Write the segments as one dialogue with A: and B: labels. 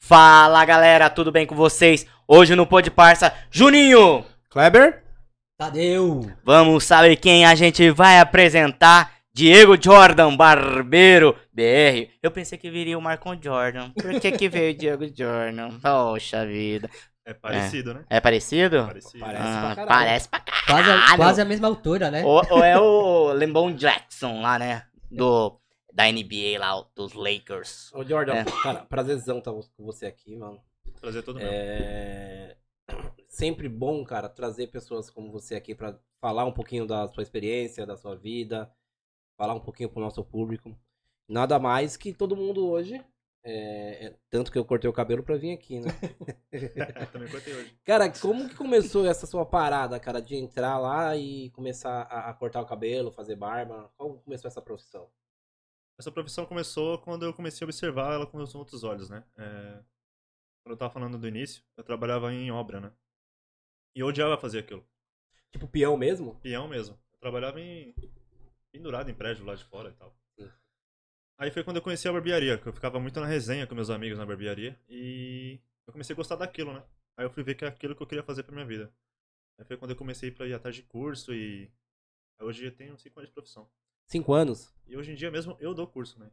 A: Fala galera, tudo bem com vocês? Hoje no Pod Parça, Juninho!
B: Kleber?
C: Tadeu!
A: Vamos saber quem a gente vai apresentar. Diego Jordan, barbeiro, BR. Eu pensei que viria o Marcon Jordan. Por que que veio o Diego Jordan? Poxa vida.
D: É parecido, né?
A: É parecido?
D: Parecido. né?
B: Parece.
A: Ah,
B: pra caralho.
A: parece pra
C: Quase,
B: Ah,
C: a-
A: Caralho!
C: quase a mesma altura, né?
A: Ou, ou é o Lembon Jackson lá, né? Do, da NBA lá, dos Lakers.
B: Ô, Jordan,
A: É.
B: cara, prazerzão estar com você aqui, mano.
D: Trazer todo mundo.
B: É... Sempre bom, cara, trazer pessoas como você aqui pra falar um pouquinho da sua experiência, da sua vida, falar um pouquinho pro nosso público. Nada mais que todo mundo hoje. é, é- Tanto que eu cortei o cabelo pra vir aqui, né?
D: Também cortei hoje.
B: Cara, como que começou essa sua parada, cara, de entrar lá e começar a, a cortar o cabelo, fazer barba? Como começou essa profissão?
D: Essa profissão começou quando eu comecei a observar ela com os outros olhos, né? É, Quando eu tava falando do início, eu trabalhava em obra, né? E eu odiava fazer aquilo.
B: Tipo, peão mesmo?
D: Peão mesmo. Eu trabalhava em... pendurado em prédio lá de fora e tal.
B: Sim.
D: Aí foi quando eu conheci a barbearia, que eu ficava muito na resenha com meus amigos na barbearia. E eu comecei a gostar daquilo, né? Aí eu fui ver que é aquilo que eu queria fazer pra minha vida. Aí foi quando eu comecei pra ir atrás de curso e... Aí Hoje eu tenho 5 anos de profissão.
B: Cinco anos?
D: E hoje em dia mesmo eu dou curso, né?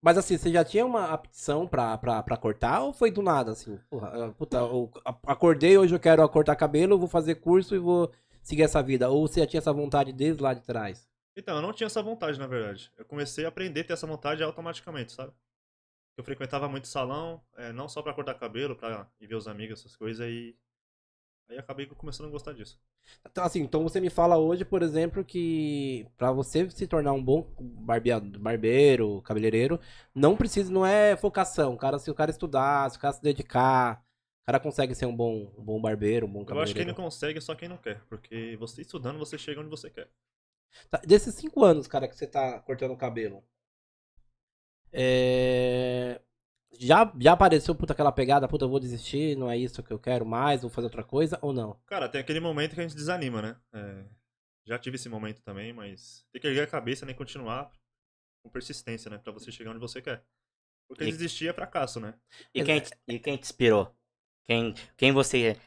B: Mas assim, você já tinha uma opção pra, pra, pra cortar ou foi do nada, assim? Porra, ah, puta, eu a- acordei, hoje eu quero cortar cabelo, eu vou fazer curso e vou seguir essa vida. Ou você já tinha essa vontade desde lá de trás?
D: Então, eu não tinha essa vontade, na verdade. Eu comecei a aprender a ter essa vontade automaticamente, sabe? Eu frequentava muito salão, eh, não só pra cortar cabelo, pra ir ver os amigos, essas coisas, e. Aí acabei começando a gostar disso.
B: Então, assim, então você me fala hoje, por exemplo, que pra você se tornar um bom barbeado, barbeiro, cabeleireiro, não precisa, não é focação. Cara, se o cara estudar, se o cara se dedicar, o cara consegue ser um bom, um bom barbeiro, um bom
D: Eu acho que
B: cabeleireiro.
D: quem não consegue é só quem não quer, porque você estudando, você chega onde você quer.
B: Tá, desses cinco anos, cara, que você tá cortando o cabelo, é, já, já apareceu, puta, aquela pegada, puta, eu vou desistir, não é isso que eu quero mais, vou fazer outra coisa, ou não?
D: Cara, tem aquele momento que a gente desanima, né? Eh, Já tive esse momento também, mas tem que erguer a cabeça né, e continuar com persistência, né? Pra você chegar onde você quer. Porque
A: E-
D: desistir é fracasso, né?
A: E quem, te- e quem te inspirou? Quem, quem você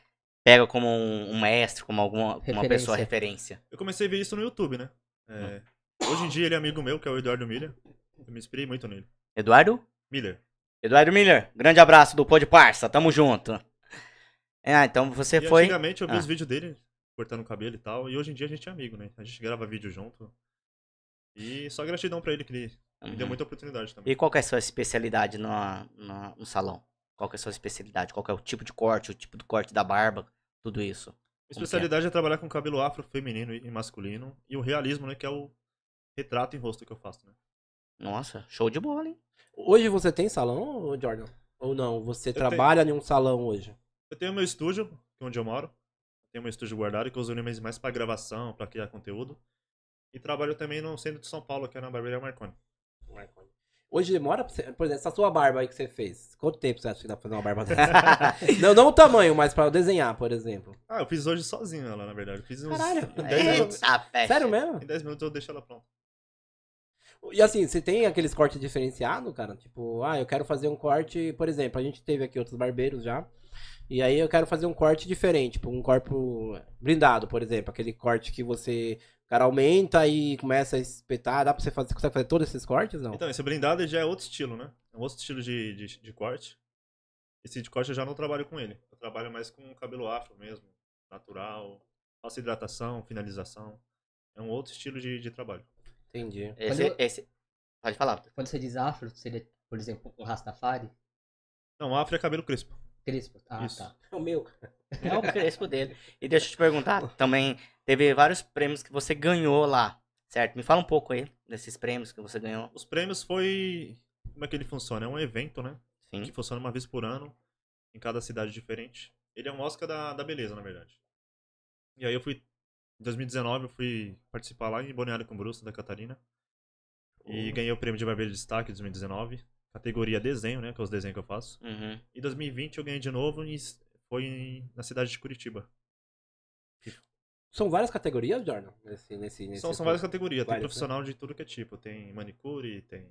A: pega como um, um mestre, como alguma uma
C: Referência.
A: pessoa referência?
D: Eu comecei a ver isso no YouTube, né? É, Hoje em dia ele é amigo meu, que é o Eduardo Miller. Eu me inspirei muito nele.
A: Eduardo?
D: Miller.
A: Eduardo Miller, grande abraço do Pod Parça, tamo junto. É, então você
D: e
A: foi.
D: antigamente eu vi
A: Ah.
D: os vídeos dele, cortando o cabelo e tal, e hoje em dia a gente é amigo, né? A gente grava vídeo junto. E só gratidão pra ele que ele me deu
A: Uhum.
D: muita oportunidade também.
A: E qual que é a sua especialidade na- na- no, salão? Qual que é a sua especialidade? Qual que é o tipo de corte, o tipo do corte da barba, tudo isso?
D: Minha especialidade é trabalhar com cabelo afro feminino e e masculino, e o realismo, né? Que é o retrato em rosto que eu faço, né?
A: Nossa, show de bola, hein?
B: Hoje você tem salão, ô Jordan? Ou não? Você
D: tenho.
B: trabalha em um salão hoje?
D: Eu tenho meu estúdio, que é onde eu moro. Eu tenho meu estúdio guardado, que eu uso ele mais- mais pra gravação, pra criar conteúdo. E trabalho também no centro de São Paulo, que é na Barbearia Marconi.
B: Hoje demora pra você, por exemplo, essa sua barba aí que você fez, quanto tempo você acha que dá pra fazer uma barba dessa? não, não o tamanho, mas pra eu desenhar, por exemplo.
D: Ah, eu fiz hoje sozinho ela, na verdade. Eu fiz uns
B: Caralho,
D: em 10
B: é-
D: minutos.
A: Eita, peste.
B: Sério mesmo?
D: Em 10 minutos eu deixo ela pronta.
B: E assim, você tem aqueles cortes diferenciados, cara? Tipo, ah, eu quero fazer um corte, por exemplo, a gente teve aqui outros barbeiros já. E aí eu quero fazer um corte diferente, tipo, um corpo blindado, por exemplo. Aquele corte que você. O cara aumenta e começa a espetar. Dá pra você fazer. Você consegue fazer todos esses cortes? Não.
D: Então, esse blindado já é outro estilo, né? É um outro estilo de, de, de corte. Esse de corte eu já não trabalho com ele. Eu trabalho mais com o cabelo afro mesmo. Natural. Faço hidratação, finalização. É um outro estilo de, de trabalho.
B: Entendi.
A: Esse-
C: Quando
A: esse- Pode falar.
C: Quando você diz afro, seria, por exemplo, o Rastafari?
D: Não, afro é cabelo crespo.
C: Crespo? Ah,
D: Isso.
C: tá.
B: É o meu.
A: É o crespo dele. E deixa eu te perguntar, também teve vários prêmios que você ganhou lá, certo? Me fala um pouco aí desses prêmios que você ganhou.
D: Os prêmios foi... Como é que ele funciona? É um evento, né? que
A: Sim.
D: funciona uma vez por ano, em cada cidade diferente. Ele é um Oscar da, da beleza, na verdade. E aí eu fui. Em 2019 eu fui participar lá em Balneário Camboriú, Santa Catarina. E ganhei o prêmio de barbeiro de destaque em 2019. Categoria desenho, né? Que é os desenhos que eu faço.
A: Uhum.
D: E 2020 eu ganhei de novo e s- foi em- na cidade de Curitiba.
B: São várias categorias, Jordan? Nesse, nesse, nesse
D: São, são várias categorias. Tem
B: Várias, né?
D: profissional de tudo que é tipo. Tem manicure, tem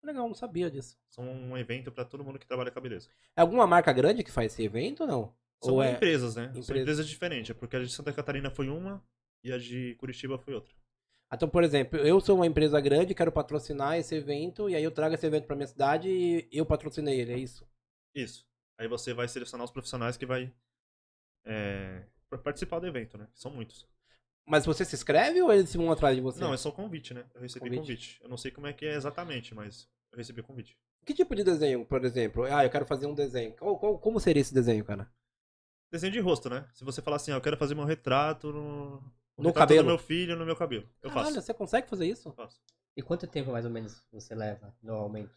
B: Legal, não sabia disso.
D: São um evento pra todo mundo que trabalha com a beleza.
B: É alguma marca grande que faz esse evento ou não?
D: São
B: Ou é-
D: empresas, né? São
B: Empresa.
D: empresas diferentes, porque a de Santa Catarina foi uma e a de Curitiba foi outra.
B: Então, por exemplo, eu sou uma empresa grande, quero patrocinar esse evento, e aí eu trago esse evento pra minha cidade e eu patrocinei ele, é isso?
D: Isso. Aí você vai selecionar os profissionais que vai é, pra participar do evento, né? São muitos.
B: Mas você se inscreve ou eles vão atrás de você?
D: Não, é só convite, né? Eu recebi
B: Convite.
D: convite. Eu não sei como é que é exatamente, mas eu recebi convite.
B: Que tipo de desenho, por exemplo? Ah, eu quero fazer um desenho. Qual- qual- como seria esse desenho, cara?
D: Desenho de rosto, né? Se você falar assim, ah, eu quero fazer meu retrato no, o
B: No
D: retrato
B: cabelo.
D: do meu filho, no meu cabelo. Eu faço.
B: Caralho, você consegue fazer isso?
D: Eu faço.
C: E quanto tempo mais ou menos você leva normalmente?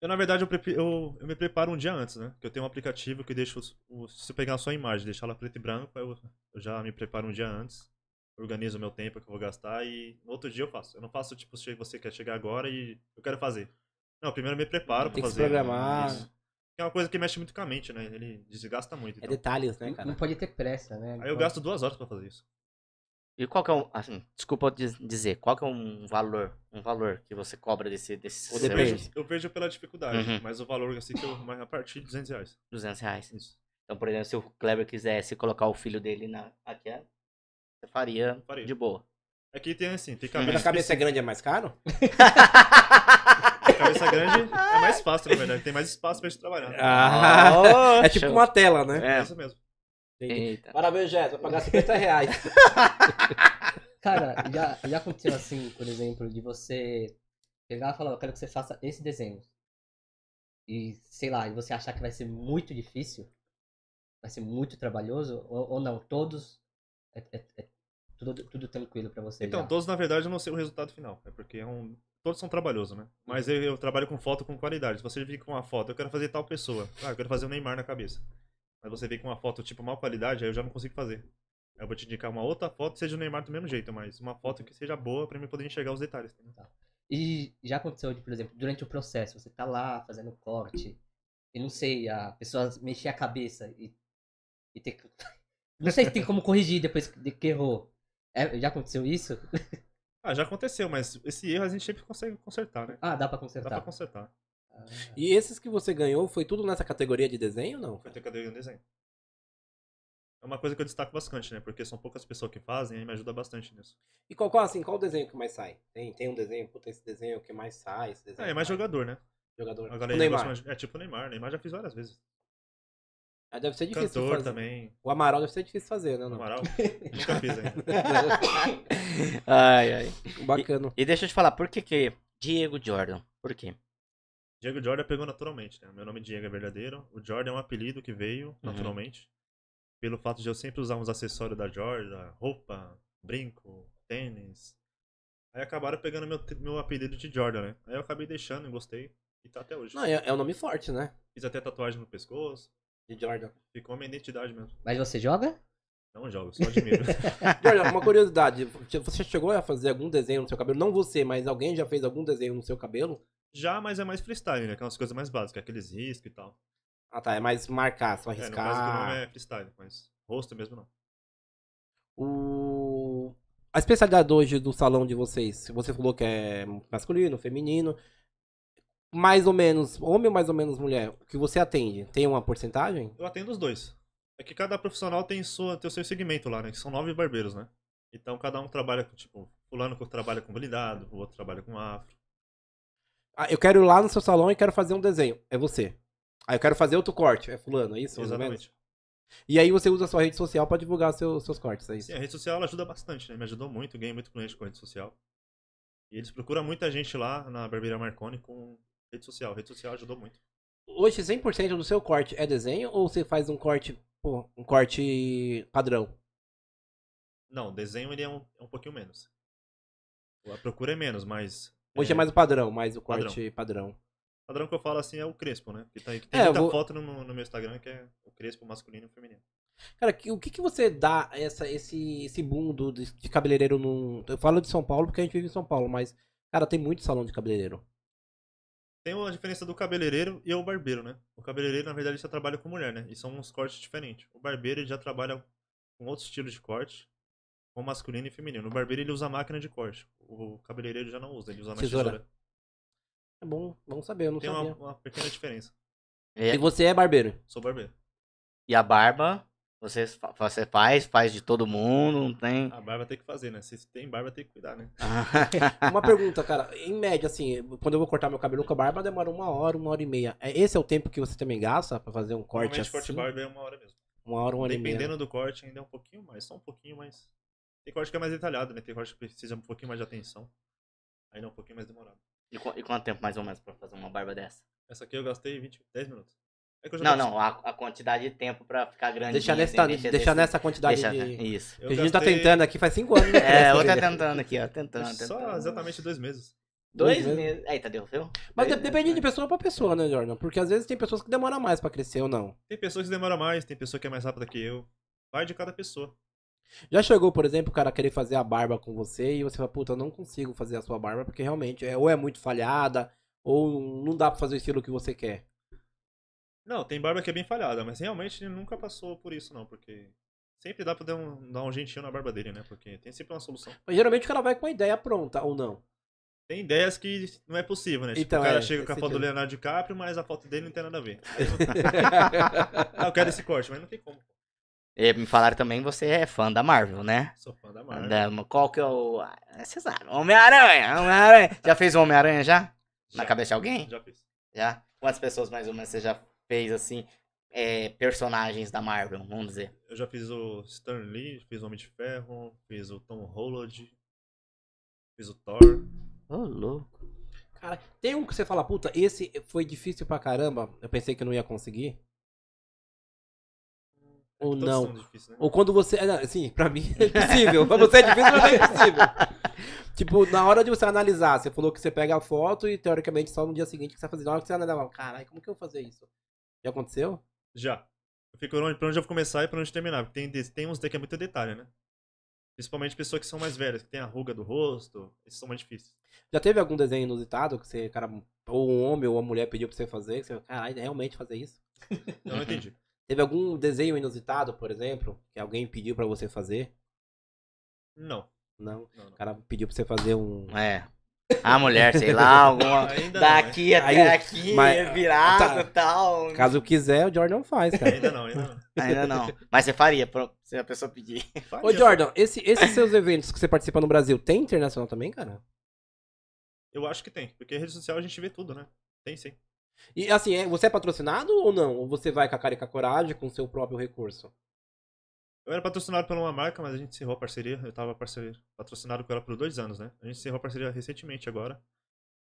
D: Eu, na verdade, eu, prepi- eu- eu me preparo um dia antes, né? Que eu tenho um aplicativo que deixa os, os- se eu pegar só a imagem, deixar ela preto e branco, eu, eu já me preparo um dia antes, organizo o meu tempo que eu vou gastar e no outro dia eu faço. Eu não faço tipo, se você quer chegar agora e eu quero fazer. Não, primeiro eu me preparo
B: Tem
D: pra
B: que se
D: fazer. né?
B: programar.
D: Isso. É uma coisa que mexe muito com a mente, né? Ele desgasta muito.
B: É
D: então.
B: detalhes, né,
C: Não-
B: cara?
C: Não pode ter pressa, né?
D: Aí eu gasto duas horas pra fazer isso.
A: E qual que é um. Assim, desculpa eu diz- dizer, qual que é um valor? Um valor que você cobra desse, desse
B: Ou
D: Eu
B: depende.
A: serviço?
D: vejo, eu vejo pela dificuldade,
A: Uhum.
D: mas o valor assim que eu. Mas a partir de 200 reais.
A: 200 reais.
D: Isso.
A: Então, por exemplo, se o Kleber quisesse colocar o filho dele na aqui, é, você faria
D: Faria.
A: de boa.
D: Aqui tem assim, tem
B: Quando
D: cabelo
B: a cabeça é grande é mais caro?
D: Cabeça grande é mais fácil, na verdade. Tem mais espaço pra gente trabalhar.
A: Ah,
B: é tipo
A: show.
B: uma tela, né?
D: É
A: É.
D: isso mesmo.
A: Eita.
B: Parabéns, Jéssica, vai pagar 50 reais.
C: Cara, já, já aconteceu assim, por exemplo, de você pegar e falar, eu quero que você faça esse desenho. E, sei lá, e você achar que vai ser muito difícil, vai ser muito trabalhoso, ou, ou não, todos, é, é- é tudo, tudo tranquilo pra você
D: Então,
C: já.
D: todos, na verdade, eu não sei o resultado final. É porque é um. Todos são trabalhosos, né? Mas eu, eu trabalho com foto com qualidade. Se você vir com uma foto, eu quero fazer tal pessoa. Ah, eu quero fazer o Neymar na cabeça. Mas você vem com uma foto tipo mal qualidade, aí eu já não consigo fazer. Aí eu vou te indicar uma outra foto, seja o Neymar do mesmo jeito, mas uma foto que seja boa pra mim poder enxergar os detalhes. entendeu?
C: E já aconteceu, de, por exemplo, durante o processo, você tá lá fazendo corte, e não sei, a pessoa mexer a cabeça e, e ter que... Não sei se tem como corrigir depois de que errou. É, já aconteceu isso?
D: Ah, já aconteceu, mas esse erro a gente sempre consegue consertar, né?
C: Ah, dá pra
D: Dá
C: consertar.
D: pra consertar.
C: Ah.
B: E esses que você ganhou, foi tudo nessa categoria de desenho ou não?
D: Foi ter cadeira de um desenho. É uma coisa que eu destaco bastante, né? Porque são poucas pessoas que fazem e me ajuda bastante nisso.
B: E qual, qual, assim, qual o desenho que mais sai? Tem, tem um desenho, puta, esse desenho é o que mais sai, esse desenho.
D: É, é mais jogador, né?
B: jogador.
D: A
B: Tipo
D: galera
B: o Neymar.
D: gosta mais- É tipo o Neymar. Neymar já fiz várias vezes.
B: Ah, deve ser difícil
D: Cantor
B: fazer.
D: também,
B: O Amaral deve ser difícil fazer, né? Não?
D: Amaral. Nunca fiz ainda.
A: Ai, ai.
B: Bacana.
A: E deixa eu te falar, por que que Diego Jordan? Por quê?
D: Diego Jordan pegou naturalmente, né? Meu nome Diego é verdadeiro. O Jordan é um apelido que veio naturalmente. Pelo fato de eu sempre usar uns acessórios da Jordan, roupa, brinco, tênis. Aí acabaram pegando meu, meu apelido de Jordan, né? Aí eu acabei deixando e gostei. E tá até hoje.
B: Não, é, é um nome forte, né?
D: Fiz até tatuagem no pescoço.
B: De Jordan.
D: Ficou uma identidade mesmo.
C: Mas você joga?
D: Não jogo, só admiro.
B: Jordan, uma curiosidade. Você chegou a fazer algum desenho no seu cabelo? Não você, mas alguém já fez algum desenho no seu cabelo?
D: Já, mas é mais freestyle, né? Aquelas coisas mais básicas, aqueles riscos e tal.
B: Ah, tá. É mais marcar, só
D: É, no caso que o
B: arriscar.
D: nome é freestyle, mas rosto mesmo não.
B: O... A especialidade hoje do salão de vocês, você falou que é masculino, feminino, mais ou menos, homem ou mais ou menos mulher, o que você atende, tem uma porcentagem?
D: Eu atendo os dois. É que cada profissional tem, sua, tem o seu segmento lá, né? Que são nove barbeiros, né? Então cada um trabalha com, tipo, fulano que trabalha com blindado, o outro trabalha com afro.
B: Ah, eu quero ir lá no seu salão e quero fazer um desenho, é você. Aí eu quero fazer outro corte, é fulano, é isso? mais ou menos?
D: Exatamente.
B: E aí você usa a sua rede social pra divulgar seu- seus cortes, é isso?
D: Sim, a rede social ela ajuda bastante, né? Me ajudou muito, ganhei muito cliente com a rede social. E eles procuram muita gente lá na Barbeira Marconi com rede social. rede social ajudou muito.
B: Hoje 100% do seu corte é desenho ou você faz um corte, pô, um corte padrão?
D: Não, desenho ele é um, é um pouquinho menos. A procura é menos, mas.
B: Hoje é, mais o padrão, mais o corte padrão.
D: O padrão que eu falo assim é o Crespo, né? Que tá aí, que tem
B: É, eu
D: muita
B: vou-
D: foto no, no meu Instagram que é o Crespo masculino e feminino.
B: Cara, que- o que, que você dá essa, esse, esse boom do, de, de cabeleireiro num. Eu falo de São Paulo porque a gente vive em São Paulo, mas, cara, tem muito salão de cabeleireiro.
D: Tem a diferença do cabeleireiro e o barbeiro, né? O cabeleireiro, na verdade, ele só trabalha com mulher, né? E são uns cortes diferentes. O barbeiro, ele já trabalha com outro estilo de corte, com masculino e feminino. O barbeiro, ele usa máquina de corte. O cabeleireiro já não usa, ele usa mais
B: Tesoura.
D: tesoura.
B: É bom, bom saber, eu não
D: Tem uma,
B: sabia.
D: uma pequena diferença.
B: E
A: E,
B: você é barbeiro?
D: Sou barbeiro.
A: e a barba, você, fa- você faz, faz de todo mundo, não tem.
D: A barba tem que fazer, né? Se tem barba, tem que cuidar, né?
B: Uma pergunta, cara. Em média, assim, quando eu vou cortar meu cabelo com a barba, demora uma hora, uma hora e meia. É- Esse é o tempo que você também gasta pra fazer um corte
D: Normalmente,
B: assim?
D: corte barba é uma hora mesmo.
B: Uma
A: um
B: hora, uma hora e meia.
D: Dependendo do corte, ainda é um pouquinho mais. Só um pouquinho mais. Tem corte que é mais detalhado, né? Tem corte que precisa um pouquinho mais de atenção. Ainda é um pouquinho mais demorado.
A: E, qu- e quanto tempo mais ou menos pra fazer uma barba dessa?
D: Essa aqui eu gastei 20, 10 minutos. É que eu já
A: Não,
D: gastei-
A: não, a, a quantidade de tempo pra ficar assim, grande.
B: Deixar nessa, deixar nessa quantidade de...
A: Isso.
D: Eu
B: a gente tá
D: gastei
B: tentando aqui faz cinco anos. né?
A: É, eu tô tentando aqui, ó, tentando, Tá tentando.
D: Só exatamente dois meses.
A: Dois
B: Dois meses.
A: meses. Eita, deu, viu?
B: Mas de-
A: Dois
B: depende de
A: meses.
B: pessoa pra pessoa, né, Jordan? Porque às vezes tem pessoas que demoram mais pra crescer ou não.
D: Tem pessoas que demoram mais, tem pessoa que é mais rápida que eu. Vai de cada pessoa.
B: Já chegou, por exemplo, o cara querer fazer a barba com você e você fala, puta, eu não consigo fazer a sua barba porque realmente é, ou é muito falhada ou não dá pra fazer o estilo que você quer.
D: Não, tem barba que é bem falhada, mas realmente ele nunca passou por isso, não, porque. Sempre dá pra dar um, dar um jeitinho na barba dele, né? Porque tem sempre uma solução.
B: Mas geralmente o cara vai com a ideia pronta ou não.
D: Tem ideias que não é possível, né? Tipo,
B: Então,
D: o cara
B: é,
D: chega com a
B: esse
D: foto do
B: tipo.
D: Leonardo DiCaprio, mas a foto dele não tem nada a ver. Aí eu- ah, eu quero esse corte, mas não tem como.
A: E me falaram também que você é fã da Marvel, né?
D: Sou fã da Marvel.
A: Da- qual que é o. Ah, Vocês sabem. Homem-Aranha, Homem-Aranha. Já fez o Homem-Aranha já? Na
D: Já.
A: cabeça de alguém?
D: Já fiz.
A: Já? Quantas pessoas mais ou menos você já fez assim? é, personagens da Marvel, vamos dizer.
D: Eu já fiz o Stan Lee, fiz o Homem de Ferro, fiz o Tom Holland, fiz o Thor. É
A: Ô, louco.
B: Cara, tem um que você fala, puta, esse foi difícil pra caramba, eu pensei que eu não ia conseguir. Ou
D: Todos
B: não.
D: são difíceis, né?
B: Ou quando você. é, não, Assim, pra mim é impossível. pra você é difícil, mas é impossível. tipo, na hora de você analisar, você falou que você pega a foto e teoricamente só no dia seguinte que você vai fazer. Na hora que você analisar, caralho, como que eu vou fazer isso? Já aconteceu?
D: Já. Eu fico onde- pra onde eu vou começar e pra onde terminar. Porque tem, de- tem uns daqui que é muito detalhe, né? Principalmente pessoas que são mais velhas, que tem a ruga do rosto. Esses são mais difíceis.
B: Já teve algum desenho inusitado que você, cara, ou um homem ou uma mulher pediu pra você fazer? Que você, caralho, é realmente fazer isso?
D: Então, Eu não entendi.
B: Teve algum desenho inusitado, por exemplo, que alguém pediu pra você fazer?
D: Não.
B: Não.
D: não, não.
B: O cara pediu pra você fazer um.
A: É. A mulher, sei lá, alguma.
D: Ainda não, né?
A: Daqui até
B: Aí-
A: aqui,
B: mas-
A: virada e
B: tá.
A: tal.
B: Caso quiser, o Jordan faz, cara.
D: Ainda não, ainda não.
A: Ainda não. Mas você faria, pro- se a pessoa pedir.
B: Ô,
D: Faria,
B: Jordan, esse- esses seus eventos que você participa no Brasil, tem internacional também, cara?
D: Eu acho que tem, porque rede social a gente vê tudo, né? Tem sim.
B: E assim, é- você é patrocinado ou não? Ou você vai com a cara e com a coragem, com o seu próprio recurso?
D: Eu era patrocinado por uma marca, mas a gente encerrou a parceria. Eu tava parceria, patrocinado com ela por dois anos, né? A gente encerrou a parceria recentemente agora.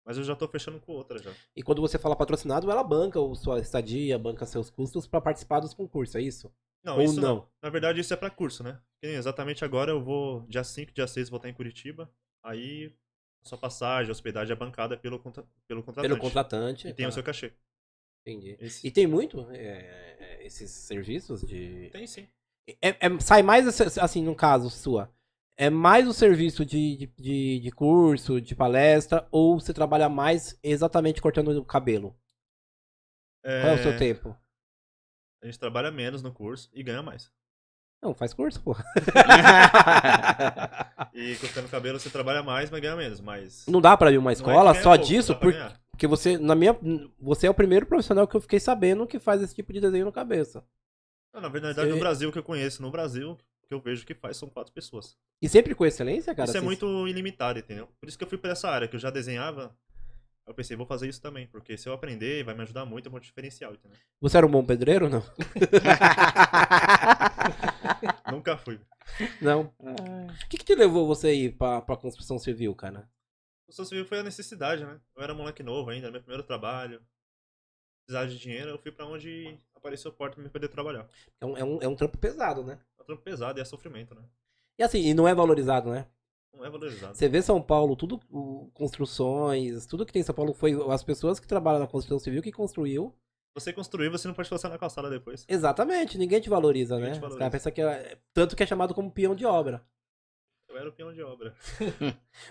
D: Mas eu já tô fechando com outra já.
B: E quando você fala patrocinado, ela banca o sua estadia, banca seus custos pra participar dos concursos, é isso?
D: Não,
B: ou
D: isso
B: não?
D: Na verdade, isso é pra curso, né? Que nem exatamente agora eu vou, dia 5, dia 6, vou estar em Curitiba. Aí, sua passagem, hospedagem é bancada pelo, contra... pelo contratante.
B: Pelo contratante.
D: E tem o
B: tá,
D: seu cachê.
B: Entendi.
D: Esse-
B: E tem muito é, esses serviços de.
D: Tem sim.
B: É- é- sai mais, essa- assim, no caso sua, é mais o serviço de, de, de- de curso, de palestra, ou você trabalha mais exatamente cortando o cabelo?
D: É,
B: Qual é o seu tempo?
D: A gente trabalha menos no curso e ganha mais.
B: Não, faz curso, porra.
D: E cortando cabelo você trabalha mais, mas ganha menos. Mas.
B: Ah. Não dá pra ir uma
D: não é que
B: escola
D: ganha
B: só
D: pouco,
B: disso,
D: dá pra
B: por-
D: ganhar.
B: porque você, na minha, você é o primeiro profissional que eu fiquei sabendo que faz esse tipo de desenho na cabeça.
D: Não, Ah, na verdade, no
B: Você-
D: Brasil que eu conheço, no Brasil, que eu vejo que faz, são quatro pessoas.
B: E sempre com excelência, cara?
D: isso é
B: assim,
D: muito ilimitado, entendeu? Por isso que eu fui pra essa área, que eu já desenhava. Eu pensei, vou fazer isso também, porque se eu aprender, vai me ajudar muito, é um diferencial, entendeu?
B: Você era um bom pedreiro ou não?
D: Nunca fui.
B: Não. O que, que te levou você a ir pra, pra construção civil, cara?
D: O São Civil foi a necessidade, né? Eu era moleque novo ainda, era meu primeiro trabalho. Precisava de dinheiro, eu fui pra onde apareceu a porta pra me poder trabalhar.
B: É um, é um, é um trampo pesado, né?
D: É um trampo pesado e é sofrimento, né?
B: E assim, e não é valorizado, né?
D: Não é valorizado.
B: Você vê São Paulo, tudo, o- construções, tudo que tem em São Paulo foi as pessoas que trabalham na construção civil que construiu.
D: Você construir, você não pode passar na calçada depois.
B: Exatamente, ninguém te valoriza,
D: Ninguém
B: né?
D: te
B: Os
D: valoriza.
B: caras pensam que é, tanto que é chamado como peão de obra.
D: Eu era o peão de obra.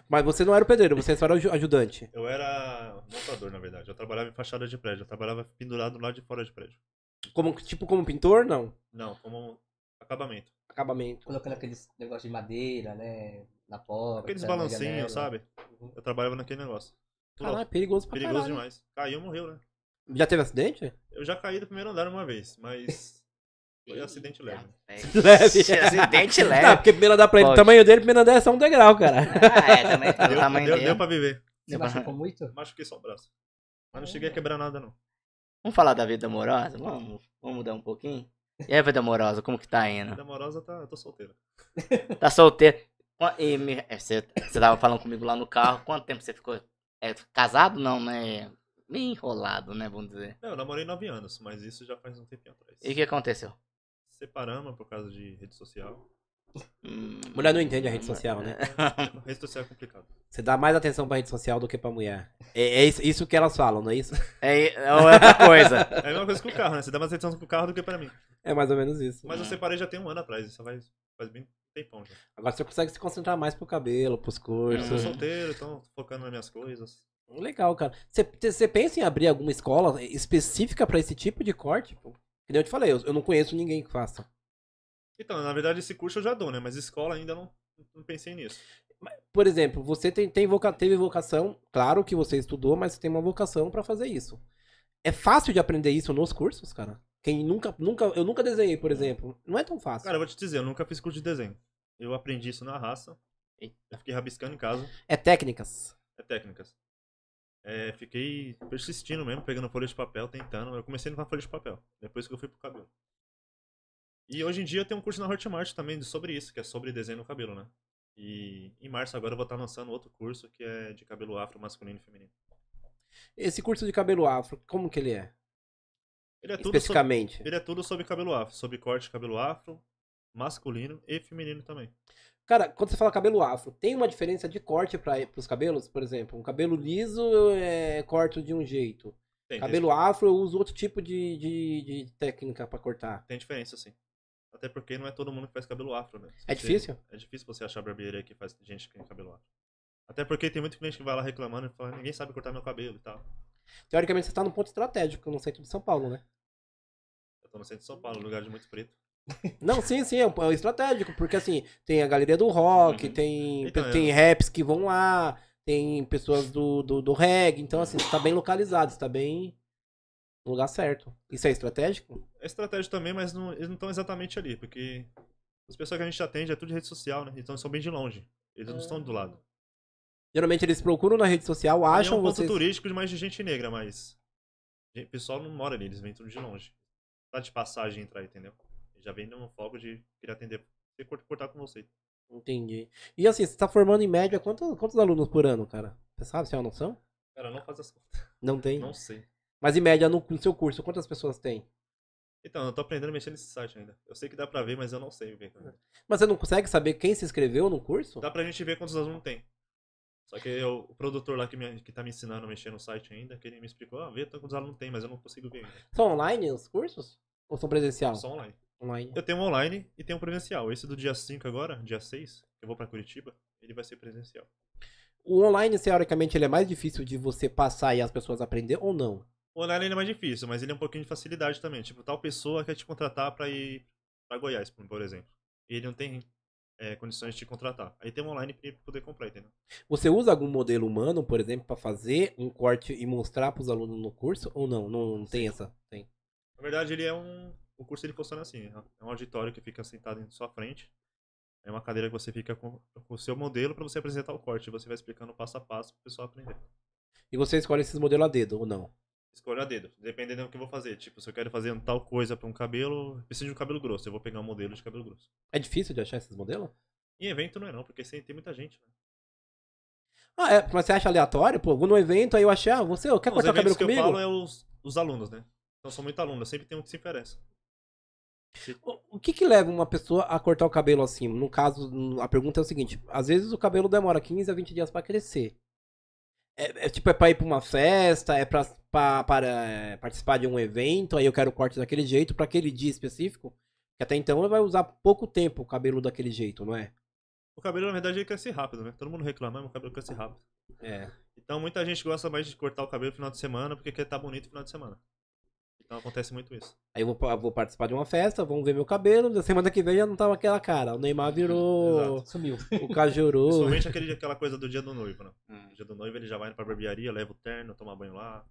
B: Mas você não era o pedreiro, você só era o aju- ajudante.
D: Eu era montador, na verdade. Eu trabalhava em fachada de prédio. Eu trabalhava pendurado lá de fora de prédio.
B: Como, tipo como pintor, não.
D: Não, como acabamento.
B: Acabamento.
C: Colocando aqueles negócio de madeira, né? Na porta.
D: Aqueles
C: na
D: balancinhos,
C: janela.
D: sabe?
C: Uhum.
D: Eu trabalhava naquele negócio. Por
B: Caralho,
D: alto.
B: Ah, perigoso pra
D: Perigoso
B: caralho.
D: demais. Caiu, morreu, né?
B: Já teve acidente?
D: Eu já caí do primeiro andar uma vez, mas foi um acidente leve.
A: Leve. É, Acidente
B: Ah,
A: leve.
B: porque primeiro andar pra ele, o
A: Pode.
B: tamanho dele, primeiro andar é só um degrau, cara.
A: Ah, é, também pelo
D: Deu,
A: tamanho
D: deu,
A: dele.
D: deu pra viver.
C: Você machucou muito?
D: Machuquei só o braço. Mas não cheguei a quebrar nada, não.
A: Vamos falar da vida amorosa? Vamos, vamos mudar um pouquinho? E a vida amorosa, como que tá indo?
D: Vida amorosa, tá, eu tô solteiro.
A: Tá solteiro. Qua- E me- é, você, você tava falando comigo lá no carro, quanto tempo você ficou? É, casado não, né? Meio enrolado, né? Vamos dizer.
D: Não, eu namorei nove anos, mas isso já faz um tempinho atrás.
A: E o que aconteceu?
D: Separamos por causa de rede social.
A: Hum,
B: Mulher não entende a rede social, né?
D: rede social é complicado.
B: Você dá mais atenção pra rede social do que pra mulher. É, é isso, isso que elas falam, não é isso?
A: É, é outra coisa.
D: É a mesma coisa que o carro, né? Você dá mais atenção pro carro do que pra mim.
B: É mais ou menos isso.
D: Mas eu
A: Uhum.
D: separei já tem um ano atrás, isso faz, faz bem tempão já.
B: Agora você consegue se concentrar mais pro cabelo, pros
D: Eu sou
B: cursos.
A: Uhum.
D: solteiro, então tô focando nas minhas coisas.
B: Legal, cara. Você- Você pensa em abrir alguma escola específica pra esse tipo de corte? Pô? Que nem eu te falei, eu, eu não conheço ninguém que faça.
D: Então, na verdade, esse curso eu já dou, né? Mas escola ainda não, não pensei nisso.
B: Por exemplo, você tem, tem voca- teve vocação, claro que você estudou, mas você tem uma vocação pra fazer isso. É fácil de aprender isso nos cursos, cara? Quem nunca, nunca, eu nunca desenhei, por exemplo. Não é tão fácil.
D: Cara, eu vou te dizer, eu nunca fiz curso de desenho. Eu aprendi isso na raça.
A: Eita.
D: Eu fiquei rabiscando em casa.
B: É técnicas.
D: É técnicas. É, fiquei persistindo mesmo, pegando folha de papel, tentando. Eu comecei na folha de papel, depois que eu fui pro cabelo. E hoje em dia eu tenho um curso na Hotmart também de- sobre isso, que é sobre desenho no cabelo, né? E em março agora eu vou estar lançando outro curso que é de cabelo afro masculino e feminino.
B: Esse curso de cabelo afro, como que ele é?
D: Ele é tudo sobre,
B: Especificamente.
D: ele é tudo sobre cabelo afro, sobre corte de cabelo afro, masculino e feminino também.
B: Cara, quando você fala cabelo afro, tem uma diferença de corte para os cabelos? Por exemplo, um cabelo liso é corto de um jeito.
D: Tem,
B: cabelo afro eu uso outro tipo de, de, de técnica pra cortar.
D: tem, tem diferença sim. Até porque não é todo mundo que faz cabelo afro, né? Se
B: É
D: você-
B: difícil?
D: É difícil você achar barbearia que faz gente que tem cabelo afro. Até porque tem muito cliente que vai lá reclamando e fala, ninguém sabe cortar meu cabelo e tal.
B: Teoricamente você tá num ponto estratégico no centro de São Paulo, né?
D: Eu tô no centro de São Paulo, lugar de muito preto.
B: Não, sim, sim, é um é estratégico, porque assim, tem a galeria do rock,
D: Uhum.
B: tem,
D: Então, é.
B: tem raps que vão lá, tem pessoas do, do, do reggae, então assim, você tá bem localizado, você tá bem no lugar certo. Isso é estratégico?
D: É estratégia também, mas não- eles não estão exatamente ali, porque as pessoas que a gente atende é tudo de rede social, né? Então eles são bem de longe. Eles não estão do lado.
B: Geralmente eles procuram na rede social,
D: é
B: acham
D: um ponto
B: vocês.
D: turístico de mais de gente negra, mas. O pessoal não mora ali, eles vêm tudo de longe. Tá de passagem entrar, entendeu? Já vem num foco de querer atender e cort- cortar com você.
B: Entendi. E assim, você tá formando em média quantos, quantos alunos por ano, cara? Você sabe, você tem uma noção?
D: Cara, não faz as contas.
B: Não tem?
D: Não sei.
B: Mas em média no, no seu curso, quantas pessoas tem?
D: Então, eu tô aprendendo a mexer nesse site ainda. Eu sei que dá pra ver, mas eu não sei ver.
B: Mas você não consegue saber quem se inscreveu no curso?
D: Dá pra gente ver quantos alunos tem. Só que eu- o produtor lá que, me, que tá me ensinando a mexer no site ainda, que ele me explicou, ah, vê quantos alunos tem, mas eu não consigo ver ainda.
B: São online os cursos? Ou são presencial?
D: Só online.
B: Online.
D: Eu tenho um online e tenho um presencial. Esse do dia 5 agora, dia 6, que eu vou pra Curitiba, ele vai ser presencial.
B: O online, teoricamente, ele é mais difícil de você passar e as pessoas aprender ou não?
D: O online ele é mais difícil, mas ele é um pouquinho de facilidade também. Tipo, tal pessoa quer te contratar pra ir pra Goiás, por por exemplo. E ele não tem é, condições de te contratar. Aí tem um online pra ele poder comprar, entendeu?
B: Você usa algum modelo humano, por exemplo, pra fazer um corte e mostrar pros alunos no curso ou não? Não, não tem essa? Tem.
D: Na verdade, ele é um. O curso ele funciona assim: né? é um auditório que fica sentado em sua frente. É uma cadeira que você fica com, com o seu modelo pra você apresentar o corte. Você vai explicando passo a passo pro pessoal aprender.
B: E você escolhe esses modelos a dedo ou não?
D: Escolho a dedo, dependendo do que eu vou fazer. Tipo, se eu quero fazer tal coisa pra um cabelo, eu preciso de um cabelo grosso. Eu vou pegar um modelo de cabelo grosso.
B: É difícil de achar esses modelos?
D: Em evento não é não, porque sem- tem muita gente. Né?
B: Ah, é, mas você acha aleatório? Pô, vou num evento, aí eu achei, ah, você, quer
D: Não, os
B: cortar o cabelo
D: eventos que
B: comigo?
D: eu falo é os, os alunos, né? Então são muito alunos, sempre tem um que se interessa.
B: O- O que que leva uma pessoa a cortar o cabelo assim? No caso, hum, a pergunta é o seguinte, às vezes o cabelo demora 15 a 20 dias pra crescer. É, é tipo, é pra ir pra uma festa, é pra, pra- para é, participar de um evento, aí eu quero o corte daquele jeito pra aquele dia específico. Que até então ele vai usar pouco tempo o cabelo daquele jeito, não é?
D: O cabelo, na verdade, ele cresce rápido, né? Todo mundo reclama, mas o cabelo cresce rápido.
B: É.
D: tá Então muita gente gosta mais de cortar o cabelo no final de semana porque quer estar bonito no final de semana. Então acontece muito isso.
B: Aí eu vou, pa- vou participar de uma festa, vão ver meu cabelo, da semana que vem já não tava aquela cara. O Neymar virou
C: Sumiu.
B: o Cajuru.
D: Principalmente aquele, aquela coisa do dia do noivo, né?
A: Hum.
D: No dia do noivo ele já vai pra barbearia, leva o terno, toma banho lá,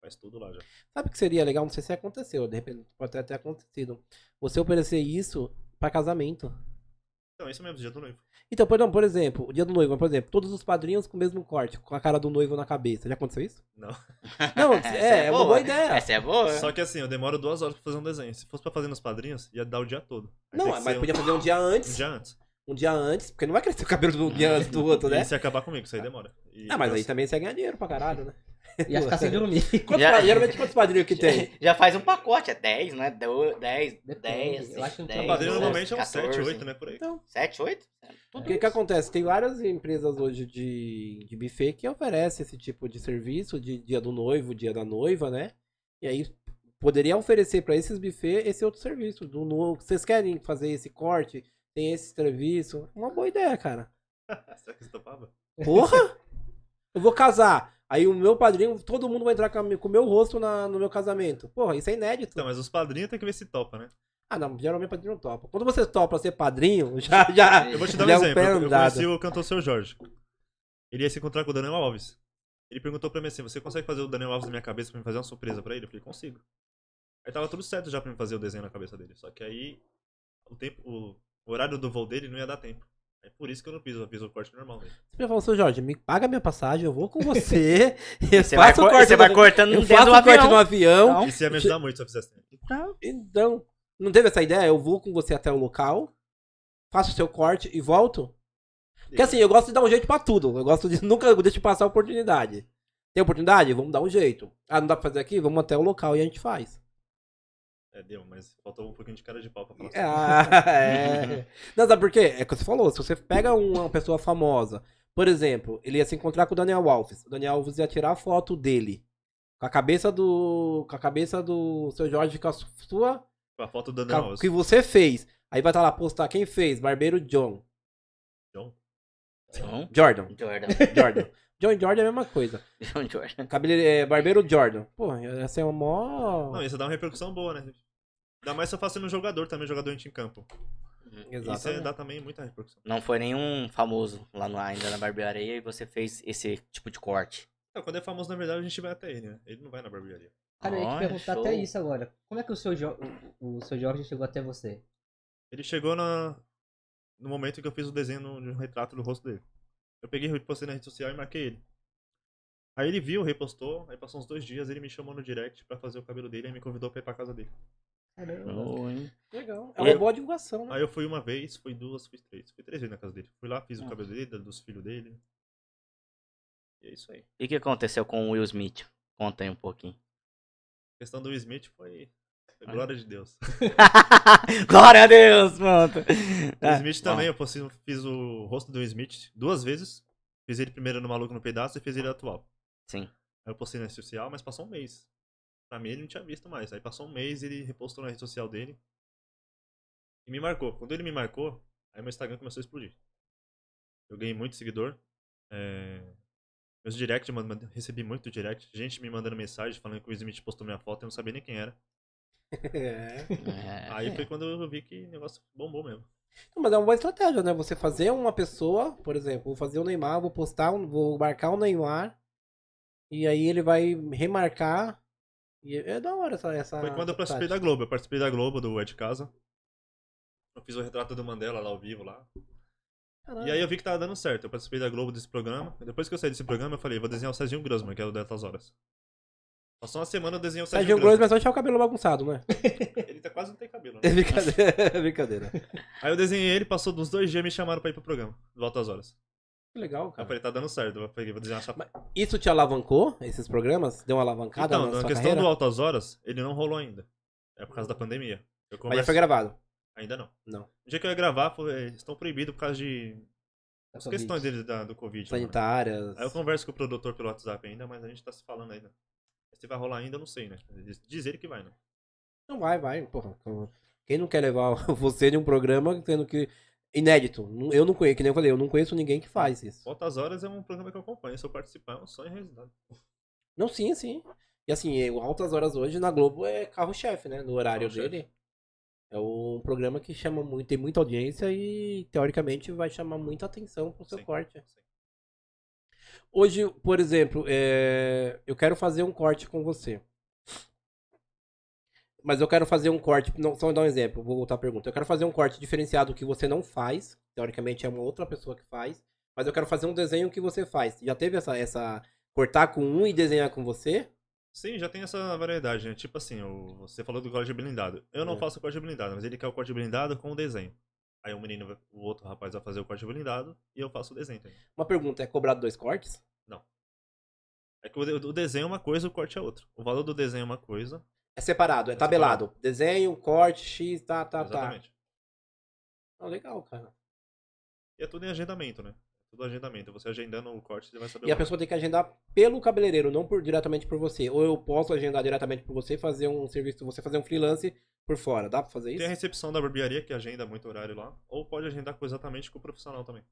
D: faz tudo lá já.
B: Sabe o que seria legal? Não sei se aconteceu, de repente pode até ter acontecido. Você oferecer isso pra casamento.
D: Então, isso mesmo, dia do noivo.
B: Então, por, não, por exemplo, o dia do noivo, mas, por exemplo, todos os padrinhos com o mesmo corte, com a cara do noivo na cabeça. Já aconteceu isso?
D: Não.
B: Não,
A: Essa
B: é, é uma boa ideia.
A: Essa é boa.
D: Só que assim, eu demoro duas horas pra fazer um desenho. Se fosse pra fazer nos padrinhos, ia dar o dia todo. Aí
B: Não,
D: tem que
B: mas
D: ser
B: podia
D: um,
B: fazer um dia
D: um
B: antes.
D: dia antes.
B: Um dia antes, porque não vai crescer o cabelo do dia antes do outro, né?
D: E se acabar comigo, isso aí demora. E-
B: Ah, mas aí
D: eu-
B: também você ia ganhar dinheiro pra caralho, né?
C: Ia ficar sem dormir.
B: Quantos
A: Já-
B: padrinhos, geralmente quantos padrinhos que tem?
A: Já faz um pacote, é 10, né? 10, 10,
C: Depende,
A: 10.
C: eu acho que não tem
A: 10,
D: O padrinho
C: Dez,
D: normalmente é uns
A: 14,
D: 7, 8, né? Por aí.
B: Então,
A: 7, 8?
B: o que que acontece? Tem várias empresas hoje de, de buffet que oferecem esse tipo de serviço, de dia do noivo, dia da noiva, né? E aí poderia oferecer pra esses buffets esse outro serviço. Do no... Vocês querem fazer esse corte? Tem esse serviço? Uma boa ideia, cara.
D: Tá, Será que você topava?
B: Porra! Eu vou casar. Aí o meu padrinho, todo mundo vai entrar com a mi- com o meu rosto na- no meu casamento. Porra, isso é inédito.
D: Então, mas os padrinhos tem que ver se topa, né?
B: Ah, não, geralmente padrinho não topa. Quando você topa ser padrinho, já, já.
D: Eu vou te dar um
B: Ele é um
D: exemplo.
B: pé
D: eu
B: andado.
D: conheci o cantor Seu Jorge. Ele ia se encontrar com o Daniel Alves. Ele perguntou pra mim assim, você consegue fazer o Daniel Alves na minha cabeça pra me fazer uma surpresa pra ele? Eu falei, consigo. Aí tava tudo certo já pra me fazer o desenho na cabeça dele. Só que aí, o tempo, o o horário do voo dele não ia dar tempo. É por isso que eu não fiz, eu fiz o corte normal mesmo.
B: Você falou, seu Jorge, me paga minha passagem, eu vou com você. Eu
A: Você vai,
B: faço o
A: cor-
B: corte.
A: você
B: no-
A: vai cortando
B: eu
A: dentro
B: faço
A: do
B: o corte
A: avião.
B: no avião.
A: Então,
D: Isso ia me ajudar muito se eu fizesse tempo.
A: então,
B: Então, não teve essa ideia? Eu vou com você até o local, faço o seu corte e volto? Porque assim, eu gosto de dar um jeito pra tudo. Eu gosto de nunca deixo passar a oportunidade. Tem oportunidade? Vamos dar um jeito. Ah, não dá pra fazer aqui? Vamos até o local e a gente faz.
D: É, deu, mas faltou um pouquinho de cara de pau pra falar. assim.
B: Ah, é. Não, sabe por quê? É o que você falou. Se você pega um, uma pessoa famosa, por exemplo, ele ia se encontrar com o Daniel Alves. O Daniel Alves ia tirar a foto dele. Com a cabeça do. Com a cabeça do seu Jorge com a sua.
D: Com a foto do
B: com a-
D: Daniel Alves.
B: que você fez. Aí vai estar lá, postar quem fez? Barbeiro John.
D: John?
A: John
B: Jordan.
A: Jordan.
B: Jordan. John e Jordan é a mesma coisa.
A: John Jordan.
B: Cabeleiro, é, barbeiro Jordan. Pô, essa é uma mó.
D: Não, isso dá uma repercussão boa, né? Ainda mais se eu faço no jogador também, jogador em campo. Isso aí dá também muita repercussão.
A: Não foi nenhum famoso lá no, ainda na barbearia e você fez esse tipo de corte.
D: Não, quando é famoso, na verdade, a gente vai até ele, né? Ele não vai na barbearia.
C: Cara, eu ia te
A: Olha,
C: perguntar
A: show.
C: até isso agora. Como é que o seu, Jo- o, o seu Jorge chegou até você?
D: Ele chegou na... no momento que eu fiz o desenho no- de um retrato do rosto dele. Eu peguei, postei na rede social e marquei ele. Aí ele viu, repostou, aí passou uns dois dias, ele me chamou no direct pra fazer o cabelo dele e me convidou pra ir pra casa dele.
C: Caramba.
B: Legal. É uma
A: Eu-
B: boa divulgação, né?
D: Aí eu fui uma vez, fui duas, fui três. Fui três vezes na casa dele. Fui lá, fiz o cabelo dele, da- dos filhos dele. E é isso aí.
A: E o que aconteceu com o Will Smith? Conta aí um pouquinho.
D: A questão do Will Smith foi. foi
A: Ah.
D: glória de Deus.
A: Glória a Deus, pronto. É,
D: O Will Smith também, eu possi- fiz o rosto do Will Smith duas vezes. Fiz ele primeiro no Maluco no Pedaço e fiz ele atual.
A: Sim.
D: Aí eu postei na rede social, mas passou um mês. Pra mim ele não tinha visto mais. Aí passou um mês ele repostou na rede social dele. E me marcou. Quando ele me marcou, aí meu Instagram começou a explodir. Eu ganhei muito seguidor. é, Meus direct, mano, mand- recebi muito direct. Gente me mandando mensagem falando que o Will Smith postou minha foto, eu não sabia nem quem era.
B: É.
A: É,
D: Aí foi quando eu vi que o negócio bombou mesmo.
B: Não, Mas é uma boa estratégia, né? Você fazer uma pessoa, por exemplo, vou fazer o Neymar, vou postar, um- vou marcar o Neymar, e aí ele vai remarcar. E é da hora essa. essa
D: Foi quando
B: essa
D: eu participei da Globo. Eu participei da Globo, do É de Casa. Eu fiz o retrato do Mandela lá ao vivo lá.
B: tática.
D: E aí eu vi que tava dando certo. Eu participei da Globo desse programa. Depois que eu saí desse programa, eu falei, vou desenhar o Serginho Grossman, que é o Deltas Horas. Passou uma semana eu desenhei o Serginho,
B: Sérgio Grosso, mas só deixar o cabelo bagunçado, né?
D: Ele tá quase não tem cabelo,
B: É
D: né?
B: brincadeira. é brincadeira.
D: Aí eu desenhei ele, passou uns dois dias me chamaram pra ir pro programa, do Altas Horas.
B: Que legal,
D: Aí eu
B: cara.
D: falei, tá dando certo, eu falei, vou desenhar a chapa.
B: Isso te alavancou, esses programas? Deu uma alavancada
D: então,
B: um na
D: na
B: sua
D: questão
B: carreira? Hum.
D: do Altas Horas, ele não rolou ainda. É por causa da pandemia. Eu
B: Mas já
D: converso-
B: foi gravado.
D: Ainda não.
B: Não.
D: O dia que eu ia gravar, foi... estão proibidos por causa de...
C: Da
D: As
C: Covid.
D: questões dele da- do Covid. né, mano?
B: tá. Sanitárias.
D: Aí eu converso com o produtor pelo WhatsApp ainda, mas a gente tá se falando ainda. Se vai rolar ainda, eu não sei, né? Diz- Diz ele que vai, né?
B: Não vai, vai, porra. Quem não quer levar você de um programa sendo que. Inédito. Eu não conheço, que nem eu falei, eu não conheço ninguém que faz isso.
D: Altas Horas é um programa que eu acompanho. Se eu participar, é um sonho realizado.
B: Não, sim, sim. E assim, é, o Altas Horas hoje na Globo é carro-chefe, né? No horário
D: Carro-chefe.
B: dele. É um programa que chama muito, tem muita audiência e teoricamente vai chamar muita atenção pro seu
D: Sim.
B: corte.
D: Sim.
B: Hoje, por exemplo, é, eu quero fazer um corte com você. Mas eu quero fazer um corte. Não, só dar um exemplo, vou voltar à pergunta. Eu quero fazer um corte diferenciado que você não faz. Teoricamente é uma outra pessoa que faz. Mas eu quero fazer um desenho que você faz. Já teve essa. essa cortar com um e desenhar com você?
D: Sim, já tem essa variedade, né? Tipo assim, o- você falou do corte blindado. Eu não
B: É.
D: faço corte blindado, mas ele quer o corte blindado com o desenho. Aí o menino, vai- o outro rapaz vai fazer o corte blindado e eu faço o desenho também.
B: Uma pergunta: é cobrado dois cortes?
D: É que o, de- o desenho é uma coisa, o corte é outra. O valor do desenho é uma coisa.
B: É separado, é
D: É
B: tabelado. Desenho, corte, X, tá, tá, tá.
D: exatamente.
B: Ah, legal, cara.
D: E é tudo em agendamento, né? Tudo agendamento. Você agendando o corte, você vai saber
B: E
D: o
B: a pessoa tem que agendar pelo cabeleireiro, não por, diretamente por você. Ou eu posso agendar diretamente por você, fazer um serviço, você fazer um freelance por fora. Dá pra fazer
D: Tem a
B: isso?
D: recepção da barbearia que agenda muito horário lá, ou pode agendar com- exatamente com o profissional também.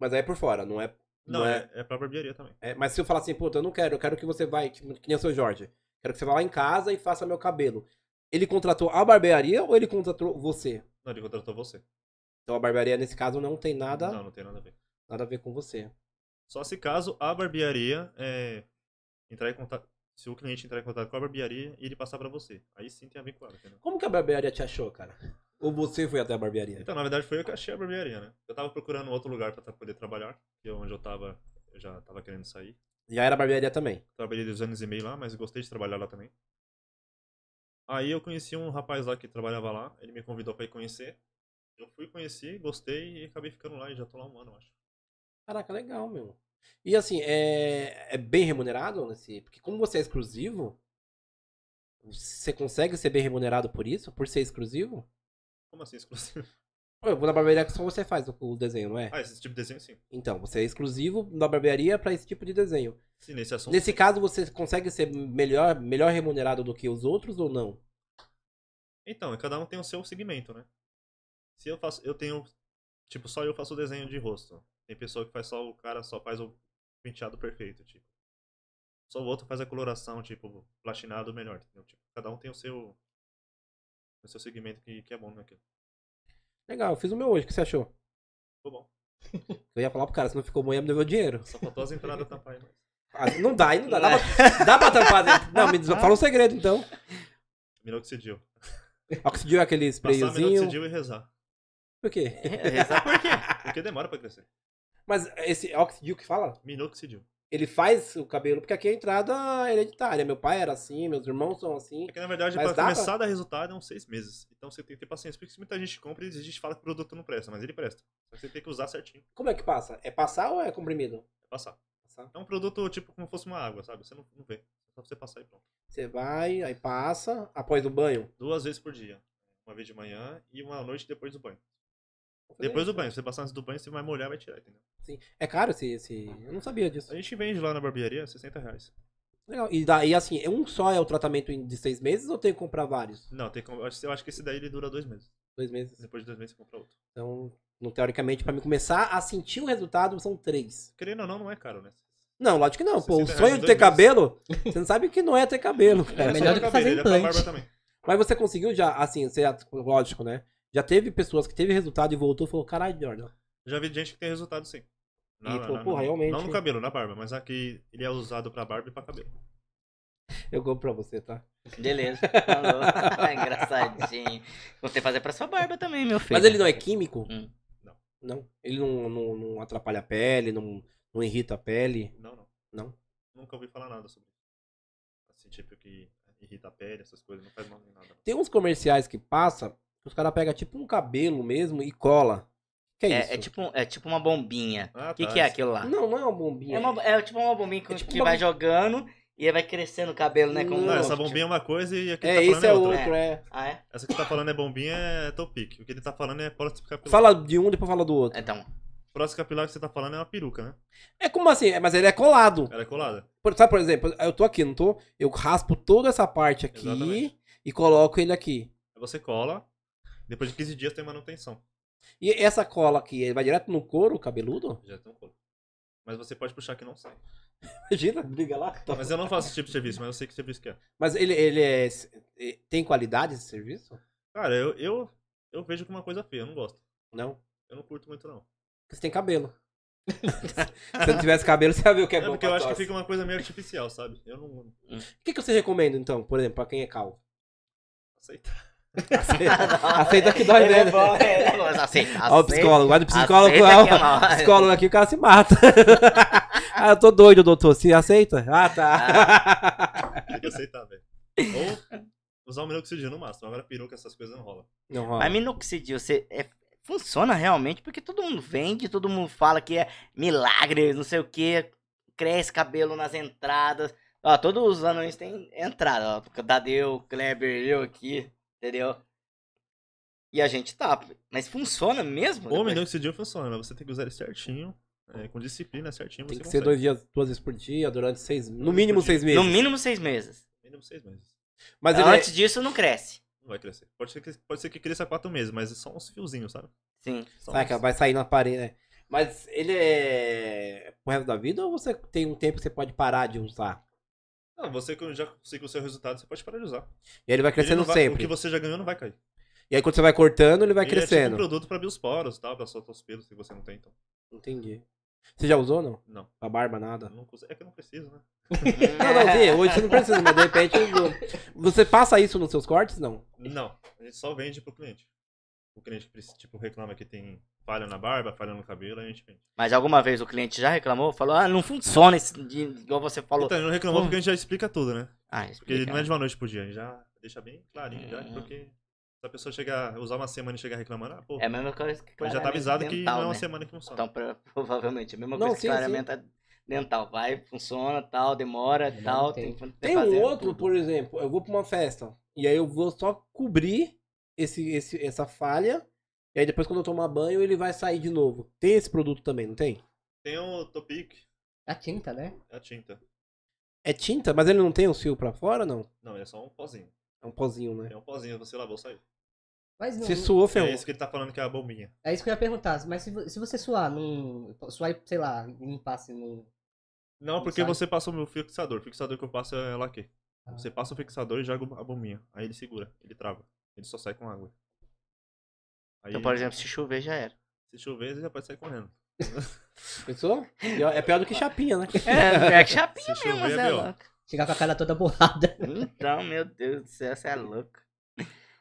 B: Mas aí é por fora, não é.
D: Não,
B: Não
D: é, é pra barbearia também.
B: é- mas se eu falar assim, puta, eu não quero, eu quero que você vai, tipo, que nem o seu Jorge. Quero que você vá lá em casa e faça meu cabelo. Ele contratou a barbearia ou ele contratou você?
D: Não, ele contratou você.
B: Então a barbearia, nesse caso, não tem nada,
D: Não, não tem nada a ver.
B: nada a ver com você.
D: Só se caso a barbearia é, entrar em contato. Se o cliente entrar em contato com a barbearia e ele passar pra você. Aí sim tem a ver com ela, entendeu?
B: Como que a barbearia te achou, cara? Ou você foi até a barbearia?
D: Então, na verdade, foi eu que achei a barbearia, né? Eu tava procurando outro lugar pra tra- poder trabalhar, que é onde eu tava, eu já tava querendo sair.
B: Já era barbearia também.
D: Trabalhei dois anos e meio lá, mas gostei de trabalhar lá também. Aí eu conheci um rapaz lá que trabalhava lá, ele me convidou pra ir conhecer. Eu fui, conheci, gostei e acabei ficando lá e já tô lá um ano, eu acho.
B: Caraca, legal, meu. E assim, é, é bem remunerado nesse. Porque como você é exclusivo, você consegue ser bem remunerado por isso? Por ser exclusivo?
D: Como assim, exclusivo?
B: Pô, Eu vou na barbearia que só você faz o- o desenho, não é?
D: Ah, esse tipo de desenho sim.
B: Então, você é exclusivo da barbearia pra esse tipo de desenho.
D: Sim, nesse assunto.
B: Nesse caso, você consegue ser melhor, melhor remunerado do que os outros ou não?
D: Então, cada um tem o seu segmento, né? Se eu faço, eu tenho, tipo, só eu faço o desenho de rosto. Tem pessoa que faz só o cara só faz o penteado perfeito, tipo. Só o outro faz a coloração, tipo, platinado melhor, entendeu? Tipo, cada um tem o seu o seu segmento que, que é bom naquilo.
B: Legal, eu fiz o meu hoje, o que você achou?
D: Ficou bom.
B: Eu ia falar pro cara, se não ficou bom, ia me devolver o dinheiro.
D: Só faltou as entradas tampar aí, mas
B: Ah, não dá, aí não dá. Dá pra, dá pra tampar. né? Não, me diz- fala um segredo então.
D: minoxidil.
B: Oxidiu aquele
D: Passar um
B: sprayzinho.
D: minoxidil e rezar.
B: Por quê?
A: Rezar por quê?
D: Porque demora pra crescer.
B: Mas esse Oxidil que fala,
D: Minoxidil.
B: ele faz o cabelo, porque aqui é a entrada hereditária. Meu pai era assim, meus irmãos são assim.
D: É que na verdade,
B: Mas
D: pra
B: dá pra-
D: começar a dar resultado, é uns seis meses. Então você tem que ter paciência. Porque se muita gente compra e a gente fala que o produto não presta, mas ele presta. Só que você tem que usar certinho.
B: Como é que passa? É passar ou é comprimido?
D: passar.
B: Passar.
D: É um produto tipo como fosse uma água, sabe? Você não, não vê. É só você passar e pronto.
B: Você vai, aí passa, após o banho.
D: Duas vezes por dia. Uma vez de manhã e uma à noite depois do banho. Depois do banho. Se você passar antes do banho, você vai molhar e vai tirar, entendeu?
B: Sim. É caro esse, esse. Eu não sabia disso.
D: A gente vende lá na barbearia 60 reais.
B: Legal. E daí, assim, é um só é o tratamento em- de seis meses ou tem que comprar vários?
D: Não, tem como. Eu acho eu acho que esse daí ele dura dois meses.
B: Dois meses.
D: Depois de dois meses você compra outro.
B: Então, no- teoricamente, pra mim começar a sentir o resultado, são três.
D: Querendo ou não, não é caro, né?
B: Não, lógico que não. Pô, o
D: 60 reais,
B: sonho de ter
D: dois meses.
B: cabelo, você não sabe o que não é ter cabelo, cara.
D: Não só
C: melhor
D: pra
C: do que
D: cabelo,
C: fazer
D: ele é pra
C: implante.
D: barba também.
B: Mas você conseguiu já, assim, você, lógico, né? Já teve pessoas que teve resultado e voltou e falou, caralho, Jordan.
D: Já vi gente que tem resultado sim.
B: E, pô, porra, realmente-
D: não no cabelo, na barba, mas aqui ele é usado pra barba e pra cabelo.
B: Eu compro pra você, tá?
A: Beleza, falou. É Engraçadinho. Vou ter que fazer pra sua barba também, meu filho.
B: Mas ele não é químico?
A: Hum.
D: Não.
B: Não. Ele não, não, não atrapalha a pele, não, não irrita a pele.
D: Não, não.
B: Não?
D: Nunca ouvi falar nada sobre isso. Assim, tipo que irrita a pele, essas coisas, não faz mal nem nada.
B: Tem uns comerciais que passa, que os caras pegam tipo um cabelo mesmo e cola. Que é, isso?
A: É, é tipo, é tipo uma bombinha.
D: Ah,
A: O que, que é
D: esse-
A: aquilo lá?
B: Não, não é uma bombinha.
A: É, uma- é tipo uma bombinha que,
B: É tipo
A: que
B: uma
A: vai jogando e aí vai crescendo o cabelo, né? Como
B: Não,
D: Não,
B: Não,
D: essa bombinha é uma coisa e aqui
B: É,
D: tá falando
B: esse é
D: outra.
B: outro, é.
A: Ah, é?
D: Essa que tá falando é bombinha, é topic. O que ele tá falando é prótese capilar.
B: Fala de um, depois fala do outro.
A: Então,
D: Prótese capilar que você tá falando é uma peruca, né?
B: É como assim? É, mas ele é colado.
D: Ela é colada.
B: Por- sabe, por exemplo, eu tô aqui, não tô? Eu raspo toda essa parte aqui
D: Exatamente.
B: e coloco ele aqui.
D: Aí você cola, depois de 15 dias tem manutenção.
B: E essa cola aqui, ele vai direto no couro cabeludo?
D: Já tem um couro. Mas você pode puxar que não sai.
B: Imagina, briga lá. Tá.
D: Mas eu não faço esse tipo de serviço, mas eu sei que serviço que é.
B: Mas ele, ele é. Tem qualidade esse serviço?
D: Cara, eu, eu, eu vejo como uma coisa feia, eu não gosto.
B: Não.
D: Eu não curto muito, não.
B: Porque você tem cabelo. Se não tivesse cabelo, você ia ver o que é,
D: É
B: bom.
D: porque
B: pra
D: eu acho que
B: tosse.
D: fica um uma coisa meio artificial, sabe? Eu não
B: O que, que você recomenda, então, por exemplo, pra quem é calvo?
D: aceito.
B: Aceita, aceita que dói,
A: é
B: né?
A: aceitar.
B: Ó, o psicólogo, vai do psicólogo.
A: é
B: Ó, o psicólogo aqui, o cara se mata. ah, eu tô doido, doutor. Você aceita? Ah, tá.
D: Tem que aceitar, velho. Ou usar o minoxidil no máximo. Agora peruca, essas coisas não rola.
B: Não rola.
A: Mas minoxidil, você é- funciona realmente? Porque todo mundo vende, todo mundo fala que é milagre, não sei o que, cresce cabelo nas entradas. Ó, todos os anões têm entrada, ó. Tadeu, Kleber, eu aqui, entendeu? E a gente tá, mas funciona mesmo?
D: Ou o
A: Depois-
D: minoxidil funciona, mas você tem que usar ele certinho, é, com disciplina certinho.
B: Tem
D: você
B: que ser
D: consegue.
B: dois dias, duas vezes por dia, durante seis, no
D: Duas
B: mínimo
D: por dia.
B: seis
A: No
B: meses.
A: mínimo seis meses.
D: Mínimo seis meses.
B: Mas ele é-
A: Antes disso, não cresce.
D: Não vai crescer. Pode ser que, pode ser que cresça quatro meses, mas são uns fiozinhos, sabe?
A: Sim.
D: Só
B: Sabe
D: uns-
B: que vai sair na parede, né? Mas ele é pro resto da vida ou você tem um tempo que você pode parar de usar?
D: Não, você que já conseguiu o seu resultado, você pode parar de usar.
B: E ele vai
D: Ele
B: crescendo
D: não vai- O
B: sempre.
D: que você já ganhou não vai cair.
B: E aí quando você vai cortando, ele vai
D: Ele É tipo um
B: crescendo.
D: produto pra abrir os poros, tá? Pra soltar os pelos que você não tem, então.
B: Entendi. Você já usou, não?
D: Não.
B: A barba, nada?
D: não cons- é que eu não preciso, né?
B: Não, não,
A: É,
B: Zê, hoje você não precisa, mas de repente usou. Você passa isso nos seus cortes, não?
D: Não. A gente só vende pro cliente. O cliente, preci- tipo, reclama que tem falha na barba, falha no cabelo, a gente vende.
A: Mas alguma vez o cliente já reclamou, falou, ah, não funciona esse, de- igual você falou.
D: Então, ele não reclamou
A: Como?
D: porque a gente já explica tudo, né?
A: ah,
D: Porque
A: explica.
D: não é de uma noite pro dia, a gente já deixa bem clarinho, já,
A: Hum.
D: porque se a pessoa chegar, usar uma semana e chegar reclamando, ah, pô,
A: É a mesma coisa que
D: mas já tá avisado que
A: dental,
D: não é uma
A: né?
D: semana que funciona.
A: Então, pra- provavelmente, a mesma
B: Não,
A: coisa que
B: sim,
A: clareamento dental. Vai, funciona, tal, demora,
C: Demora
A: tal.
C: um
A: Tem,
C: tempo.
D: É
A: que
B: Tem
A: fazer
B: um outro,
A: tudo.
B: por exemplo, eu vou pra uma festa e aí eu vou só cobrir esse, esse, essa falha e aí depois quando eu tomar banho ele vai sair de novo. Tem esse produto também, não tem?
D: Tem o Topic,
C: A tinta, né?
D: a tinta.
B: É tinta, mas ele não tem um fio pra fora, não?
D: Não, ele é só um pozinho.
B: É um pozinho, né?
D: É um pozinho, você lavou, saiu.
C: Mas não.
B: Se suou,
D: É
B: ferrou.
D: isso que ele tá falando que é a bombinha.
C: É isso que eu ia perguntar. Mas se, vo- se você suar num. Suar, sei lá, limpar assim num.
D: Não,
C: Não
D: porque
C: sai?
D: você passa o meu fixador. O fixador que eu passo é laque.
B: Ah.
D: Você passa o fixador e joga a bombinha. Aí ele segura, ele trava. Ele só sai com água. Aí,
A: Então, por exemplo, se chover, já era.
D: se chover, ele já pode sair correndo.
B: Pensou? E, ó, É pior do que chapinha, né?
A: É, é que chapinha
D: Se
A: mesmo,
D: chover,
A: você é
D: é pior.
A: louco.
C: Chegar com a cara toda borrada.
A: Então, meu Deus do céu, você é louco.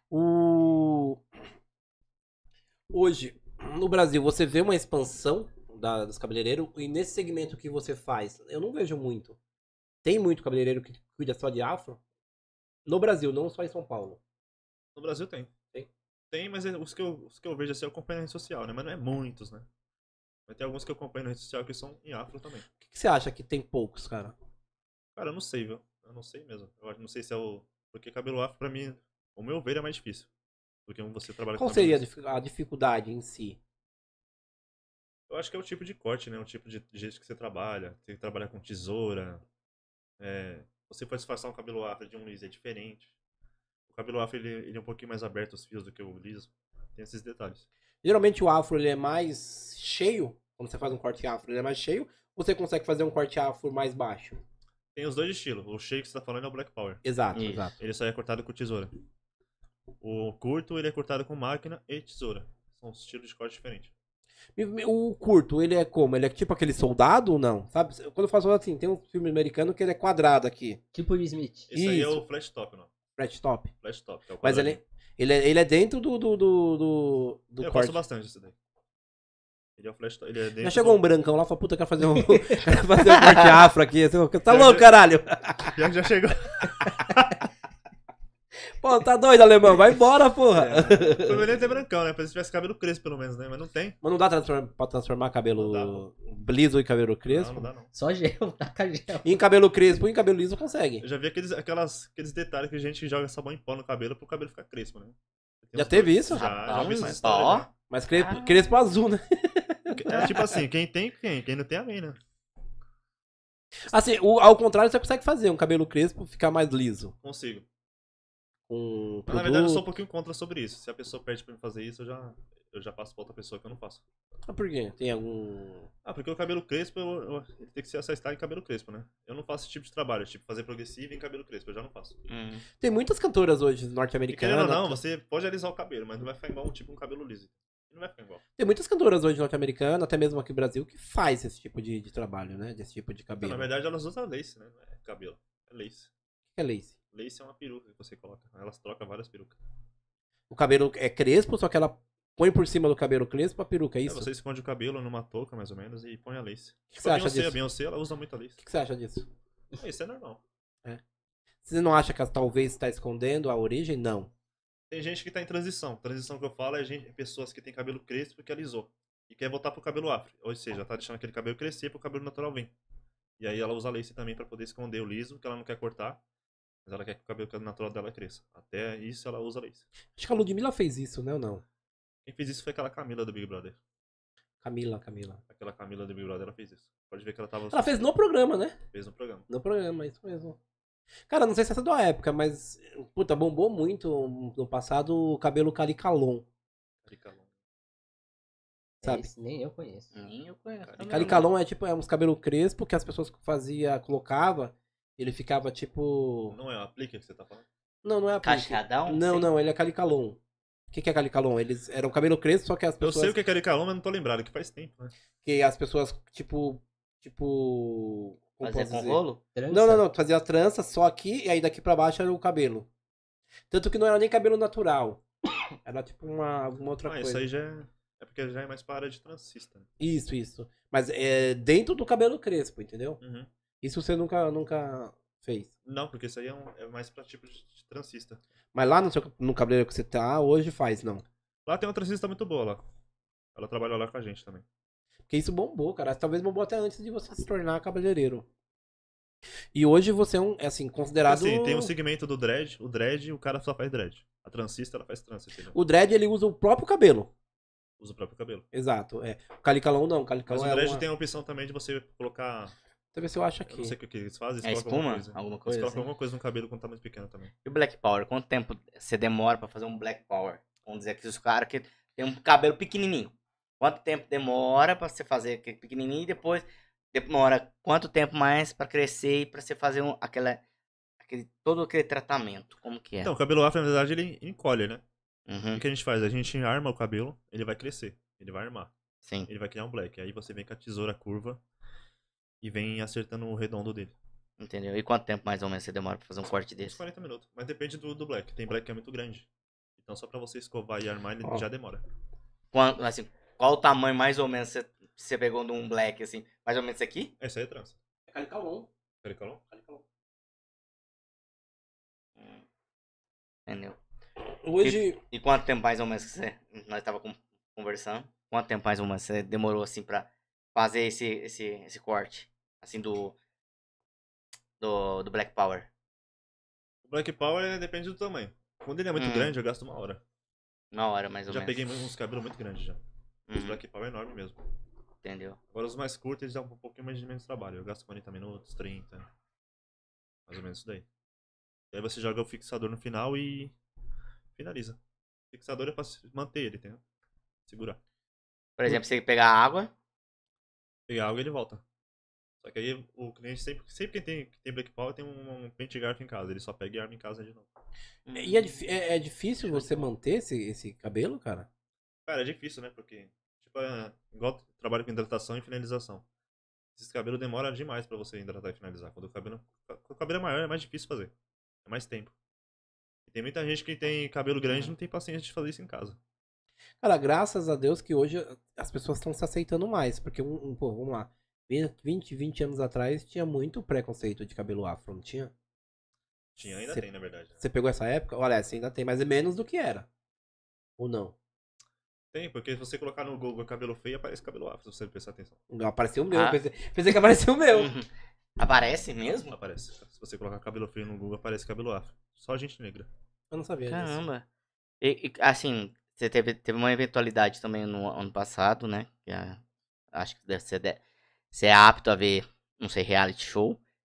B: O... Hoje, no Brasil, você vê uma expansão da, dos cabeleireiros e nesse segmento que você faz, eu não vejo muito. Tem muito cabeleireiro que cuida só de afro? No Brasil, não só em São Paulo.
D: No Brasil tem.
B: Tem?
D: Tem, mas é- os que eu, os que eu vejo assim eu acompanho na rede social, né? Mas não é muitos, né? Mas tem alguns que eu acompanho na rede social que são em afro também.
B: O que, que você acha que tem poucos, cara?
D: Cara, eu não sei, viu? Eu não sei mesmo. Eu acho- não sei se é o. Porque cabelo afro, pra mim, o meu ver é mais difícil. Do que um você trabalha
B: Qual
D: com
B: seria a,
D: cabelo liso.
B: difi- a dificuldade em si?
D: Eu acho que é o tipo de corte, né? O tipo de jeito que você trabalha. Tem que trabalhar com tesoura. É, Você pode disfarçar um cabelo afro de um liso, é diferente. O cabelo afro, ele, ele é um pouquinho mais aberto os fios do que o liso. Tem esses detalhes.
B: Geralmente o afro ele é mais cheio, quando você faz um corte afro, ele é mais cheio, ou você consegue fazer um corte afro mais baixo?
D: Tem os dois estilos. O cheio que você tá falando é o Black Power.
B: Exato,
A: Isso.
B: exato.
D: Ele só é cortado com tesoura. O curto, ele é cortado com máquina e tesoura. São os estilos de corte diferentes.
B: Me- me- O curto, ele é como? Ele é tipo aquele soldado ou não? Sabe? Quando eu faço assim, tem um filme americano que ele é quadrado aqui,
C: Tipo o Smith.
D: Esse aí é
B: Isso.
D: o flash top, não.
B: flat top.
D: Flash top, que é o
B: Mas
D: quadradinho.
B: ele, ele, é, ele é dentro do, do, do, do, do
D: Eu
B: corte.
D: gosto bastante desse daí. Ele é o flash top. Ele é dentro
B: Já chegou um
D: do...
B: brancão lá e falou, puta, eu quero fazer um, quero fazer um corte afro aqui. Assim, tá louco, caralho?
D: Já, já chegou.
B: Pô, tá doido, alemão? Vai embora, porra.
D: O problema é ter brancão, né? Pra se tivesse cabelo crespo, pelo menos, né? Mas não tem.
B: Mas não dá transform- pra transformar
D: Não
B: cabelo liso em cabelo
D: Não,
B: crespo?
D: não dá, não.
C: Só gel, taca gel.
B: Em cabelo crespo, em cabelo liso consegue.
D: Eu já vi aqueles, aquelas, aqueles detalhes que a gente joga sabão em pó no cabelo pro cabelo ficar crespo, né? Tem
B: Já
D: uns
B: teve
D: dois-
B: isso?
D: Já, já vi
A: Rapaz,
D: essas
A: mas
D: histórias,
A: tá,
D: né?
B: Mas crespo,
A: Ah.
B: crespo azul, né?
D: É tipo assim, quem tem, quem. Quem não tem, amém, né?
B: Assim, o- ao contrário, você consegue fazer um cabelo crespo ficar mais liso.
D: Consigo.
B: com
D: Mas, na verdade, eu sou um
B: produto.
D: pouquinho contra sobre isso. Se a pessoa pede pra mim fazer isso, eu já. eu já passo pra outra pessoa que eu não faço.
B: Mas Ah, Por quê? Tem algum.
D: Ah, porque o cabelo crespo, eu, eu- ele tem que ser essa style em cabelo crespo, né? Eu não faço esse tipo de trabalho, tipo fazer progressivo em cabelo crespo, eu já não faço.
A: Hum.
B: Tem muitas cantoras hoje
D: E querendo ou
B: norte-americanas.
D: não, você pode alisar o cabelo, mas não vai ficar igual um tipo um cabelo liso. Não vai ficar igual.
B: Tem muitas cantoras hoje norte-americanas, até mesmo aqui no Brasil, que faz esse tipo de, de trabalho, né? Desse tipo de
D: Então,
B: cabelo.
D: na verdade, elas usam lace, né? Não é cabelo, é lace.
B: O que é lace?
D: Lace é uma peruca que você coloca. Elas trocam várias perucas.
B: O cabelo é crespo, só que ela põe por cima do cabelo crespo a peruca, é
D: É,
B: isso?
D: você esconde o cabelo numa touca, mais ou menos, e põe a lace. Tipo,
B: O que, que você
D: a
B: acha
D: Beyoncé,
B: disso?
D: a Beyoncé, ela usa muito a lace.
B: O que que você acha disso?
D: Ah, Isso é normal.
B: Você não acha que ela talvez está escondendo a origem? Não.
D: Tem gente que tá em transição. Transição que eu falo é gente, é pessoas que têm cabelo crespo que alisou. E quer voltar pro cabelo afro. Ou seja, tá deixando aquele cabelo crescer pro cabelo natural vir. E aí ela usa lace também pra poder esconder o liso, que ela não quer cortar. Mas ela quer que o cabelo natural dela cresça. Até isso ela usa lace.
B: Acho que a Ludmilla fez isso, né ou não?
D: Quem fez isso foi aquela Camila do Big Brother.
B: Camila, Camila.
D: Aquela Camila do Big Brother, ela fez isso. Pode ver que ela tava
B: Ela fez no programa, né?
D: fez no programa.
B: No programa, é isso mesmo. Cara, não sei se essa é da época, mas, puta, bombou muito no passado o cabelo
D: Uhum.
B: caricalon.
D: Fica longo.
B: Sabe? Hum.
C: Esse nem eu conheço.
A: Nem eu conheço.
D: Cara,
A: também, não.
B: Caricalon é tipo, é uns cabelo crespo que as pessoas fazia, colocava, ele ficava tipo...
D: Não é uma aplica que você tá falando?
B: Não, não é aplique.
A: Cascadão?
B: Não,
A: Sei.
B: não, ele é caricalon. O que, que é caricalon? Eles eram cabelo crespo, só que as
D: Eu
B: pessoas...
D: sei o que é caricalão, mas não tô lembrado, que faz tempo, né?
B: que as pessoas, tipo. Tipo. como
A: Fazer
B: posso
A: com
B: dizer?
A: rolo?
B: Não, não, não. Fazia a trança só aqui e aí daqui pra baixo era o cabelo. Tanto que não era nem cabelo natural. Era tipo uma, uma outra
D: Ah,
B: coisa.
D: isso aí já é... é porque já é mais para de transista. Né?
B: Isso, isso. Mas é dentro do cabelo crespo, entendeu?
D: Uhum.
B: Isso você nunca, nunca fez.
D: Não, porque isso aí é, um- é mais pra tipo de de transista.
B: Mas lá no, seu, no cabelo que você tá hoje faz, não.
D: Lá tem uma transista muito boa lá. Ela trabalhou lá com a gente também.
B: Porque isso bombou, cara. Talvez bombou até antes de você se tornar cabeleireiro. E hoje você é um, é assim, considerado.
D: Assim, tem um segmento do dread, o dread, o cara só faz dread. A transista, ela faz trança, entendeu?
B: O dread ele usa o próprio cabelo.
D: Usa o próprio cabelo.
B: Exato, é. O Calicalão não, o
D: Mas
B: Calicalão
D: o
B: é
D: dread
B: uma...
D: tem a opção também de você colocar.
B: Deixa eu ver se eu acho
D: Eu
B: aqui.
D: não sei o que que eles fazem, eles
A: É espuma?
D: colocam alguma coisa.
A: Alguma
D: Eles
A: coisa?
D: colocam
A: assim?
D: alguma coisa no cabelo quando tá mais pequeno também.
A: E o Black Power? Quanto tempo você demora pra fazer um Black Power? Vamos dizer que os caras que tem um cabelo pequenininho. Quanto tempo demora pra você fazer aquele pequenininho e depois demora quanto tempo mais pra crescer e pra você fazer um, aquela, aquele, todo aquele tratamento? Como que é?
D: Então, o cabelo afro, na verdade, ele encolhe, né? O
A: Uhum,
D: que que a gente faz? A gente arma o cabelo, ele vai crescer. Ele vai armar.
A: sim.
D: Ele vai criar um black. Aí você vem com a tesoura curva e vem acertando o redondo dele.
A: Entendeu? E quanto tempo mais ou menos você demora pra fazer um corte
D: Uns
A: desse?
D: 40 minutos. Mas depende do, do black. Tem black que é muito grande. Então só pra você escovar e armar, ele
B: Ó.
D: já demora.
A: Quanto, assim, qual o tamanho mais ou menos você, você pegou de um black, assim? Mais ou menos aqui?
D: Essa aí é trança.
B: É Calicalon.
D: Pericalon?
A: Entendeu?
B: Hoje,
A: E quanto tempo mais ou menos que você. Nós tava com- conversando. Quanto tempo mais ou menos você demorou assim pra fazer esse, esse, esse corte? Assim do. Do, do Black Power.
D: O black power eh, depende do tamanho. Quando ele é muito
A: Hum.
D: grande, eu gasto uma hora.
A: Na hora, mais
D: Eu
A: ou
D: já
A: menos.
D: peguei uns cabelos muito grandes já. Os
A: Uhum,
D: black power é enorme mesmo.
A: Entendeu?
D: Agora os mais curtos, eles dão um pouquinho mais de menos trabalho. Eu gasto 40 minutos, 30. Mais ou menos isso daí. E aí você joga o fixador no final e finaliza. O fixador é pra se- manter ele, entendeu? Segurar.
A: Por exemplo, você pegar a água.
D: pegar algo ele volta. Só que aí o cliente sempre, sempre que tem, que tem Black Power tem um, um pente e garfo em casa. Ele só pega e arma em casa de novo.
B: e é, dif- é- é difícil você manter esse, esse cabelo, cara?
D: Cara, é difícil, né? Porque, tipo, é, igual eu trabalho com hidratação e finalização. Esses cabelos demora demais pra você hidratar e finalizar. Quando o cabelo, quando o cabelo é maior, é mais difícil fazer. É mais tempo. E tem muita gente que tem cabelo grande e não tem paciência de fazer isso em casa.
B: Cara, graças a Deus que hoje as pessoas estão se aceitando mais. Porque, um, um, pô, vamos lá. 20, 20 anos atrás tinha muito preconceito de cabelo afro, não tinha?
D: Tinha, ainda
B: Cê-
D: tem, na verdade.
A: né?
B: Você pegou essa época? Olha, assim, ainda tem, mas é menos do que era. Ou não?
D: Tem, porque se você colocar no Google cabelo feio, aparece cabelo afro, se você prestar atenção.
B: Não, Apareceu o meu,
A: Ah.
B: pensei, pensei que apareceu o meu.
A: Uhum. Aparece mesmo?
D: Aparece. Se você colocar cabelo feio no Google, aparece cabelo afro. Só gente negra.
B: Eu não sabia disso.
A: Caramba. E, e, assim, você teve, teve uma eventualidade também no ano passado, né? Que a- acho que deve ser, de- você é apto a ver, não sei, reality show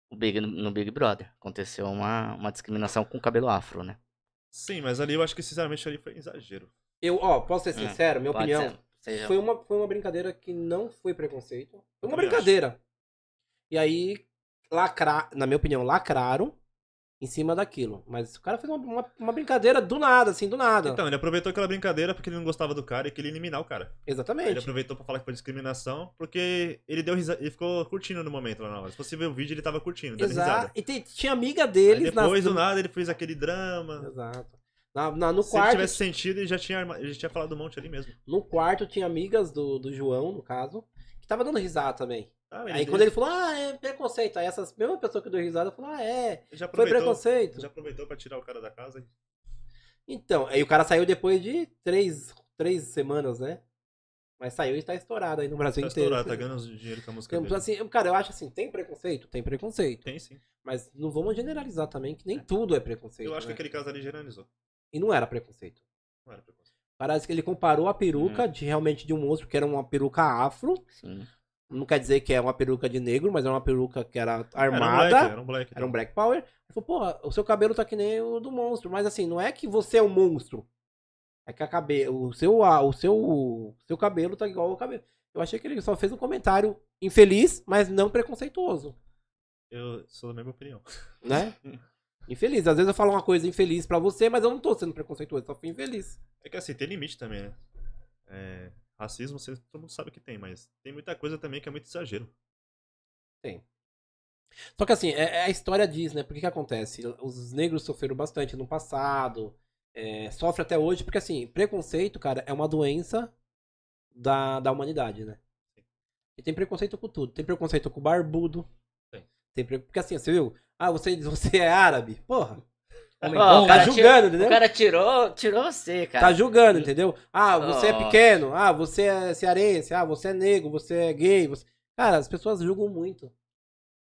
A: o Big- no Big Brother. Aconteceu uma, uma discriminação com o cabelo afro, né?
D: Sim, mas ali eu acho que sinceramente ali foi exagero.
B: Eu, ó, posso ser
A: Hum,
B: sincero, minha
A: Pode
B: opinião.
A: ser,
D: É.
A: seja-
B: Foi uma, foi uma brincadeira que não foi preconceito. Foi uma
D: Também acho.
B: brincadeira. E aí, lacra... na minha opinião, lacraram em cima daquilo. Mas o cara fez uma, uma, uma brincadeira do nada, assim, do nada.
D: Então, ele aproveitou aquela brincadeira porque ele não gostava do cara e queria eliminar o cara. Aí Ele
B: Exatamente.
D: aproveitou pra falar que foi discriminação, porque ele deu risada. Ele ficou curtindo no momento lá na hora. Se você ver o vídeo, ele tava curtindo, dando
B: Exato.
D: risada.
B: E tem- tinha amiga
D: Aí
B: deles nas-
D: depois do nada ele fez aquele drama.
B: Exato. Na, na- no,
D: Se ele
B: quarto,
D: tivesse sentido, ele já tinha, arma- ele já tinha falado um monte ali mesmo.
B: no quarto tinha amigas do, do João, no caso, que tava dando risada também.
D: Ah,
B: Aí quando ele falou, ah, é preconceito. Aí essas mesma pessoa que deu risada falou, ah, é,
D: já
B: foi
D: aproveitou,
B: preconceito.
D: já aproveitou pra tirar o cara da casa. e-
B: Então, aí o cara saiu depois de três, três semanas, né? Mas saiu e tá estourado aí no Brasil
D: Tá
B: inteiro.
D: estourado, tá ganhando dinheiro com a música
B: Então,
D: dele.
B: assim, eu- cara, eu acho assim, tem preconceito? Tem preconceito.
D: Tem sim.
B: Mas não vamos generalizar também que nem tudo é preconceito.
D: Eu acho que
B: né?
D: aquele caso ali generalizou.
B: E não era preconceito.
D: Não era preconceito.
B: Parece que ele
D: É.
B: comparou a peruca de realmente de um monstro, que era uma peruca afro.
A: Sim.
B: Não quer dizer que é uma peruca de negro, mas é uma peruca que era
D: Era um
B: armada.
D: moleque, era um moleque.
B: Era um Black Power. Ele falou, porra, o seu cabelo tá que nem o do monstro. Mas assim, não é que você é um monstro. É que a cabe... o, seu, a- o seu o seu cabelo tá igual ao cabelo. Eu achei que ele só fez um comentário infeliz, mas não preconceituoso,
D: Eu sou da mesma opinião.
B: né? infeliz. Às vezes eu falo uma coisa infeliz pra você, mas eu não tô sendo preconceituoso, só fui infeliz.
D: É que assim, tem limite também, né? É, racismo, você- todo mundo sabe que tem, mas tem muita coisa também que é muito exagero.
B: Só que assim, é, é a história diz, né? Porque que acontece? Os negros sofreram bastante no passado, é, sofre até hoje, porque assim, preconceito, cara, é uma doença da, da humanidade, né? E tem preconceito com tudo. Tem preconceito com barbudo.
D: Tem.
B: pre- Porque assim, você viu? Ah, você, você é árabe. Porra,
A: Ó,
C: Homem bom,
A: Ah, o cara
B: tá
C: cara.
A: ju-
B: julgando,
A: O
B: entendeu?
A: cara tirou, tirou você, cara.
B: Tá julgando, entendeu? Ah, você é
A: Nossa.
B: pequeno. Ah, você é cearense. Ah, você é negro. Você é gay. Você... Cara, as pessoas julgam muito.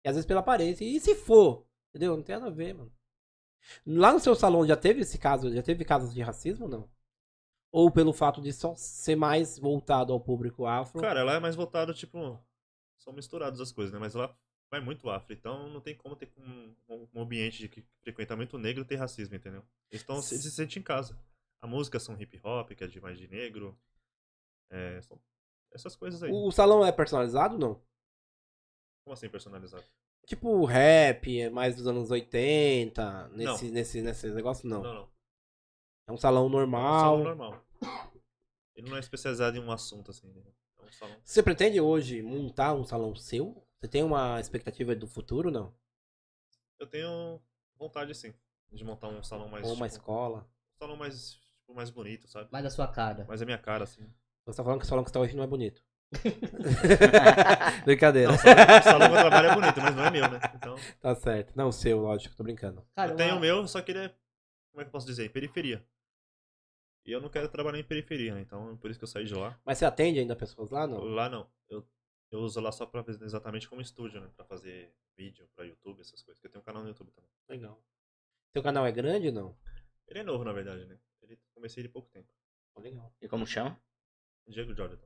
B: E às vezes pela aparência. E se for? Entendeu? Não tem nada a ver, mano. Lá no seu salão já teve esse caso? Já teve casos de racismo ou não? Ou pelo fato de só ser mais voltado ao público afro?
D: Cara, lá é mais voltado, tipo, são misturadas as coisas, né? Mas lá vai muito afro, então não tem como ter um, um- um ambiente de que frequenta muito negro ter racismo, entendeu? Eles, tão, eles se sentem em casa. A música são hip hop, que é de mais de negro. É, são essas coisas aí.
B: o, o salão é personalizado ou não?
D: Como assim personalizado?
B: Tipo, rap, é mais dos anos 80, nesse, nesse, nesse negócio? Não.
D: não. não.
B: É um salão
D: É um
B: normal.
D: salão normal. Ele não é especializado em um assunto, assim, né? É um salão.
B: Você pretende hoje montar um salão seu? Você tem uma expectativa do futuro, não?
D: Eu tenho vontade, sim, de montar um salão mais.
B: Ou uma
D: tipo,
B: escola?
D: um salão mais, tipo, mais bonito, sabe?
C: Mais a sua cara.
D: Mais a minha cara, assim.
B: Você tá falando que o salão que você tá hoje não é bonito. Brincadeira.
D: Não, o salão, o salão que eu trabalho é bonito, mas não é meu, né? Então,
B: Tá certo. Não, o seu, lógico, tô brincando.
C: Cara,
D: eu tenho
C: uma-
D: o meu, só que ele é. Como é que eu posso dizer? Em periferia. E eu não quero trabalhar em periferia, né? Então, por isso que eu saí de lá.
B: Mas você atende ainda pessoas lá, não?
D: Lá não. Eu, eu uso lá só pra fazer exatamente como estúdio, né? Pra fazer vídeo, pra YouTube, essas coisas. Porque eu tenho um canal no YouTube também.
B: Legal. Seu canal é grande, não?
D: Ele é novo, na verdade, né? Ele comecei ele há pouco tempo.
B: Legal.
A: E como chama?
D: Diego Jordan.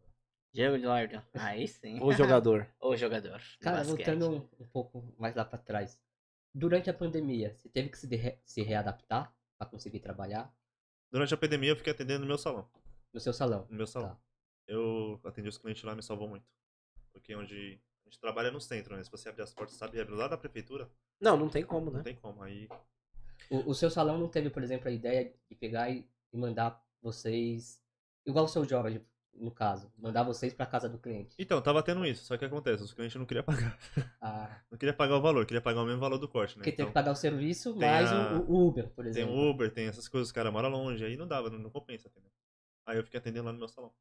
A: Diego Jordan. Aí sim.
B: O jogador.
A: O jogador. do
C: Cara,
A: basquete.
C: voltando um, um pouco mais lá pra trás. Durante a pandemia, você teve que se, de- re- se readaptar pra conseguir trabalhar
D: Durante a pandemia, eu fiquei atendendo no meu salão.
C: no seu salão?
D: No meu salão.
C: Tá.
D: Eu atendi os clientes lá, me salvou muito. Porque onde a gente trabalha é no centro, né? Se você abrir as portas, sabe, abre lá da prefeitura,
B: Não, não tem como,
D: não
B: né?
D: tem como. Aí
C: O, o seu salão não teve, por exemplo, a ideia de pegar e, e mandar vocês. Igual o seu Jorge, no caso. Mandar vocês pra casa do cliente.
D: Então, tava tendo isso, só que acontece, os clientes não queriam pagar.
C: Ah,
D: Não queria pagar o valor, queria pagar o mesmo valor do corte, né?
C: porque teve
D: Então,
C: que pagar o serviço,
D: tem
C: mais
D: a-
C: o, o Uber, por
D: tem
C: exemplo.
D: o Uber, tem essas coisas, os caras moram longe, aí não dava, não, não compensa, entendeu? Aí eu fiquei atendendo lá no meu salão.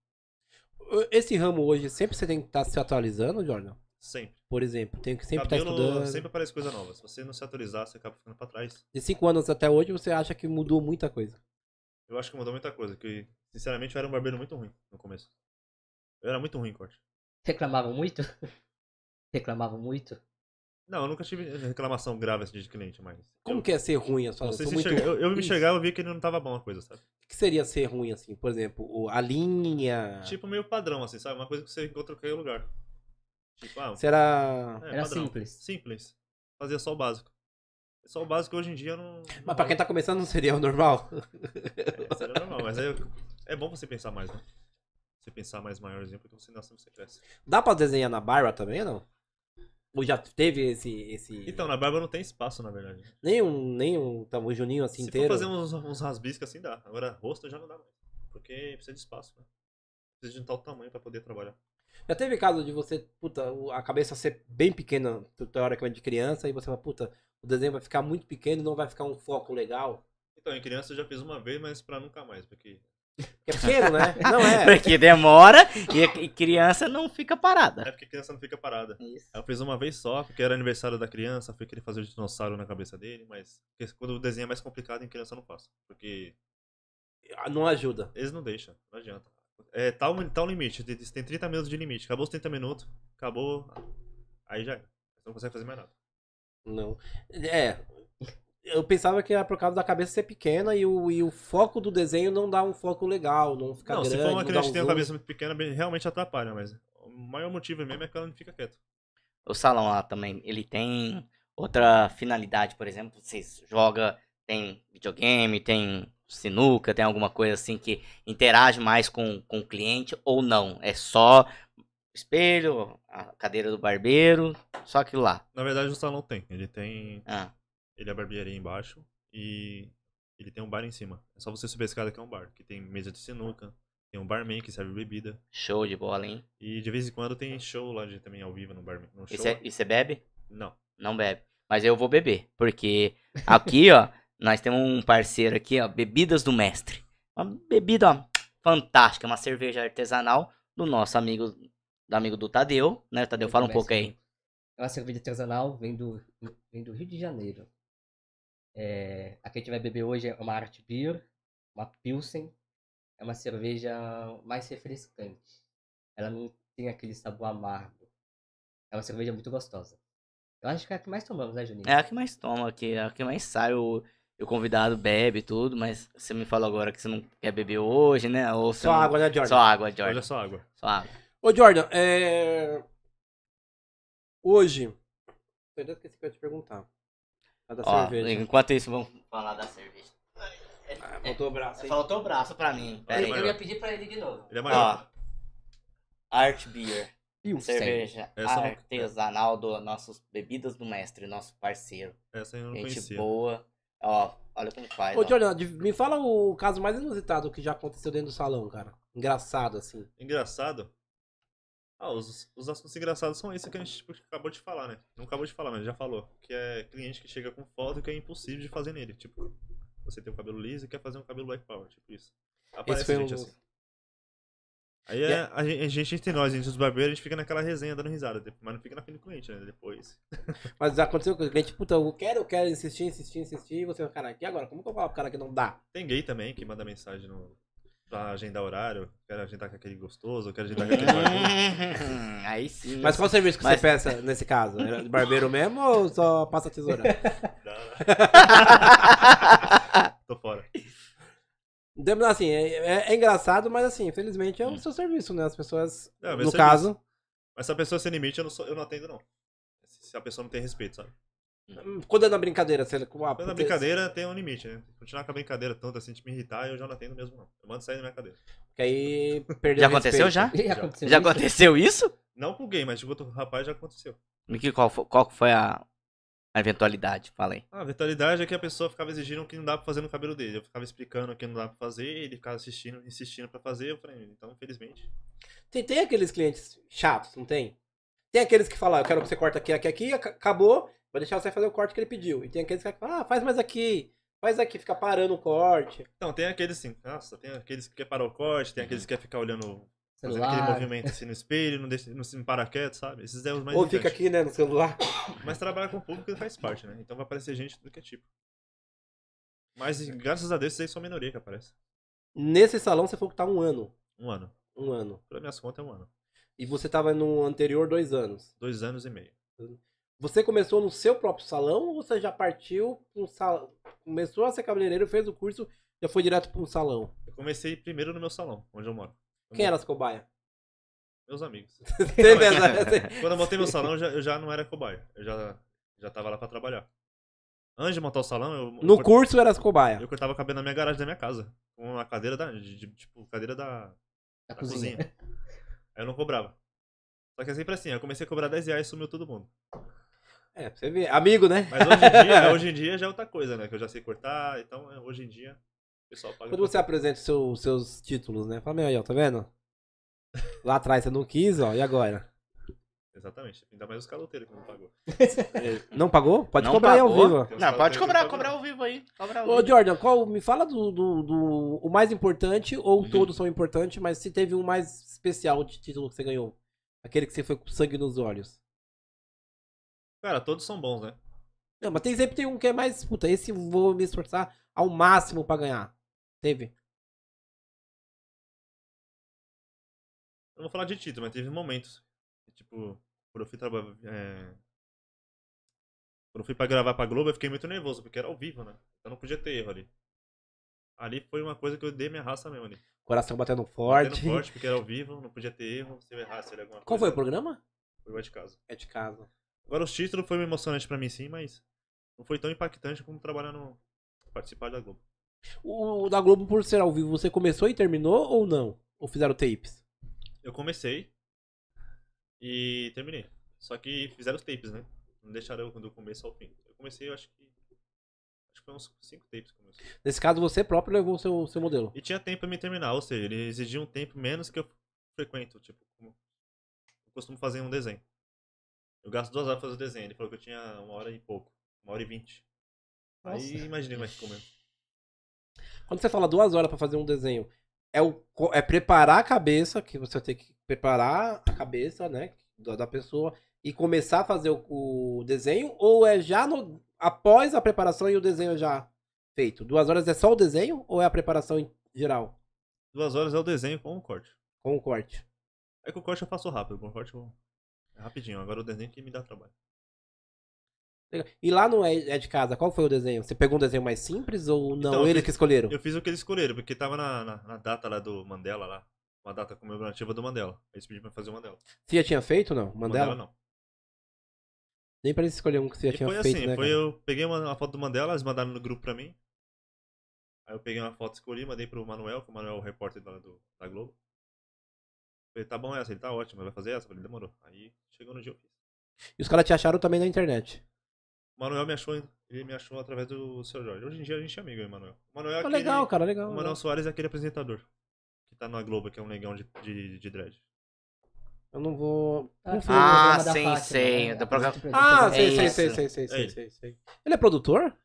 B: Esse ramo hoje, sempre você tem que estar se atualizando, Jordan?
D: Sempre.
B: Por exemplo, tem que sempre estar
D: Cabelo,
B: estudando.
D: sempre aparece coisa nova. Se você não se atualizar, você acaba ficando pra trás.
B: De cinco anos até hoje, você acha que mudou muita coisa.
D: Eu acho que mudou muita coisa, que, sinceramente, eu era um barbeiro muito ruim no começo. Eu era muito ruim em corte.
C: Reclamavam muito? Reclamavam muito?
D: Não, eu nunca tive reclamação grave assim de cliente, mas.
B: Como
D: eu,
B: que é ser ruim a sua
D: você
B: eu sou
D: se
B: muito
D: enxerga- eu, eu me
B: Isso.
D: enxergava e via que ele não tava bom a coisa, sabe?
B: O que seria ser ruim, assim? Por exemplo, o- a linha.
D: Tipo, meio padrão, assim, sabe? Uma coisa que você encontra em qualquer lugar. Tipo, ah,
B: Será.
D: É,
C: Era simples.
D: Simples. Fazia só o básico. Só o básico hoje em dia não. não
B: Mas pra quem
D: rola.
B: tá começando não seria o normal?
D: É, seria normal, mas aí eu É bom você pensar mais, né? Você pensar mais maiorzinho, porque você nasce, você cresce.
B: Dá pra desenhar na barba também, não? Ou já teve esse. esse...
D: Então, na barba não tem espaço, na verdade. né?
B: Nem um, nem um tá, o Juninho assim
D: Se
B: inteiro.
D: for fazer um- uns, uns rasbiscos assim, dá. Agora, rosto já não dá mais. Porque precisa de espaço, né? Precisa de um tal tamanho pra poder trabalhar.
B: Já teve caso de você, puta, o- a cabeça ser bem pequena, tu- teoricamente de criança, e você fala, puta, o desenho vai ficar muito pequeno não vai ficar um foco legal.
D: Então, em criança eu já fiz uma vez, mas pra nunca mais, porque.
B: Que é pequeno, né? Não é.
A: Porque demora e, e criança não fica parada.
D: É porque criança não fica parada.
A: Isso.
D: Eu fiz uma vez só, porque era aniversário da criança, fui querer fazer o dinossauro na cabeça dele, mas porque quando o desenho é mais complicado, em criança eu não faço. Porque
B: Ah, Não ajuda.
D: Eles não deixam, não adianta. É tal, tal limite, de- de- tem 30 minutos de limite. Acabou os 30 minutos, acabou. Aí já era. Você não consegue fazer mais nada.
B: Não. É. Eu pensava que era por causa da cabeça ser pequena e o, e o foco do desenho não dá um foco legal, não ficar
D: não,
B: grande.
D: se for
B: não
D: uma
B: dá
D: criança
B: um
D: que tem uma
B: zoom.
D: cabeça muito pequena, bem- realmente atrapalha, mas o maior motivo mesmo é que ela não fica quieta.
A: O salão lá também, ele tem outra finalidade, por exemplo, vocês joga, tem videogame, tem sinuca, tem alguma coisa assim que interage mais com, com o cliente ou não? É só espelho, a cadeira do barbeiro, só aquilo lá.
D: Na verdade, o salão tem. Ele tem.
A: Ah,
D: Ele é a barbearia embaixo e ele tem um bar em cima. É só você subir a escada que é um bar, que tem mesa de sinuca, tem um barman que serve bebida.
A: show de bola, hein?
D: E de vez em quando tem show lá de, também ao vivo no barman. No
A: E
D: show.
A: cê- e você bebe?
D: Não.
A: Não bebe. Mas eu vou beber. Porque aqui, ó, nós temos um parceiro aqui, ó, Bebidas do Mestre. Uma bebida, ó, fantástica. Uma cerveja artesanal do nosso amigo, do amigo do Tadeu, né? Tadeu, fala um pouco aí.
C: É uma cerveja artesanal, vem do, vem do Rio de Janeiro. É, a que a gente vai beber hoje é uma Art Beer, uma Pilsen. É uma cerveja mais refrescante. Ela não tem aquele sabor amargo. É uma cerveja muito gostosa. Eu acho que é a que mais tomamos, né, Juninho?
A: É a que mais toma aqui, é a que mais sai. O, o convidado bebe e tudo, mas você me falou agora que você não quer beber hoje, né? Ou você
B: Só
A: não-
B: água, né, Jordan?
A: Só água,
D: Olha
A: Jordan.
D: é só a água.
A: Só água.
B: Ô, Jordan, é... hoje. Eu esqueci que eu ia te perguntar. A da
A: Ó,
B: cerveja.
A: enquanto isso, vamos falar da cerveja.
B: Ah, Botou o braço aí.
A: Faltou o braço pra mim.
D: pera aí.
C: Eu ia pedir pra ele de novo.
D: Ele é maior.
A: Ó, Art Beer.
C: Pilsen.
A: cerveja
D: Essa eu não-
A: artesanal do nossos bebidas do mestre, nosso parceiro.
D: Essa eu não
A: Gente
D: conhecia.
A: boa. Ó, olha como faz.
B: Ô,
A: ó.
B: Jordan, de- me fala o caso mais inusitado que já aconteceu dentro do salão, cara. Engraçado, assim.
D: engraçado. Ah, os, os assuntos engraçados são esses que a gente tipo, acabou de falar, né? Não acabou de falar, mas já falou. Que é cliente que chega com foto que é impossível de fazer nele. Tipo, você tem um cabelo liso e quer fazer um cabelo black power, tipo isso. Aparece
B: foi
D: gente
B: um-
D: assim. Aí é, a, gen- a gente entre nós, a gente, os barbeiros, a gente fica naquela resenha dando risada, de- mas não fica na frente do cliente, né? Depois.
B: Mas aconteceu com o cliente, puta, eu quero, eu quero insistir, insistir, insistir. E você fala, cara, e agora? Como que eu falo pro cara que não dá?
D: Tem gay também que manda mensagem no, pra agendar horário, quero agendar com aquele gostoso, quero agendar com aquele barbudo.
A: Hum, Aí sim.
B: Mas qual serviço que
A: Mas-
B: você peça nesse caso? Era de barbeiro mesmo ou só passa a tesoura?
D: Tô fora.
B: Então, assim, é, é- é engraçado, mas assim, infelizmente
A: Hum.
B: é o seu serviço, né? As pessoas,
D: É, meu
B: no
D: serviço.
B: caso,
D: Mas se a pessoa sem limite, eu não, sou- eu não atendo, não. Se se a pessoa não tem respeito, sabe?
B: quando é na brincadeira, você... Ah,
D: Quando a
B: puta,
D: brincadeira tem um limite, né? Continuar com a brincadeira tanto assim, de me irritar, eu já não atendo mesmo, não. Eu mando sair da minha cadeira.
B: Que aí perdeu
A: Já
B: o
A: aconteceu
B: respeito.
A: já?
C: Já aconteceu
A: Já
C: isso?
A: aconteceu isso?
D: Não com gay, mas tipo, com outro rapaz já aconteceu.
A: Miki, qual foi, qual foi a, a eventualidade? Falei.
D: Ah, A vitalidade é que a pessoa ficava exigindo o que não dá pra fazer no cabelo dele. Eu ficava explicando o que não dá pra fazer, ele ficava assistindo, insistindo pra fazer. Eu falei, então, infelizmente.
B: Tem, tem aqueles clientes chatos, não tem? Tem aqueles que falam, "Ah, eu quero que você corta aqui, aqui, aqui, ac- acabou, vou deixar você fazer o corte que ele pediu. E tem aqueles que falam, ah, faz mais aqui, faz aqui, fica parando o corte.
D: Então, tem aqueles assim, nossa, tem aqueles que quer parar o corte, tem
B: Uhum.
D: aqueles que quer ficar olhando, fazendo aquele
C: Celular.
D: movimento assim no espelho, não, deixa, não se para quieto, sabe? Esses é os mais
B: Ou fica
D: irritantes.
B: aqui, né, no celular.
D: Mas trabalhar com o público faz parte, né? Então vai aparecer gente do que é tipo. Mas graças a Deus vocês são a minoria que aparece.
B: Nesse salão você falou que tá um ano.
D: Um ano.
B: Um ano.
D: Pelas minhas contas é um ano.
B: E você tava no anterior dois anos.
D: Dois anos e meio.
B: Você começou no seu próprio salão ou você já partiu pra um salão? Começou a ser cabeleireiro, fez o curso, já foi direto pra um salão.
D: Eu comecei primeiro no meu salão, onde eu moro. Eu
B: Quem
D: moro-
B: era as cobaias?
D: Meus amigos.
B: Teve essa- essa-
D: Quando eu montei meu salão, eu já, eu já não era cobaia. Eu já, já tava lá pra trabalhar. Antes de montar o salão, eu,
B: No
D: eu,
B: curso era as cobaias.
D: eu cortava cabelo na minha garagem da minha casa. com a cadeira da. de- de- tipo, cadeira da,
C: Na
D: da cozinha. Aí eu não cobrava. Só que é sempre assim, eu comecei a cobrar 10 reais e sumiu todo mundo.
B: É, pra você ver. Amigo, né?
D: Mas hoje em dia, hoje em dia já é outra coisa, né? Que eu já sei cortar, então é, hoje em dia o pessoal paga.
B: Quando você apresenta os seu- seus títulos, né? Fala, meu aí, ó, tá vendo? Lá atrás você não quis, ó, e agora?
D: Exatamente. Ainda mais os caloteiros que não pagou.
B: Não pagou? Pode
A: Não
B: cobrar aí ao
A: pagou?
B: vivo.
D: Tem uns
A: Não, pode
D: caloteiros que
A: cobrar,
D: não pagam,
A: cobrar
D: não.
A: ao vivo aí. Cobrar ao
B: Ô,
A: vivo.
B: Jordan, qual, me fala do, do, do- o mais importante, ou
A: Uhum.
B: todos são importantes, mas se teve um mais especial de título que você ganhou. Aquele que você foi com sangue nos olhos.
D: Cara, todos são bons, né?
B: Não, mas tem, sempre tem um que é mais, puta, esse eu vou me esforçar ao máximo pra ganhar. Teve?
D: Eu não vou falar de título, mas teve momentos. que, Tipo, quando eu fui trabalhar. é, Quando eu fui pra gravar pra Globo, eu fiquei muito nervoso, porque era ao vivo, né? Então não podia ter erro ali. Ali foi uma coisa que eu dei minha raça mesmo ali.
B: Coração batendo
D: Batendo
B: forte.
D: forte, porque era ao vivo, não podia ter erro. Se eu errasse ali alguma
B: Qual foi
D: coisa.
B: o programa?
D: Foi o White Casa.
B: É de casa.
D: Agora os títulos foi emocionante pra mim sim, mas não foi tão impactante como trabalhar no. participar da Globo.
B: O, o da Globo, por ser ao vivo, você começou e terminou ou não? Ou fizeram tapes?
D: Eu comecei e terminei. Só que fizeram os tapes, né? Não deixaram eu do começo ao fim. Eu comecei, eu acho que. Acho que foi uns 5 tapes que eu comecei.
B: Nesse caso, você próprio levou o seu, seu modelo.
D: E tinha tempo pra me terminar, ou seja, ele exigia um tempo menos que eu frequento, tipo, como eu costumo fazer um desenho. Eu gasto duas horas pra fazer o desenho, ele falou que eu tinha uma hora e pouco, uma hora e vinte. Aí imaginei mais como é.
B: Quando você fala duas horas pra fazer um desenho, é, o, co- é preparar a cabeça, que você tem que preparar a cabeça, né? Da, da pessoa e começar a fazer o, o desenho, ou é já no, após a preparação e o desenho é já feito? Duas horas é só o desenho ou é a preparação em geral?
D: Duas horas é o desenho com o corte.
B: Com o corte.
D: É que o corte eu faço rápido, com o corte eu... é rapidinho. Agora o desenho que me dá trabalho.
B: Legal. E lá no é, é de casa, qual foi o desenho? Você pegou um desenho mais simples ou não?
D: Então, eu
B: eles
D: fiz-
B: que escolheram?
D: Eu fiz o que eles escolheram, porque tava na, na, na data lá do Mandela lá. Uma data comemorativa do Mandela. Eles pediram pra fazer o Mandela.
B: Você já tinha feito ou não?
D: O
B: Mandela?
D: não.
B: Nem pra eles escolher um que você já
D: e
B: tinha
D: foi
B: feito,
D: assim,
B: né?
D: foi
B: cara?
D: eu peguei uma, uma foto do Mandela, eles mandaram no grupo pra mim. Aí eu peguei uma foto, escolhi, mandei pro Manuel, que o Manuel é o repórter da, do, da Globo. Falei, tá bom essa, ele tá ótimo, vai fazer essa? Falei, demorou. Aí chegou no dia eu fiz.
B: E os caras te acharam também na internet.
D: O Manuel me achou, ele me achou através do seu Jorge. Hoje em dia a gente é amigo, hein, Manuel. O Manuel é
B: Ah,
D: aquele-
B: legal, cara, legal.
D: O
B: legal.
D: Manuel Soares é aquele apresentador que tá na Globo, que é um negão de, de, de dread.
B: Eu não vou. Não sei. né?
A: Ah,
C: programa da
A: sim,
C: Fátima,
A: sim,
C: né?
A: do programa-
B: Ah,
A: é
B: sei, sei,
A: isso.
B: sei, sei, sei, sei,
D: ele.
B: sei, sei. Ele é produtor?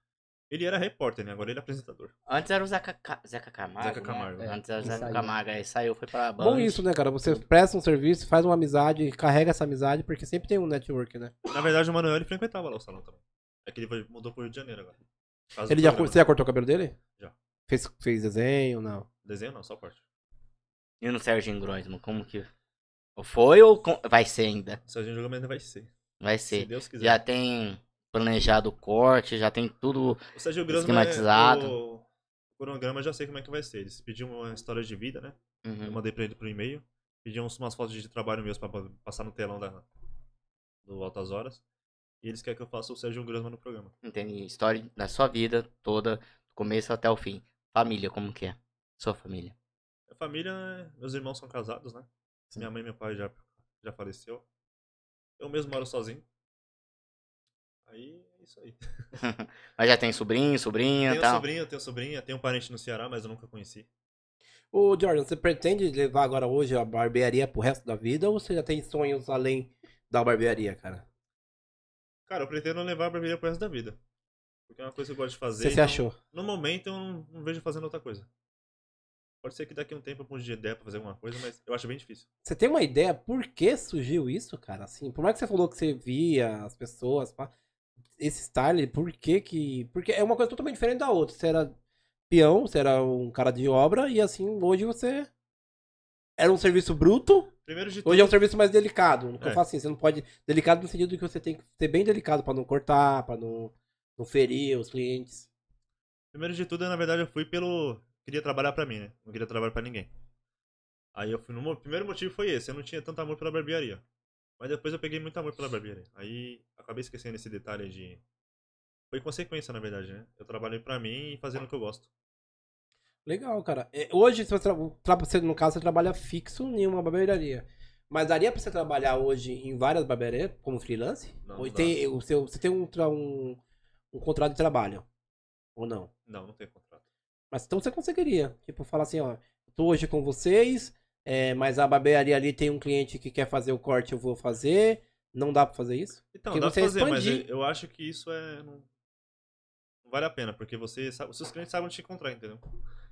D: Ele era repórter, né? Agora ele é apresentador.
A: Antes era o Zeca, Ca- Zeca Camargo.
D: Zeca
A: né?
D: Camargo. é.
A: Antes era o
C: Ele
A: Zeca
C: saiu.
A: Camargo, aí saiu, foi pra Band.
B: Bom isso, né, cara? Você presta um serviço, faz uma amizade, carrega essa amizade, porque sempre tem um network, né?
D: Na verdade, o Manuel ele frequentava lá o salão também. É que ele foi- mudou pro Rio de Janeiro agora. Por causa do
B: Ele já,
D: programa.
B: você já cortou o cabelo dele?
D: Já.
B: Fez, fez desenho, não.
D: Desenho não, só corte.
A: E no Serginho Groisman, como que... Ou Foi ou com- vai ser ainda?
D: Se a gente jogar, ainda vai ser.
A: Vai
D: Se
A: ser.
D: Deus quiser.
A: Já tem planejado o corte, já tem tudo...
D: O Sérgio Grosso
A: esquematizado.
D: é O... o cronograma eu já sei como é que vai ser. Eles pediam uma história de vida, né? Eu
A: Uhum.
D: mandei pra ele pro e-mail. Pediam uns- umas fotos de trabalho meus pra pra passar no telão da... do Altas Horas. E eles querem que eu faça o Sérgio Grosso no programa.
A: Entende? História da sua vida toda, do começo até o fim. Família, como que é? Sua família.
D: Minha família, né, meus irmãos são casados, né? Minha mãe e meu pai já, já faleceu. Eu mesmo moro sozinho. Aí é isso aí.
A: Mas já tem sobrinho, sobrinha
B: Então.
A: e
D: Tenho
A: tal.
D: sobrinho, tenho sobrinha, tenho um parente no Ceará, mas eu nunca conheci.
B: Ô, Jordan, você pretende levar agora hoje a barbearia pro resto da vida ou você já tem sonhos além da barbearia, cara?
D: Cara, eu pretendo levar a barbearia pro resto da vida. Porque é uma coisa que eu gosto de fazer.
B: Você se
D: então,
B: achou?
D: No momento eu não, não vejo fazendo outra coisa. Pode ser que daqui a um tempo eu mude de ideia pra fazer alguma coisa, mas eu acho bem difícil.
B: Você tem uma ideia por que surgiu isso, cara? Assim, por mais que você falou que você via as pessoas, pá, esse style, por que que... Porque é uma coisa totalmente diferente da outra. Você era peão, você era um cara de obra, e assim, hoje você... Era um serviço bruto,
D: Primeiro de tudo.
B: hoje é um serviço mais delicado. Que Eu
D: É.
B: falo assim, você não pode... Delicado no sentido de que você tem que ser bem delicado pra não cortar, pra não, não ferir os clientes.
D: Primeiro de tudo, na verdade, eu fui pelo. Queria trabalhar pra mim, né? Não queria trabalhar pra ninguém. Aí eu fui no. mo- Primeiro motivo foi esse, eu não tinha tanto amor pela barbearia. Mas depois eu peguei muito amor pela barbearia. Aí acabei esquecendo esse detalhe de. Foi consequência, na verdade, né? Eu trabalhei pra mim e fazendo o que eu gosto.
B: Legal, cara. É, Hoje, se você, tra- tra- você, no caso, você trabalha fixo em uma barbearia. Mas daria pra você trabalhar hoje em várias barbearias como freelance?
D: Não,
B: Ou
D: não
B: tem,
D: dá.
B: o seu, você tem um, tra- um, um contrato de trabalho? Ou não?
D: Não, não tem contrato.
B: Mas então você conseguiria. Tipo, falar assim, ó, tô hoje com vocês, é, mas a barbearia ali tem um cliente que quer fazer o corte, eu vou fazer. Não dá pra fazer isso?
D: Então,
B: Porque
D: dá pra
B: você
D: fazer, mas eu,
B: expandir.
D: eu acho que isso é. Não, não vale a pena, porque você sabe, os seus clientes sabem onde te encontrar, entendeu?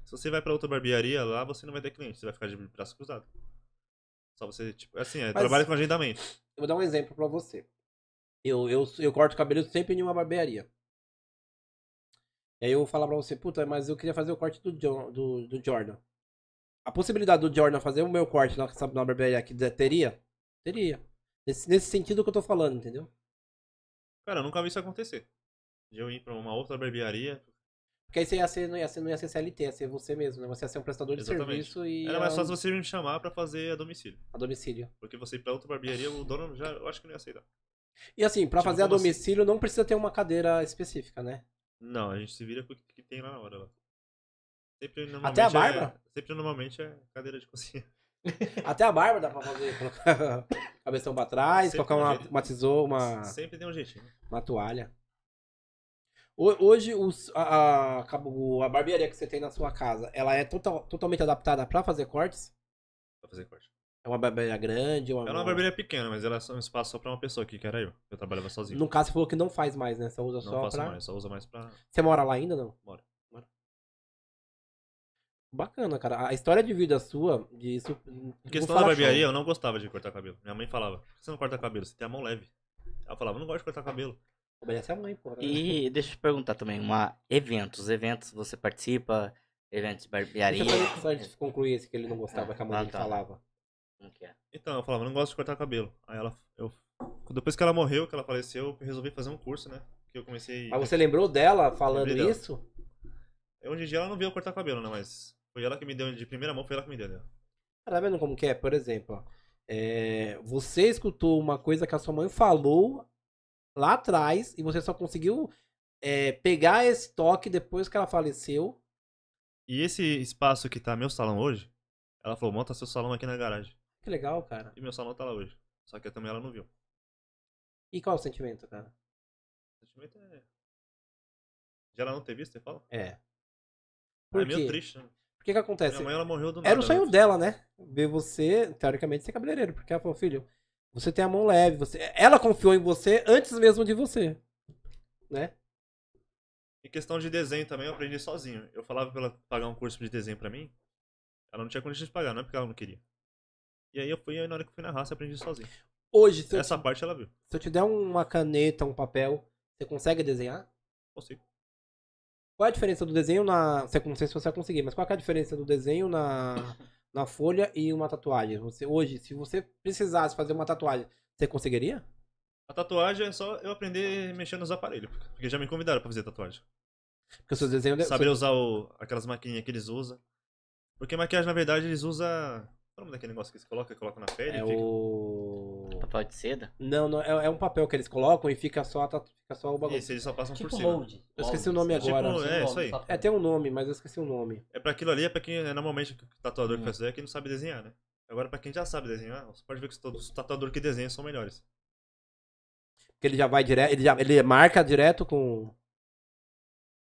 D: Se você vai pra outra barbearia lá, você não vai ter cliente, você vai ficar de braço cruzado. Só você, tipo, assim, é, trabalha com agendamento.
B: Eu vou dar um exemplo pra você. Eu, eu, eu corto cabelo sempre em uma barbearia. E aí eu vou falar pra você, puta, mas eu queria fazer o corte do, Jo- do, do Jordan. A possibilidade do Jordan fazer o meu corte na, sabe, na barbearia que der- teria? Teria. Nesse, nesse sentido que eu tô falando, entendeu?
D: Cara, eu nunca vi isso acontecer. De eu ir pra uma outra barbearia.
B: Porque aí você ia ser, não, ia ser, não ia ser CLT, ia ser você mesmo, né? Você ia ser um prestador de
D: Exatamente.
B: serviço e é um
D: Era mais
B: a-
D: fácil você me chamar pra fazer a domicílio.
B: a domicílio.
D: Porque você ir pra outra barbearia, o dono já. Eu acho que não ia aceitar.
B: E assim, pra
D: Tipo,
B: fazer a
D: como assim?
B: domicílio não precisa ter uma cadeira específica, né?
D: Não, a gente se vira com o que que tem lá na hora. Lá. Sempre, normalmente,
B: Até a
D: É,
B: barba?
D: sempre normalmente é cadeira de cozinha.
B: Até a barba dá pra fazer, colocar cabeção pra trás,
D: Sempre
B: colocar
D: um
B: uma,
D: jeito.
B: uma tesoura, uma,
D: Sempre tem um jeitinho.
B: uma toalha. Ho- Hoje, os, a, a, acabou- a barbearia que você tem na sua casa, ela é total- totalmente adaptada pra fazer cortes?
D: Pra fazer corte.
B: É uma barbearia grande? Uma,
D: Era É uma barbearia pequena, mas era só um espaço só pra uma pessoa aqui, que era eu. Eu trabalhava sozinho.
B: No caso, você falou que não faz mais, né? Você usa
D: não
B: só
D: faço
B: pra...
D: mais, só uso mais pra.
B: Você mora lá ainda, não?
D: Moro.
B: Moro. Bacana, cara. A história de vida sua, de isso...
D: Em questão da barbearia, eu não gostava de cortar cabelo. Minha mãe falava: Por que você não corta cabelo? Você tem a mão leve. Ela falava: Eu não gosto de cortar cabelo.
B: Obedece a mãe, porra. né?
A: E deixa eu te perguntar também, uma eventos, eventos você participa, eventos de barbearia.
B: Deixa eu um só- só de concluir esse que ele não gostava, que a mãe
A: Ah,
B: dele
A: tá.
B: falava.
A: Como que é?
D: Então, eu falava: Eu não gosto de cortar cabelo. Aí ela. Eu... Depois que ela morreu, que ela faleceu, eu resolvi fazer um curso, né? Que eu comecei.
B: Mas você lembrou dela falando
D: Lembrei dela.
B: isso?
D: Hoje em dia ela não veio cortar cabelo, né? Mas foi ela que me deu de primeira mão, foi ela que me deu. Né?
B: Tá vendo como que é? Por exemplo, ó, é, você escutou uma coisa que a sua mãe falou lá atrás e você só conseguiu é, pegar esse toque depois que ela faleceu.
D: E esse espaço que tá meu salão hoje, ela falou: Monta seu salão aqui na garagem.
B: Que legal, cara.
D: E meu salão tá lá hoje. Só que também ela não viu.
B: E qual é o sentimento, cara?
D: O sentimento é. De ela não ter visto, você fala?
B: É.
D: É
B: Por
D: meio
B: quê?
D: triste, né?
B: O que que
D: Minha
B: acontece?
D: mãe, ela morreu do nada.
B: Era o sonho
D: né?
B: dela, né? Ver você, teoricamente, ser cabeleireiro. Porque ela falou, filho, você tem a mão leve. Você... Ela confiou em você antes mesmo de você.
D: Em questão de desenho também, eu aprendi sozinho. Eu falava pra ela pagar um curso de desenho pra mim. Ela não tinha condições de pagar, não é porque ela não queria. E aí eu fui, aí na hora que eu fui na raça, eu aprendi sozinho.
B: Hoje, se eu,
D: Essa parte ela viu.
B: se eu te der uma caneta, um papel, você consegue desenhar?
D: Consigo.
B: Qual é a diferença do desenho na. Você- Não sei se você vai conseguir, mas qual que é a diferença do desenho na, na folha e uma tatuagem? Você, hoje, se você precisasse fazer uma tatuagem, você conseguiria?
D: A tatuagem é só eu aprender mexendo nos aparelhos. Porque já me convidaram pra fazer tatuagem.
B: Porque os seus desenhos.
D: Saber usar o- aquelas maquininhas que eles usam. Porque maquiagem, na verdade, eles usam. Qual é o nome daquele negócio que eles colocam? Colocam na pele?
B: É
D: e fica...
B: o.
A: Papel de seda?
B: Não, não, é, é um papel que eles colocam e fica só, a tatu- fica só o bagulho.
D: Isso, eles só passam
B: um
C: Tipo
D: por cima.
C: mold.
B: Eu esqueci
C: mold,
B: o nome
C: sei lá.
B: agora.
C: Tipo,
D: É,
C: mold,
D: isso aí.
C: só pra-
B: É, tem um nome, mas eu esqueci o nome.
D: É pra aquilo ali, é pra quem é normalmente o tatuador
A: Hum.
D: que faz isso daí é quem não sabe desenhar, né? Agora pra quem já sabe desenhar, você pode ver que os to- os tatuadores que desenham são melhores.
B: Porque ele já vai direto. Ele, já, ele marca direto com.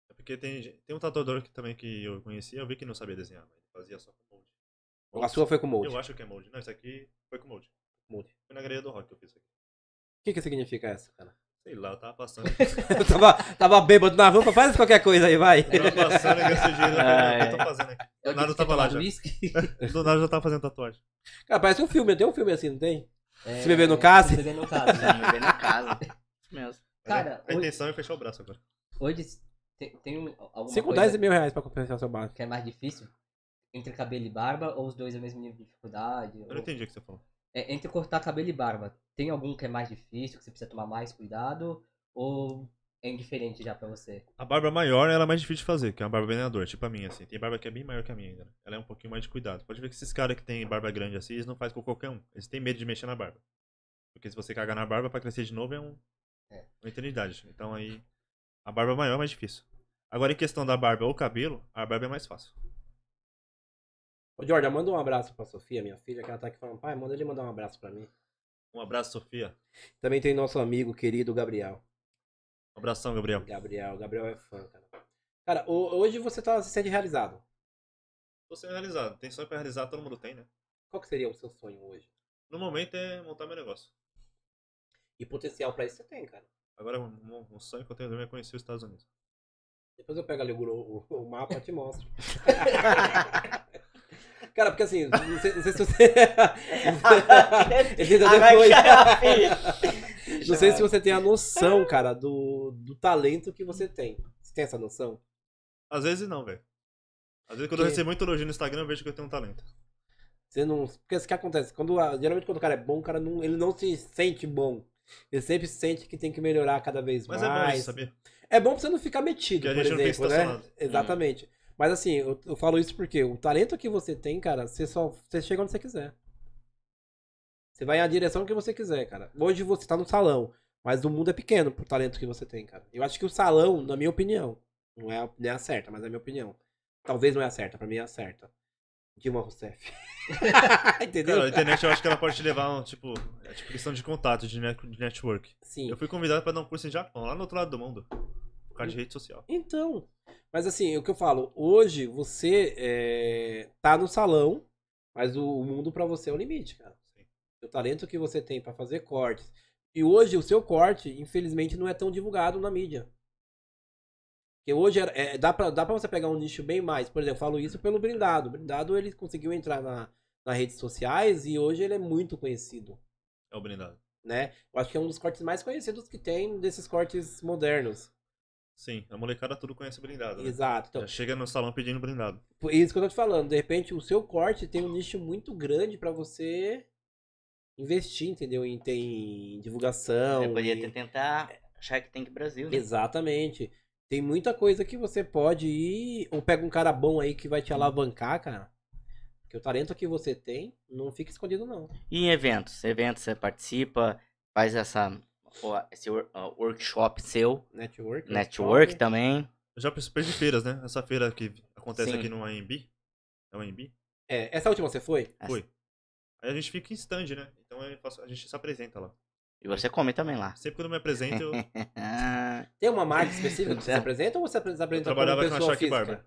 D: É porque tem, gen- tem um tatuador que também que eu conhecia, eu vi que não sabia desenhar, mas ele fazia só com molde.
B: A sua foi com o molde.
D: Eu acho que é molde. Não, isso aqui foi com molde.
B: Molde.
D: Foi na galeria do rock que eu fiz isso aqui.
B: O que, que significa essa, cara?
D: Sei lá, eu tava passando. eu
B: Eu tava, tava bêbado na rua, faz qualquer coisa aí, vai.
D: tava passando e gastei dinheiro. Eu falei, não, o que eu tô
A: Ai.
D: fazendo aqui?
C: Eu
D: Do nada eu
C: disse que
D: tava lá
C: tomava
D: já.
C: whisky.
D: Do nada eu já tava fazendo tatuagem.
B: Cara, parece um filme, tem um filme assim, não tem?
C: É,
B: Se beber no case?
C: Se beber no né? case.
A: Não, eu vi na casa. Isso mesmo.
C: Cara,
D: a
C: hoje-
D: intenção é fechar o braço agora.
C: Hoje tem, tem um- alguma
B: 5,
C: coisa
B: 10 mil reais pra compensar seu básico.
C: que é mais difícil? Entre cabelo e barba ou os dois ao mesmo nível de dificuldade?
D: Eu não
C: Ou-
D: entendi o que você falou.
C: É, entre cortar cabelo e barba, tem algum que é mais difícil, que você precisa tomar mais cuidado? Ou é indiferente já pra você?
D: A barba maior ela é mais difícil de fazer, que é uma barba venador, tipo a minha, assim. Tem barba que é bem maior que a minha ainda. né? Ela é um pouquinho mais de cuidado. Pode ver que esses caras que tem barba grande assim, eles não fazem com qualquer um. Eles têm medo de mexer na barba. Porque se você cagar na barba pra crescer de novo é um.
C: É.
D: Uma eternidade. Então aí. A barba maior é mais difícil. Agora, em questão da barba ou cabelo, a barba é mais fácil.
B: Ô, Jordan, manda um abraço pra Sofia, minha filha, que ela tá aqui falando, pai, manda ele mandar um abraço pra mim.
D: Um abraço, Sofia.
B: Também tem nosso amigo querido Gabriel.
D: Um abração, Gabriel.
B: Gabriel, Gabriel é fã, cara. Cara, ho- hoje você tá se sente realizado.
D: Tô sendo realizado. Tem sonho pra realizar, todo mundo tem, né?
B: Qual que seria o seu sonho hoje?
D: No momento é montar meu negócio.
B: E potencial pra isso você tem, cara.
D: Agora um, um- um sonho que eu tenho também é conhecer os Estados Unidos.
B: Depois eu pego ali o, gru- o- o mapa e te mostro. cara, porque assim, não sei, não sei se você. Ele ainda
A: Agora
B: depois.
A: já, é filho.
B: Não sei se você tem a noção, cara, do, do talento que você tem. Você tem essa noção?
D: Às vezes não, velho. Às vezes quando eu
B: Que-
D: recebo muito elogio no Instagram, eu vejo que eu tenho um talento.
B: Você não. Porque assim, o que acontece? Quando, a- geralmente quando o cara é bom, o cara não, ele não se sente bom. Ele sempre sente que tem que melhorar cada vez
D: Mas
B: mais.
D: é bom isso, sabia?
B: É bom pra você não ficar metido,
D: Porque a
B: por
D: gente não fica
B: exemplo, né?
D: estacionado.
B: Exatamente. Mas assim, eu, eu falo isso porque o talento que você tem, cara, você só você chega onde você quiser. Você vai na direção que você quiser, cara. Hoje você tá no salão, mas o mundo é pequeno pro talento que você tem, cara. Eu acho que o salão, na minha opinião, não é, a- não é a certa, mas é a minha opinião. Talvez não é a certa, pra mim é a certa. Dilma Rousseff. Entendeu?
D: Cara, a internet eu acho que ela pode te levar um, tipo, é tipo questão de contato, de, net- de network.
B: Sim.
D: Eu fui convidado pra dar um curso em Japão, lá no outro lado do mundo. Por causa de rede social.
B: Então, mas assim, o que eu falo, hoje você é, tá no salão, mas o, o mundo pra você é o limite, cara.
D: Sim.
B: O talento que você tem pra fazer cortes. E hoje o seu corte, infelizmente, não é tão divulgado na mídia. Porque hoje era- é, dá, pra, dá pra você pegar um nicho bem mais. Por exemplo, eu falo isso pelo Brindado. O Brindado ele conseguiu entrar na, nas redes sociais e hoje ele é muito conhecido.
D: É o blindado.
B: Né? Eu acho que é um dos cortes mais conhecidos que tem desses cortes modernos.
D: Sim, a molecada tudo conhece blindado. Né?
B: Exato. Então,
D: Já chega no salão pedindo blindado.
B: Por isso que eu tô te falando, de repente o seu corte tem um nicho muito grande pra você investir, entendeu? Em, tem divulgação.
D: É,
A: Eu podia
B: em-
A: ter- tentar achar que tem que Brasil, né?
B: Exatamente. Tem muita coisa que você pode ir, ou pega um cara bom aí que vai te alavancar, cara. Porque o talento que você tem não fica escondido, não.
A: E em eventos? Eventos você participa, faz essa, ó, esse wor- ó, workshop seu,
B: Network.
A: network
D: tá.
A: também.
D: Eu já participei de feiras, né? Essa feira que acontece
A: Sim.
D: aqui no AMB. É o AMB?
B: É, essa última você foi?
A: Essa-
D: Foi. Aí a gente fica em stand, né? Então eu faço- a gente se apresenta lá.
A: E você come também lá.
D: Sempre quando eu me apresento, eu, eu
A: Ah,
B: Tem uma marca específica que você
A: Tá.
B: apresenta ou você apre- apresenta como
D: trabalhava com a
B: pessoa
D: Shark
B: física?
D: Barber.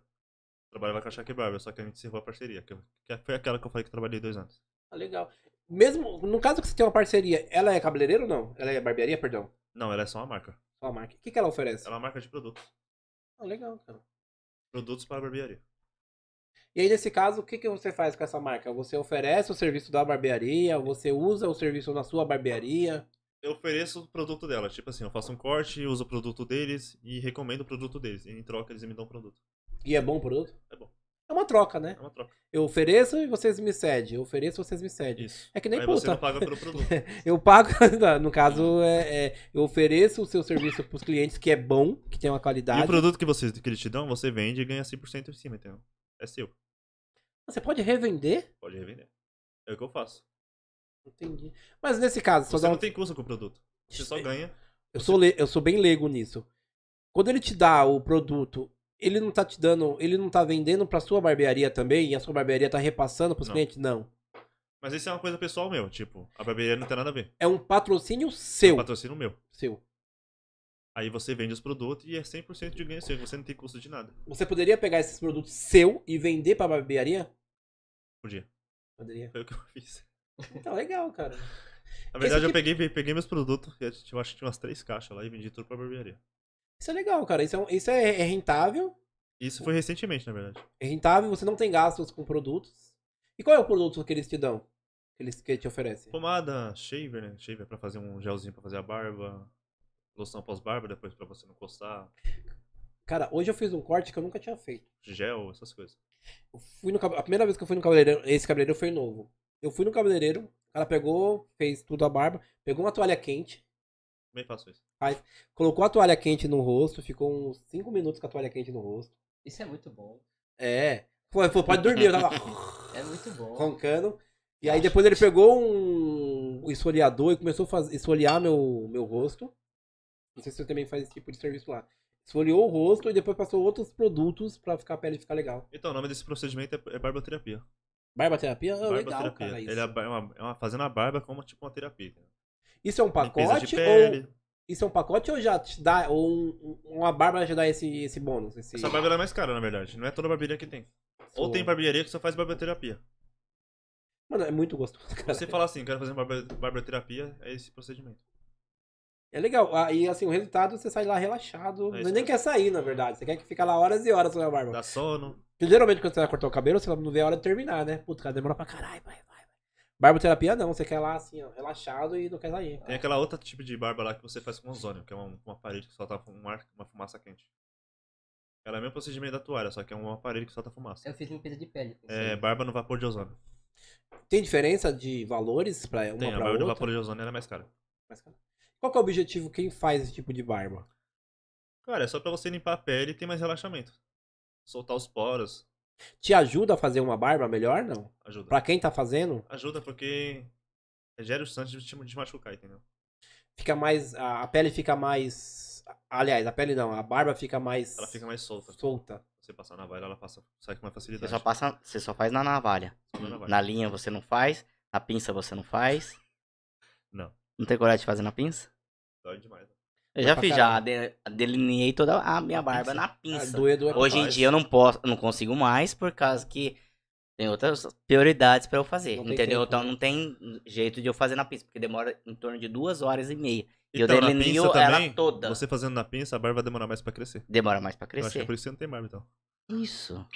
D: Trabalhava com a Shark Barber, só que a gente encerrou a parceria, que, eu- que é, foi aquela que eu falei que eu trabalhei dois anos.
B: Ah, legal. Mesmo, no caso que você tem uma parceria, ela é cabeleireira ou não? Ela é barbearia, perdão?
D: Não, ela é só uma marca.
B: Só a marca. O que, que ela oferece?
D: Ela é uma marca de produtos.
B: Ah, legal, cara.
D: Produtos para barbearia.
B: E aí, nesse caso, o que, que você faz com essa marca? Você oferece o serviço da barbearia? Você usa o serviço na sua barbearia?
D: Eu ofereço o produto dela. Tipo assim, eu faço um corte, uso o produto deles e recomendo o produto deles. E em troca eles me dão o produto.
B: E é bom o produto?
D: É bom.
B: É uma troca,
D: É
B: né?
D: uma troca.
B: Eu ofereço e vocês me cedem. Eu ofereço e vocês me cedem.
D: Isso.
B: É que nem
D: Aí você
B: puta.
D: não paga pelo produto.
B: Eu pago, no caso, é, é, eu ofereço o seu serviço pros clientes que é bom, que tem uma
D: E o
B: qualidade.
D: produto que, você, que eles te dão, você vende e ganha 100% em cima, entendeu? É seu.
B: Você pode revender?
D: Pode revender. É o que eu faço.
B: Entendi. Mas nesse caso, só
D: Você
B: dá
D: não
B: um...
D: tem custo com o produto. Você só ganha.
B: Eu sou, le- eu sou bem leigo nisso. Quando ele te dá o produto, ele não tá te dando, ele não tá vendendo pra sua barbearia também e a sua barbearia tá repassando pros
D: Não.
B: clientes? Não.
D: Mas isso é uma coisa pessoal meu. Tipo, a barbearia não tem nada a ver.
B: É um patrocínio
D: É
B: seu,
D: um patrocínio meu.
B: seu.
D: Aí você vende os produtos e é 100% de ganho seu. Você não tem custo de nada.
B: Você poderia pegar esses produtos seu e vender pra barbearia?
D: Podia.
B: Poderia.
D: Foi o que eu fiz.
B: Tá legal, cara.
D: Na verdade,
B: Esse
D: eu peguei, peguei meus produtos, eu acho eu acho que tinha umas três caixas lá e vendi tudo pra barbearia.
B: Isso é legal, cara. Isso é, um- isso é- é rentável.
D: Isso foi recentemente, na verdade.
B: É rentável, você não tem gastos com produtos. E qual é o produto que eles te dão? Que eles que te oferecem?
D: Pomada, shaver, né? Shaver pra fazer um gelzinho pra fazer a barba. Loção pós-barba, depois pra você não coçar.
B: Cara, hoje eu fiz um corte que eu nunca tinha feito.
D: Gel, essas coisas.
B: Eu fui no, cabe- a primeira vez que eu fui no cabeleireiro, esse cabeleireiro foi novo. Eu fui no cabeleireiro, o cara pegou, fez tudo a barba, pegou uma toalha quente,
D: Também faço isso.
B: colocou a toalha quente no rosto, ficou uns 5 minutos com a toalha quente no rosto.
C: Isso é muito bom.
B: É. Foi, foi, pode dormir, eu tava
C: É muito bom.
B: roncando. E aí depois ele pegou um esfoliador e começou a faz- esfoliar meu, meu rosto. Não sei se você também faz esse tipo de serviço lá. Esfoliou o rosto e depois passou outros produtos pra ficar a pele ficar legal.
D: Então, o nome desse procedimento é, é barboterapia.
B: Barbaterapia? Ah, legal,
D: Barbaterapia.
B: cara, isso.
D: Ele é bar- é uma, é uma- fazendo a barba como tipo uma terapia. entendeu?
B: Isso é um
D: Limpeza de
B: pacote ou...
D: pele.
B: Isso é um pacote ou já te dá... Ou um- uma barba já dá esse, esse bônus? Esse...
D: Essa barbearia é mais cara, na verdade. Não é toda barbearia que tem. Ou tem barbearia que só faz barbeoterapia.
B: Mano, é muito gostoso, cara.
D: Você fala assim, quero fazer barbe- barbeoterapia, é esse procedimento.
B: É legal. Ah, E assim, o resultado, você sai lá relaxado.
D: É
B: Você
D: isso
B: nem quer sair, na verdade. Você quer que fica lá horas e horas com a barba.
D: Dá sono.
B: Porque geralmente quando você vai cortar o cabelo, você não vê a hora de terminar, né? Puta, cara, demora pra caralho, vai, vai, vai. Barboterapia não, você quer lá assim, ó, relaxado e não quer sair.
D: Tem aquela outra tipo de barba lá que você faz com ozônio, que é um, um aparelho que solta um ar, uma fumaça quente. Ela é o mesmo procedimento da toalha, só que é um aparelho que solta fumaça.
C: Eu fiz limpeza de pele. com
D: É
C: isso
D: barba no vapor de ozônio.
B: Tem diferença de valores pra uma
D: Tem, a
B: pra
D: barba
B: outra?
D: no vapor de ozônio ela é mais cara.
B: Mas, cara, Qual que é o objetivo? Quem faz esse tipo de barba?
D: Cara, é só pra você limpar a pele e ter mais relaxamento. Soltar os poros
B: Te ajuda a fazer uma barba melhor, não?
D: ajuda.
B: Pra quem tá fazendo,
D: Ajuda porque gera o sangue de te machucar, entendeu?
B: fica mais. A a pele fica mais. Aliás, a pele não, a barba fica mais.
D: Ela fica mais solta.
B: solta.
D: Você passar na vaga, ela passa, sai com mais
A: Você
D: facilidade.
A: só, passa, você só faz na navalha.
D: Só na vaga.
A: Na linha você não faz, na pinça você não faz.
D: Não.
A: Não tem coragem de fazer na pinça?
D: Dói demais.
A: Eu
B: Dá
A: já
B: pra
A: fiz, já
B: caralho.
A: de- delineei toda a minha barba
D: pinça?
A: na
B: Ah,
A: pinça.
B: do Edu é
A: Hoje em
D: Rapaz.
A: dia eu não posso, eu não consigo mais por causa que tem outras prioridades pra eu fazer,
B: Não tem
A: entendeu?
B: tempo,
A: Então
B: né?
A: não tem jeito de eu fazer na pinça, porque demora em torno de duas horas e meia. E eu
D: então, na
A: delineio
D: pinça
A: ela
D: também,
A: é toda.
D: Você fazendo na pinça, a barba vai demorar mais pra crescer.
A: Demora mais pra
D: Eu acho que é
A: crescer.
D: por isso que você não tem barba, então.
A: Isso.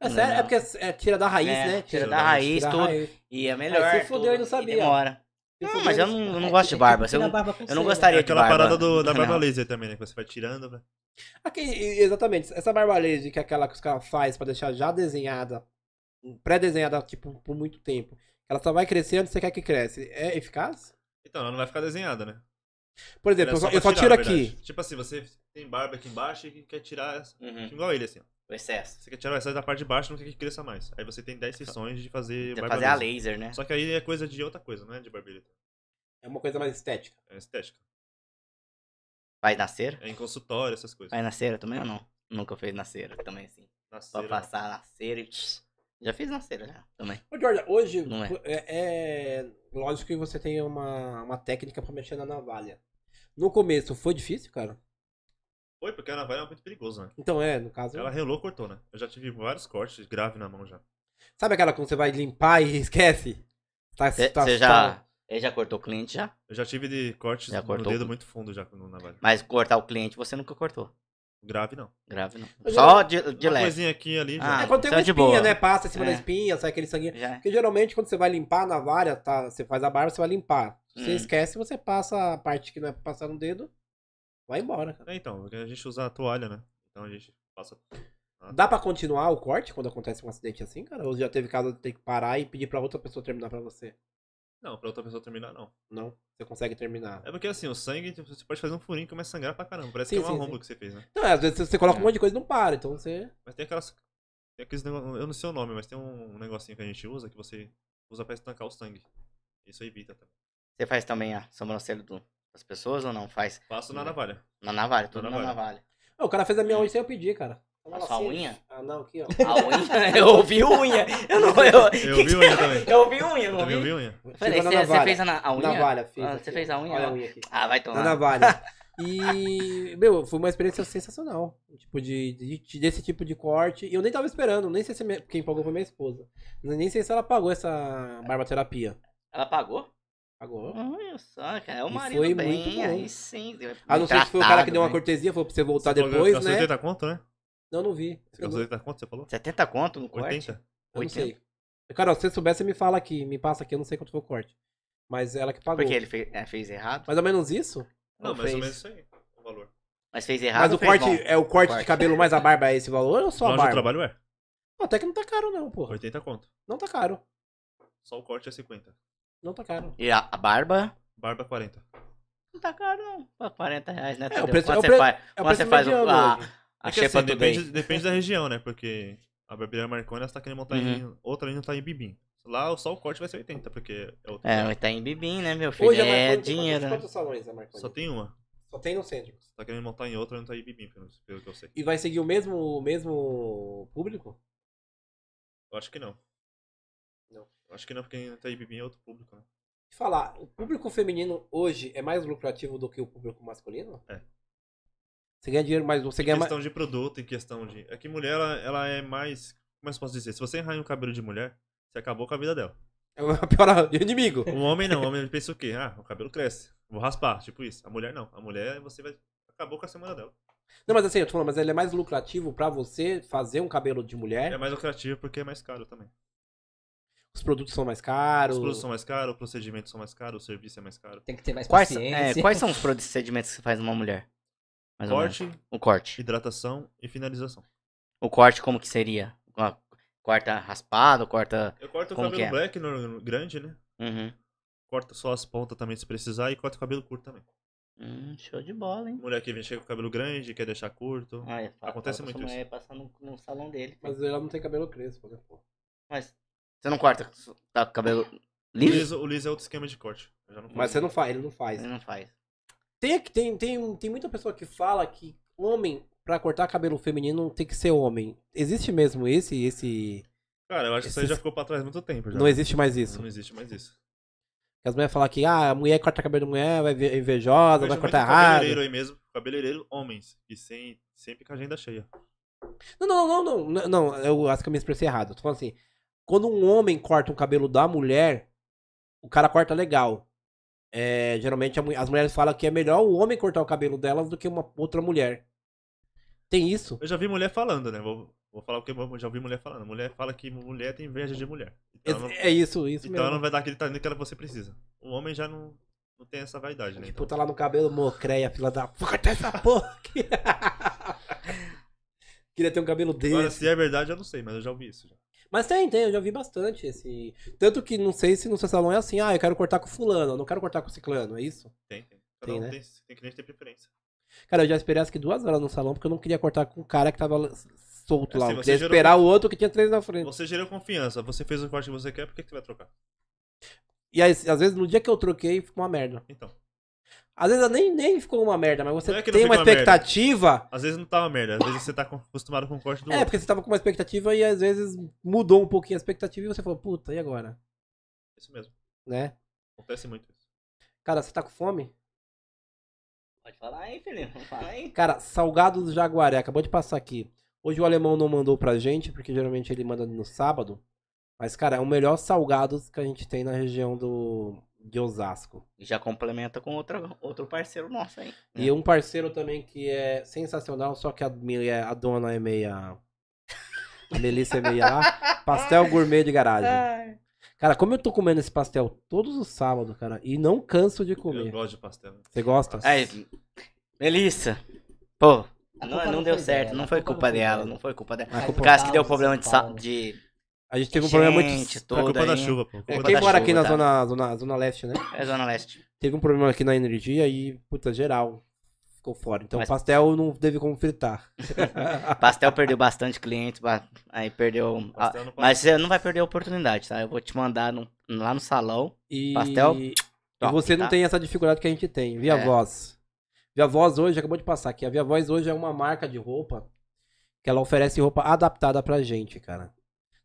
B: É sério, é porque é, tira da raiz,
A: É,
B: né?
A: tira
D: da
A: raiz,
B: da
A: tudo.
B: raiz.
A: E é melhor.
B: se fudeu,
A: tudo,
B: eu não sabia.
A: E demora.
B: Se
A: Não,
B: for
A: mas
B: bem-
A: eu não, eu não
C: É,
A: gosto de
C: é tipo
A: barba. se Eu
C: tirar
A: não,
C: barba com
A: eu não
C: cera.
A: gostaria
D: É
A: de
D: aquela
A: barba.
D: parada do, da
A: Não.
D: barba laser também, né? Que você vai tirando, velho.
B: Aqui, e- exatamente. Essa barba laser, que é aquela que os caras fazem pra deixar já desenhada, pré-desenhada, tipo, por muito tempo. Ela só vai crescendo, você quer que cresce. É eficaz?
D: Então, ela não vai ficar desenhada, né?
B: Por exemplo,
D: Ela é
B: eu só,
D: pra
B: eu só
D: tirar,
B: tiro
D: na
B: aqui.
D: verdade. Tipo assim, você tem barba aqui embaixo e quer tirar essa.
A: Uhum,
D: Igual ele, assim. ó.
A: o excesso.
D: Você quer tirar essa da parte de baixo, não quer que cresça mais. Aí você tem 10 sessões de
A: Tem
D: fazer
A: que
D: barba
A: fazer a
D: laser.
A: laser, né?
D: Só que aí é coisa de outra coisa, não é de barbeiro.
B: É uma coisa mais estética.
D: É estética.
A: Faz na cera?
D: É em consultório, essas coisas.
A: Faz na cera também ou não? Nunca fez na cera também, assim.
D: Na
A: Só
D: cera,
A: passar na cera e. Já fiz na cera, já. Também.
B: Ô, Jordan, hoje
A: Não é.
B: é, é lógico que você tem uma, uma técnica pra mexer na navalha. No começo foi difícil, cara?
D: Foi, porque a navalha é muito perigosa, né?
B: Então é, no caso.
D: Ela relou, cortou, né? Eu já tive vários cortes grave na mão já.
B: Sabe aquela quando você vai limpar e esquece? Tá,
A: Você
B: tá-
A: já.
B: tá-
A: Ele já cortou o cliente já?
D: Eu já tive de cortes
A: Já
D: no
A: cortou?
D: dedo muito fundo já no navalha.
A: Mas cortar o cliente você nunca cortou.
D: Grave não.
A: Grave não.
B: Mas
A: Só de, de
D: Uma
A: leve.
D: coisinha aqui e ali
A: Ah,
B: É
D: já.
B: quando tem
A: Então
B: uma
A: é de
B: espinha,
A: boa.
B: né? Passa em cima da
A: É.
B: espinha, sai aquele sanguinho.
A: Já é.
B: Porque geralmente quando você vai limpar a navalha, tá, você faz a barba, você vai limpar. Se Você
A: Hum.
B: esquece, você passa a parte que não é pra passar no dedo, vai embora. cara.
D: É, então, porque a gente usa a toalha, né? Então a gente passa.
B: Dá pra continuar o corte quando acontece um acidente assim, cara? Ou já teve caso de ter que parar e pedir pra outra pessoa terminar pra você?
D: Não, pra outra pessoa terminar, não.
B: Não, você consegue terminar.
D: É porque assim, o sangue, você pode fazer um furinho que começa a sangrar pra caramba. Parece
B: Sim,
D: que é uma
B: sim,
D: romba
B: sim.
D: que você fez, né?
B: Não, é, às vezes você coloca
A: É.
B: um monte de coisa e não para, então você.
D: Mas tem aquelas. Tem aqueles negócios. Eu não sei o nome, mas tem um negocinho que a gente usa que você usa pra estancar o sangue. Isso evita também.
A: Você faz também a sobrancelha do- das pessoas ou não? Faz
D: Passo na
A: Sim.
D: navalha.
A: na navalha, tudo
D: Na
A: na
D: navalha.
A: navalha.
B: Ah, o cara fez a
D: É.
B: minha unha sem eu pedir, cara. Então,
A: A
B: ela
A: sua
B: assim-
A: unha?
B: Ah, não, aqui, ó.
A: A unha, eu ouvi unha. Eu não eu,
D: Eu
A: que
D: vi
A: que-
D: unha também.
A: Eu ouvi unha, eu
D: Eu
A: não
D: também um
A: ouvi.
D: vi unha.
A: Peraí,
B: Chegou na
A: você você
B: navalha.
A: fez a, na- a unha?
B: Navalha, fiz.
A: Ah,
B: aqui,
A: você
B: ó.
A: fez a unha?
B: Olha a
A: ó.
B: unha aqui.
A: Ah, vai
B: Na
A: tomar.
B: navalha. E, meu, foi uma experiência sensacional. Tipo, de, de- de- desse tipo de corte. E eu nem tava esperando, nem sei se minha- quem pagou foi minha esposa. Nem sei se ela pagou essa barbaterapia.
A: Ela pagou?
B: Pagou.
A: Olha só, cara. É o
B: E
A: marido
B: foi
A: bem,
B: muito bom.
A: aí sim. deu- né?
B: A não ser se foi o cara que deu uma
A: tratado,
B: cortesia, falou pra você voltar
D: Você falou que
B: depois,
D: gastou
B: né?
D: 80 conto, né?
B: Não, não vi.
D: Você
B: Eu
D: tá gastou
B: não,
D: 80 conto, você falou?
A: né? 70 conto no corte?
D: 80?
B: eu não
A: 80.
B: sei. Carol, se você soubesse, me fala aqui. Me passa aqui, eu não sei quanto foi o corte. Mas ela que pagou.
A: Porque ele fez, é, fez errado.
B: Mais ou menos isso?
D: Não,
A: Ou
D: mais ou
A: fez-
D: menos isso aí. O valor.
A: Mas fez errado
B: Mas
A: ou
B: o
A: fez
B: corte
A: bom?
B: é o corte,
A: Corte.
B: de cabelo mais a barba é esse valor ou só a
D: Longe do
B: barba?
D: trabalho é.
B: Não, Até que não tá caro, não, porra.
D: 80 conto.
B: Não tá caro.
D: Só o corte é 50.
B: Não tá caro.
A: E a, a barba?
D: Barba É 40.
A: Não tá caro, não. Pô, 40 reais, né?
B: É, o
A: Tadeu?
B: preço-
A: Quando
B: é o
A: você
B: pre-
A: faz,
B: É o
A: quando
B: preço
A: você faz o, Ah,
B: mediano
A: a,
B: hoje.
A: a
D: É que,
A: xepa
D: assim,
A: do
D: depende,
A: bem.
D: depende da região, né? Porque a barbearia Marconi ela tá querendo montar
A: Uhum.
D: em. Outra ainda tá em Bibim. Lá só o corte vai ser 80, porque é outro.
A: É, mas tá em bibim, né, meu filho?
B: Hoje a
A: é
B: Marconi tem
A: dinheiro,
B: quantos-
A: né?
B: Quantos salões a Marconi?
D: Só tem uma.
B: Só tem no centro.
D: Você tá querendo montar em outra ainda tá em Bibim, pelo pelo que eu sei.
B: E vai seguir o mesmo, o mesmo público?
D: Eu acho que não. Acho que não, porque em Itaipebim é outro público, né?
B: Te falar, o público feminino hoje é mais lucrativo do que o público masculino?
D: É.
B: Você ganha dinheiro mais. Você
D: Em
B: ganha mais.
D: questão de produto, em questão de... É que mulher, ela, ela é mais... Como é que eu posso dizer? Se você enraia um cabelo de mulher, você acabou com a vida dela.
B: É uma pior inimigo.
D: O Um homem não, o homem pensa o quê? Ah, o cabelo cresce, vou raspar, tipo isso. A mulher não, a mulher você vai... Acabou com a semana dela.
B: Não, mas assim, eu tô falando, mas ele é mais lucrativo pra você fazer um cabelo de mulher.
D: É mais lucrativo porque é mais caro também.
B: Os produtos são mais caros.
D: Os produtos são mais caros, o procedimento são mais caros, o serviço é mais caro.
C: Tem que ter mais
A: Quais, são- é,
C: paciência.
A: quais são os procedimentos que você faz numa mulher? Mais ou
D: Corte,
A: menos. O corte.
D: hidratação e finalização.
A: O corte como que seria? Ó, Corta raspado, corta...
D: Eu corto o
A: Como
D: cabelo
A: que é?
D: black no, no- grande, né?
A: Uhum.
D: Corto só as pontas também se precisar e corto o cabelo curto também.
A: Hum, show de bola, hein?
D: Mulher que vem chega com o cabelo grande, quer deixar curto.
A: Olha, fa-
D: Acontece
A: fala com
D: muito
A: sua mulher passar no, no salão dele.
B: Mas ela não tem cabelo crespo, né, pô?
A: Mas você não corta tá com o cabelo
D: O
A: liso?
D: liso, o liso é outro esquema de corte. Eu já não
B: Mas você
D: faço.
B: não faz, ele não faz.
A: Você
D: É.
A: não faz.
B: Tem, tem, tem, um- tem muita pessoa que fala que homem, pra cortar cabelo feminino, tem que ser homem. Existe mesmo esse, esse.
D: Cara, eu acho que isso aí
B: Esses-
D: já ficou pra trás há muito tempo. Já.
B: Não existe mais isso.
D: Não existe mais isso.
B: As mulheres falam que ah, a mulher corta cabelo de mulher, vai ver é invejosa, vai
D: Vejo muito
B: cortar
D: cabeleireiro
B: errado.
D: aí mesmo, cabeleireiro homens, e sem, sempre com a agenda cheia.
B: Não, não, não, não, não. Não, eu acho que eu me expressei errado. Eu tô falando assim. Quando um homem corta um cabelo da mulher, o cara corta legal. É, geralmente a mu- as mulheres falam que é melhor o homem cortar o cabelo delas do que uma outra mulher. Tem isso?
D: Eu já vi mulher falando, né? Vou, vou falar o que eu já vi mulher falando. Mulher fala que mulher tem inveja de mulher. Então, ela não,
B: É isso, isso
D: então ela
B: mesmo.
D: não vai dar aquele talento que ela você precisa. O homem já não, não tem essa vaidade, né?
B: Tipo,
D: Então,
B: tá lá no cabelo, mocreia, fila da porra, corta essa porra aqui. Queria ter um cabelo desse.
D: agora, se é verdade, eu não sei, mas eu já ouvi isso. já.
B: Mas tem, tem, eu já vi bastante esse. Tanto que não sei se no seu salão é assim, ah, eu quero cortar com fulano, eu não quero cortar com ciclano, é isso?
D: Tem, tem. Cada
B: Tem,
D: um
B: né?
D: tem, tem cliente que tem preferência.
B: Cara, eu já esperei acho que duas horas no salão porque eu não queria cortar com o cara que tava solto
D: É
B: lá.
D: assim,
B: Eu
D: você
B: queria
D: gerou-
B: esperar o outro que tinha três na frente.
D: Você gerou confiança, você fez o corte que você quer, por que, que você vai trocar?
B: E aí, às vezes, no dia que eu troquei, ficou uma merda.
D: Então,
B: Às vezes nem, nem ficou uma merda, mas você
D: Não é que não
B: tem uma
D: fica uma merda.
B: expectativa.
D: às vezes não tá uma merda, às vezes você tá com- acostumado com o corte do
B: é,
D: outro.
B: porque você tava com uma expectativa e às vezes mudou um pouquinho a expectativa e você falou, puta, e agora?
D: É Isso mesmo,
B: Né?
D: acontece muito isso.
B: Cara, você tá com fome?
A: Pode falar aí, Felipe. Fala aí.
B: Cara, salgado do Jaguaré, acabou de passar aqui. Hoje o alemão não mandou pra gente, porque geralmente ele manda no sábado. Mas, cara, é o melhor salgados que a gente tem na região do de Osasco.
A: E já complementa com outro, outro parceiro nosso aí.
B: E um parceiro também que é sensacional, só que a, mi- a dona é meia. A Melissa é meia lá. Pastel gourmet de
A: Né?
B: garagem.
A: Ai.
B: Cara, como eu tô comendo esse pastel todos os sábados, cara, e não canso de
D: Eu
B: comer.
D: gosto de pastel. né?
B: Você gosta?
A: Aí, É, Melissa. Pô,
C: A
A: não,
C: culpa
A: não
C: não
A: deu
C: foi
A: certo.
C: dela,
A: não
C: a
A: foi
C: culpa
A: culpa
C: não foi
A: dela,
C: dela.
A: não foi culpa dela.
B: A
C: Aí
B: culpa-
A: Por causa que deu
C: São
A: problema de, sa-
C: Paulo.
A: de
B: A gente teve um problema muito.
A: gente
D: Foi
A: toda
D: culpa da
A: aí.
D: chuva, pô.
B: É,
D: culpa
B: quem
D: da
B: mora
D: chuva.
B: aqui na
A: tá?
B: zona, zona, zona leste, né?
A: É Zona Leste.
B: Teve um problema aqui na energia e, puta, geral ficou fora. Então o
A: Mas-
B: pastel não teve como fritar.
A: Pastel perdeu bastante cliente, ba- aí perdeu. ah,
D: Pastel não pode-
A: mas você não vai perder a oportunidade, tá? Eu vou te mandar no- lá no salão.
B: E,
A: Pastel?
B: e
A: Top,
B: você não
A: tá?
B: tem essa dificuldade que a gente tem. Via
A: É.
B: Voz. Via Voz hoje, acabou de passar aqui. A Via Voz hoje é uma marca de roupa que ela oferece roupa adaptada pra gente, cara.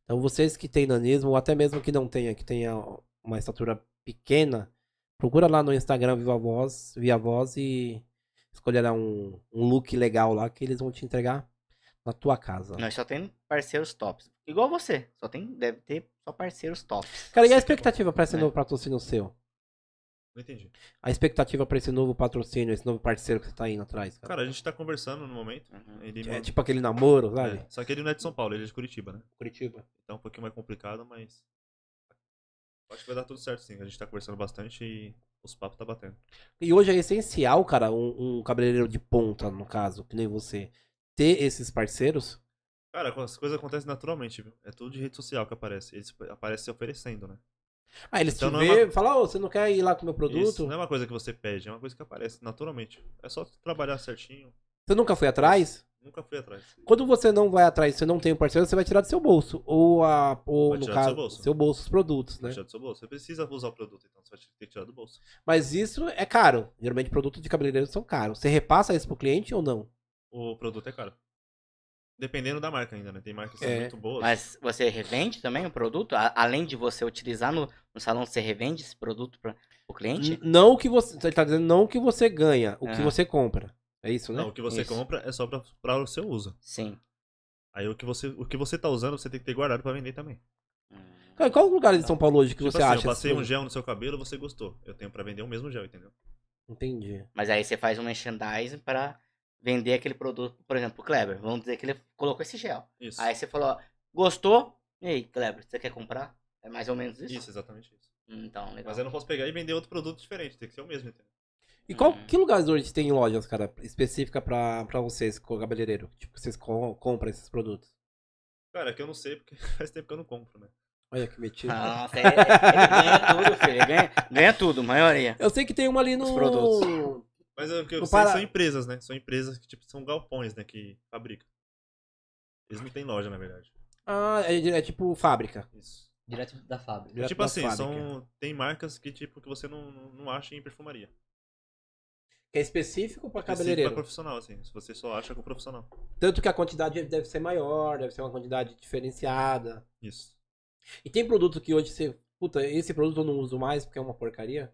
B: Então vocês que têm nanismo, ou até mesmo que não tenha, que tenha uma estatura pequena, procura lá no Instagram Viva Voz, Via Voz e escolherá um, um look legal lá que eles vão te entregar na tua casa.
A: Nós só tem parceiros tops. Igual você. Só tem, deve ter só parceiros tops.
B: Cara, e a expectativa pra esse
A: É.
B: novo patrocínio seu?
D: Não entendi.
B: A expectativa pra esse novo patrocínio, esse novo parceiro que você tá indo atrás, cara?
D: Cara, a gente tá conversando no momento. Ele
B: É
D: manda-
B: tipo aquele namoro, sabe?
D: é, Só que ele não é de São Paulo, ele é de Curitiba, né?
B: Curitiba.
D: Então é um pouquinho mais complicado, mas. Acho que vai dar tudo certo sim. A gente tá conversando bastante e os papos tá batendo.
B: E hoje é essencial, cara, um, um cabeleireiro de ponta, no caso, que nem você, ter esses parceiros.
D: Cara, as coisas acontecem naturalmente, viu? É tudo de rede social que aparece. Eles aparecem se oferecendo, né?
B: Ah, eles
D: Então
B: te
D: não é
B: vê, falam, fala, ô, você não quer ir lá com o meu produto?
D: Isso não é uma coisa que você pede, é uma coisa que aparece naturalmente. É só trabalhar certinho.
B: Você nunca foi atrás?
D: Nunca fui atrás.
B: Quando você não vai atrás, você não tem um parceiro, você vai tirar do seu bolso. Ou, a, ou
D: Vai
B: no
D: tirar do seu
B: caso,
D: bolso.
B: seu bolso, os produtos, né?
D: Tirar do seu bolso. Você precisa usar o produto, então você vai ter que tirar do bolso.
B: Mas isso é caro. Geralmente produtos de cabeleireiro são caros. Você repassa isso pro cliente ou não?
D: O produto é caro. Dependendo da marca ainda, né? Tem marcas que são
B: É,
D: muito boas.
A: Mas você revende também o produto? A- além de você utilizar no, no salão, você revende esse produto para o cliente?
B: N- Não o que você. Ele tá dizendo não o que você ganha, o que
A: Ah.
B: você compra. É isso, né?
D: Não, o que você
A: Isso.
D: compra é só pra, pra o seu uso.
A: Sim.
D: Aí o que, você, o que você tá usando, você tem que ter guardado pra vender também.
A: Hum.
B: Cara, Então, qual o lugar de São Paulo hoje que
D: Tipo
B: você
D: assim,
B: acha?
D: eu passei
B: assim?
D: um gel no seu cabelo, você gostou. Eu tenho pra vender o mesmo gel, entendeu?
B: Entendi.
A: Mas aí você faz um merchandising para vender aquele produto, por exemplo, o Kleber. Vamos dizer que ele colocou esse gel.
D: Isso.
A: Aí você falou, ó, gostou? E aí, Kleber, você quer comprar? É mais ou menos isso?
D: Isso, exatamente isso.
A: Hum, Então, legal.
D: Mas eu não posso pegar e vender outro produto diferente, tem que ser o mesmo, entendeu?
B: E qual,
A: Uhum.
B: que lugares hoje tem lojas, cara, específica pra, pra vocês, com o cabeleireiro? Tipo, que vocês co- compram esses produtos.
D: Cara, é que eu não sei, porque faz tempo que eu não compro, né?
B: Olha que metido.
A: Nossa, ele, ele ganha tudo, filho. Ele ganha, ganha tudo, maioria.
B: Eu sei que tem uma ali no.
A: Os produtos.
D: Mas é porque eu
B: No
D: sei,
B: Pará.
D: são empresas, né? São empresas que, tipo, são galpões, né? Que fabricam. Eles não têm loja, na verdade.
B: Ah, é, é tipo fábrica.
D: Isso.
C: Direto da fábrica.
B: Direto
D: tipo
B: da
D: assim,
B: fábrica.
D: são, tem marcas que, tipo, que você não, não não acha em perfumaria.
B: Que é específico pra cabeleireiro.
D: Cabeleireiro. Pra profissional, assim. Se você só acha com profissional.
B: Tanto que a quantidade deve ser maior, deve ser uma quantidade diferenciada.
D: Isso.
B: E tem produto que hoje você. Puta, esse produto eu não uso mais porque é uma porcaria.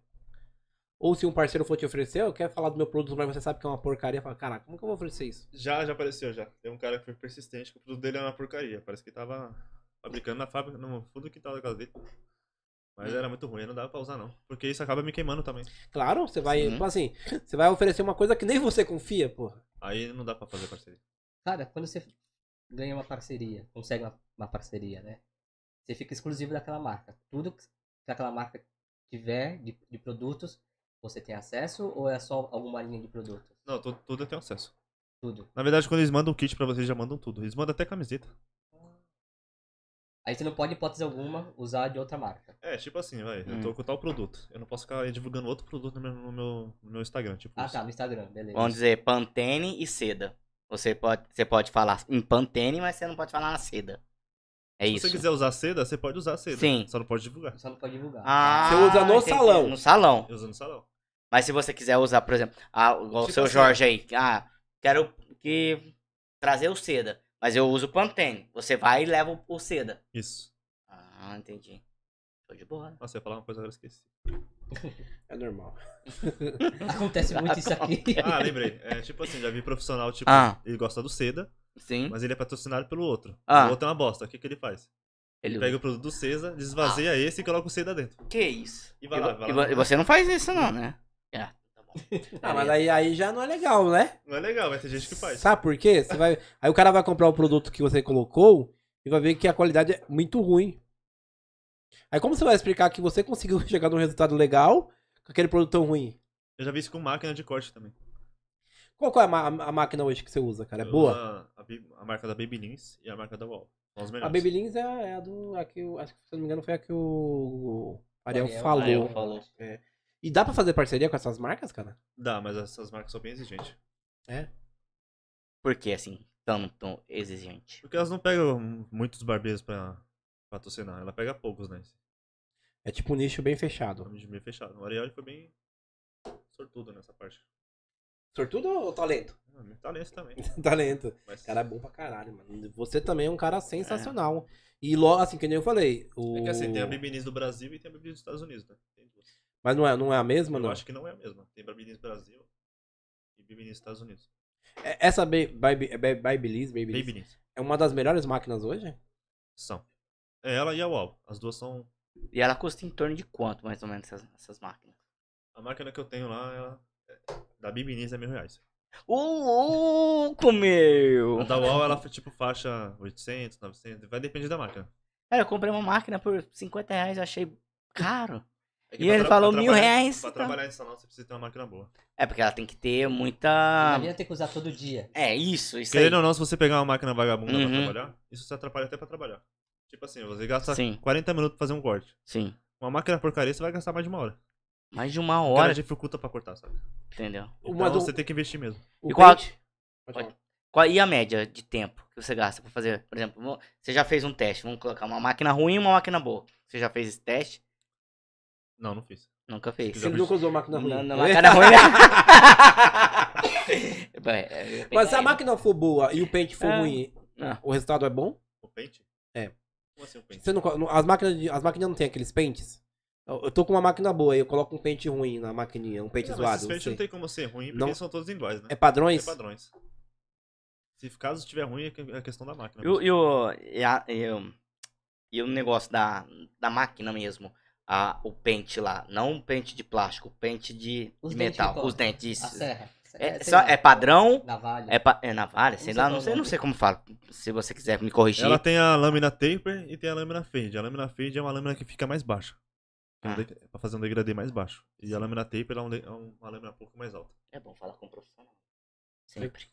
B: Ou se um parceiro for te oferecer, eu quero falar do meu produto, mas você sabe que é uma porcaria. Fala, caraca, como que eu vou oferecer isso?
D: Já, já apareceu, já. Tem um cara que foi persistente, que o produto dele era uma porcaria. Parece que tava fabricando na fábrica, no fundo do quintal da casa dele. Mas era muito ruim, não dava pra usar, não. Porque isso acaba me queimando também.
B: Claro, você vai.
A: Sim.
B: tipo Assim, você vai oferecer uma coisa que nem você confia, porra.
D: Aí não dá pra fazer parceria.
C: Cara, quando você ganha uma parceria, consegue uma, uma parceria, né? Você fica exclusivo daquela marca. Tudo que aquela marca tiver de, de produtos, você tem acesso ou é só alguma linha de produtos?
D: Não, tudo, tudo eu tenho acesso.
C: Tudo.
D: Na verdade, quando eles mandam um kit pra vocês, já mandam tudo. Eles mandam até camiseta.
C: Aí você não pode, em hipótese alguma, usar de outra marca.
D: É, tipo assim, vai.
A: Hum.
D: Eu tô com tal produto. Eu não posso ficar divulgando outro produto no meu, no meu, no meu Instagram. Tipo,
C: Ah
D: isso.
C: tá, no Instagram, beleza.
A: Vamos dizer, Pantene e seda. Você pode, você pode falar em Pantene, mas você não pode falar na seda. É
D: se
A: isso.
D: você quiser usar seda, você pode usar seda.
A: Sim.
D: Só não pode divulgar.
C: Só não pode divulgar.
A: Ah,
B: Você usa no
A: entendi.
B: salão.
A: No salão.
D: Eu uso no salão.
A: Mas se você quiser usar, por exemplo, ah, igual o
D: Tipo
A: seu
D: assim.
A: Jorge aí, ah, quero que trazer o seda, mas eu uso o Pantene. Você vai e leva o, o seda.
D: Isso.
A: Ah, entendi. Tô de boa.
D: Nossa, eu ia falar uma coisa, agora eu esqueci.
B: É normal.
C: Acontece muito isso aqui.
D: Ah, lembrei. É tipo assim, já vi profissional, tipo,
A: Ah.
D: ele gosta do seda,
A: Sim.
D: mas ele é patrocinado pelo outro.
A: Ah.
D: O outro é uma bosta. O que, que ele faz? Ele pega o produto do seda, desvazia esse e coloca o seda dentro.
A: Que isso?
D: E vai lá,
A: vo-
D: vai lá,
A: vo-
D: vai lá. É.
A: e você não faz isso não, né? Ah, tá bom.
B: Ah, mas aí, aí já não é legal, né?
D: Não é legal, mas tem gente que faz.
B: Sabe por quê? Você vai... Aí o cara vai comprar o produto que você colocou e vai ver que a qualidade é muito ruim. Aí como você vai explicar que você conseguiu chegar num resultado legal com aquele produto tão ruim?
D: Eu já vi isso com máquina de corte também.
B: Qual, qual é a, ma- a máquina hoje que você usa, cara? É
D: Eu
B: boa?
D: uso A, a Bi- a marca da Babylins e a marca da Wall. São os
B: A
D: melhores.
B: Babylins é, é a do. A que, o- acho que, se eu não me engano, foi a que o Ariel,
C: Ariel.
B: falou.
A: Ariel falou.
B: E dá pra fazer parceria com essas marcas, cara?
D: Dá, mas essas marcas são bem exigentes.
A: Por que assim, tão, tão exigente?
D: Porque elas não pegam muitos barbeiros pra patrocinar. Ela pega poucos, né?
B: É tipo um nicho bem fechado.
D: Nome de meio fechado. O Ariel ele foi bem sortudo nessa parte.
B: Sortudo ou talento?
D: Ah, meu Talento também.
B: talento.
D: Mas...
B: Cara é bom pra caralho, mano. Você também é um cara sensacional. E logo, assim, que nem eu falei. O...
D: É que assim, tem a Babylins do Brasil e tem a Babylins dos Estados Unidos, né? Tem duas.
B: Mas não é, não é a mesma,
D: Eu
B: não?
D: acho que não é a mesma. Tem Babylins Brasil e Babylins Estados Unidos.
B: É- Essa Ba- Ba- Ba- Babyliss, Babyliss,
D: Babylins.
B: é uma das melhores máquinas hoje?
D: São. É ela e a UAU. As duas são.
A: E ela custa em torno de quanto, mais ou menos, essas, essas máquinas?
D: A máquina que eu tenho lá, ela. Da Babylins é mil reais.
A: Ô, louco, meu!
D: A da UAU, ela foi tipo faixa 800, 900. Vai depender da máquina.
A: Cara, eu comprei uma máquina por 50 reais, eu achei caro.
D: É que
A: E
D: pra
A: ele
D: tra-
A: falou
D: pra
A: mil
D: trabalhar-
A: reais,
D: Pra
A: então.
D: trabalhar em salão, você precisa ter uma máquina boa.
A: É porque ela tem que ter
C: A
A: muita.
C: menina tem que usar todo dia.
A: É isso, isso aí.
D: Querendo ou não, se você pegar uma máquina vagabunda
A: Uhum.
D: pra trabalhar, isso te atrapalha até pra trabalhar. Tipo assim, você gasta
A: Sim.
D: 40 minutos pra fazer um corte.
A: Sim.
D: Uma máquina porcaria, você vai gastar mais de uma hora.
A: Mais de uma
D: Hora
A: hora,
D: dificulta pra cortar, sabe?
A: entendeu?
B: Uma
D: então
B: do-
D: você tem que investir mesmo.
B: O
A: E qual-
B: Paint? Pode
A: Pode-
B: falar.
A: Qual, e a média de tempo que você gasta pra fazer? Por exemplo, vamos- você já fez um teste, vamos colocar uma máquina ruim e uma máquina boa. Você já fez esse teste?
D: Não, não fiz.
A: Nunca fez.
D: quiser-
B: Você nunca usou máquina ruim.
A: Não, não, máquina ruim. né? Bem, é, eu ia
B: Mas se
A: pegar aí.
B: a é. máquina for boa e o pente for
A: É.
B: ruim,
A: Ah.
B: O resultado é bom.
D: O pente?
B: É.
D: Como assim o pente?
B: Você não, co- não- as, máquinas, de- as máquinas não tem aqueles pentes? Eu, eu tô com uma máquina boa e eu coloco um pente ruim na maquininha, um pente
D: Não, Ah, mas
B: zoado.
D: esses
B: não
D: pentes
B: sei.
D: não tem como ser ruim, porque
B: Não.
D: eles são todos iguais, né?
B: É padrões?
D: É padrões. Se caso estiver ruim, é que- é questão da máquina.
A: E o, e o, e a- e o- e o negócio da, da máquina mesmo? A, o pente lá. Não um pente de plástico, o pente de,
C: Os
A: de
C: dentes Ah, de
A: metal.
C: cobre.
A: os dentes.
C: A
A: isso.
C: serra.
A: É,
C: sei
A: só-
C: lá,
A: é padrão?
C: Navalha.
A: É, pa, é navalha? Sei
C: sei
A: lá,
C: qual
A: não
C: o
A: sei, não
C: nome.
A: sei como fala. Se você quiser me corrigir.
D: Ela tem a lâmina taper e tem a lâmina fade. A lâmina fade é uma lâmina que fica mais baixa.
A: Ah.
D: Pra Pra fazer um degradê mais baixo. E a lâmina taper é um de- é uma lâmina um pouco mais alta.
A: É bom falar com o profissional. Sempre.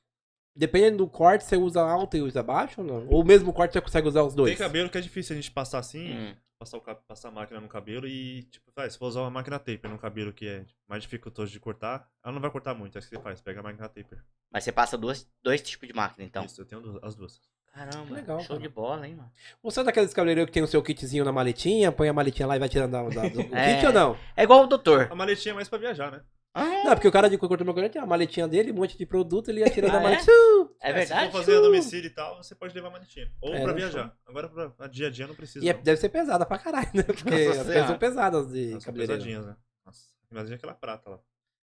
B: Dependendo do corte, você usa alto e usa baixo ou não? Ou mesmo corte você consegue usar os dois?
D: Tem cabelo que é difícil a gente passar assim,
A: Hum.
D: passar, o cab- passar a máquina no cabelo e, tipo, vai, se for usar uma máquina taper no cabelo que é mais dificultoso de cortar, ela não vai cortar muito, é isso que você faz, pega a máquina taper.
A: Mas você passa duas, dois tipos de máquina, então.
D: Isso, eu tenho du- as duas.
A: Caramba,
B: Legal,
A: show
B: cara.
A: de bola, hein, mano.
B: Você é daqueles cabeleireiros que tem o seu kitzinho na maletinha, põe a maletinha lá e vai tirando da, da- do
A: É.
B: kit ou não?
A: É igual o doutor.
D: A maletinha é mais pra viajar, né?
A: Ah,
B: Não, porque o cara de que cortou meu cabelo tinha a maletinha dele, um monte de produto, ele ia tirando
A: Ah,
B: a
A: é?
B: maletinha.
A: É
D: Se
A: verdade?
D: for fazer a domicílio e tal, você pode levar a maletinha. Ou
B: É,
D: pra
B: né?
D: viajar. Agora pra pra dia a dia não precisa.
B: E é-
D: não.
B: deve ser pesada pra caralho, né? Porque
A: Nossa
B: as coisas
A: Senhora.
B: são pesadas de
D: Elas são
B: cabeleireiro.
D: pesadinhas, né? Nossa, imagina aquela prata lá.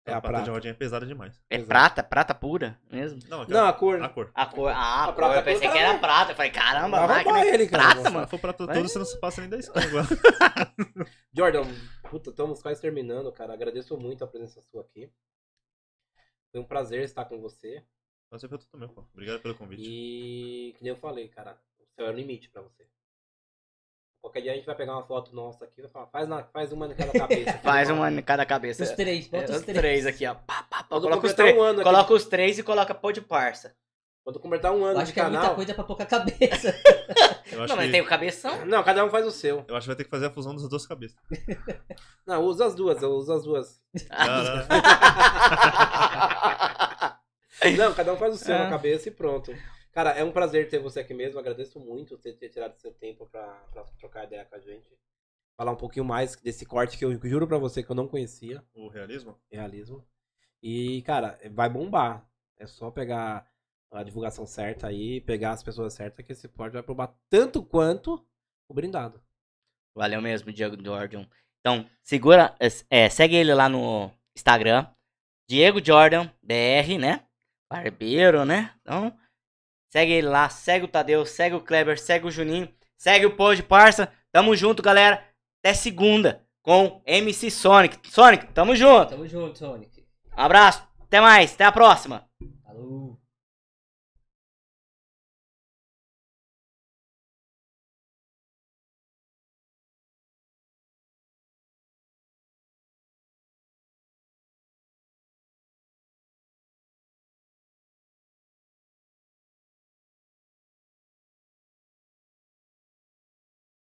B: É,
D: Aquela
B: a
D: prata, de
B: prata.
D: rodinha é pesada demais.
A: É
B: Exato.
A: prata, prata pura mesmo.
D: Não,
B: Não,
D: aquela,
B: a cor.
D: a cor.
A: A cor, ah, a
B: A
A: cor,
B: prata
A: eu pensei
B: pura
A: que era
B: também.
A: prata. Eu falei, caramba,
B: Vai
A: a máquina
B: roubar
A: é
B: ele, cara,
A: prata,
B: você.
A: mano.
D: Se for prata
A: Vai.
D: toda, você não passa nem da esquina agora.
B: Jordan, puta, estamos quase terminando, cara. Agradeço muito a presença sua aqui. Foi um prazer estar com você.
D: Mas foi tudo meu, pô. Obrigado pelo convite.
B: E, que nem eu falei, cara, o céu é o limite pra você. Qualquer dia a gente vai pegar uma foto nossa aqui e vai falar, faz, na- faz uma naquela cabeça.
A: Faz uma em cada cabeça.
C: Os três,
A: É,
C: bota os três.
A: aqui, ó. Pá, pá, pá.
B: Quando
A: Coloca os
B: completar
A: três.
B: um ano aqui.
A: Coloca os três e coloca pô de parça.
B: Quando completar um
C: Eu
B: ano
C: acho
B: de
C: que é muita
B: canal...
C: coisa pra pouca cabeça.
D: Eu acho,
A: Não, mas
D: que,
A: tem o cabeção.
B: Não, cada um faz o seu.
D: eu acho que vai ter que fazer a fusão das duas cabeças.
B: Não, usa as duas, eu uso as duas.
D: Ah,
B: Não, cada um faz o seu
A: É.
B: na cabeça e pronto. Cara, é um prazer ter você aqui mesmo. Agradeço muito você ter tirado seu tempo pra, pra trocar ideia com a gente. Falar um pouquinho mais desse corte que eu juro pra você que eu não conhecia.
D: o realismo?
B: realismo. E, cara, vai bombar. É só pegar a divulgação certa aí, pegar as pessoas certas, que esse porte vai bombar tanto quanto o brindado.
A: Valeu mesmo, Diego Jordan. Então, segura. É, segue ele lá no Instagram. Diego Jordan BR, né? Barbeiro, né? Então, segue ele lá, segue o Tadeu, segue o Kleber, segue o Juninho, segue o Pô de Parça. Tamo junto, galera. Até segunda com MC Sonic. Sonic, tamo junto.
C: Tamo junto, Sonic.
A: Abraço, até mais, até a próxima.
C: Falou.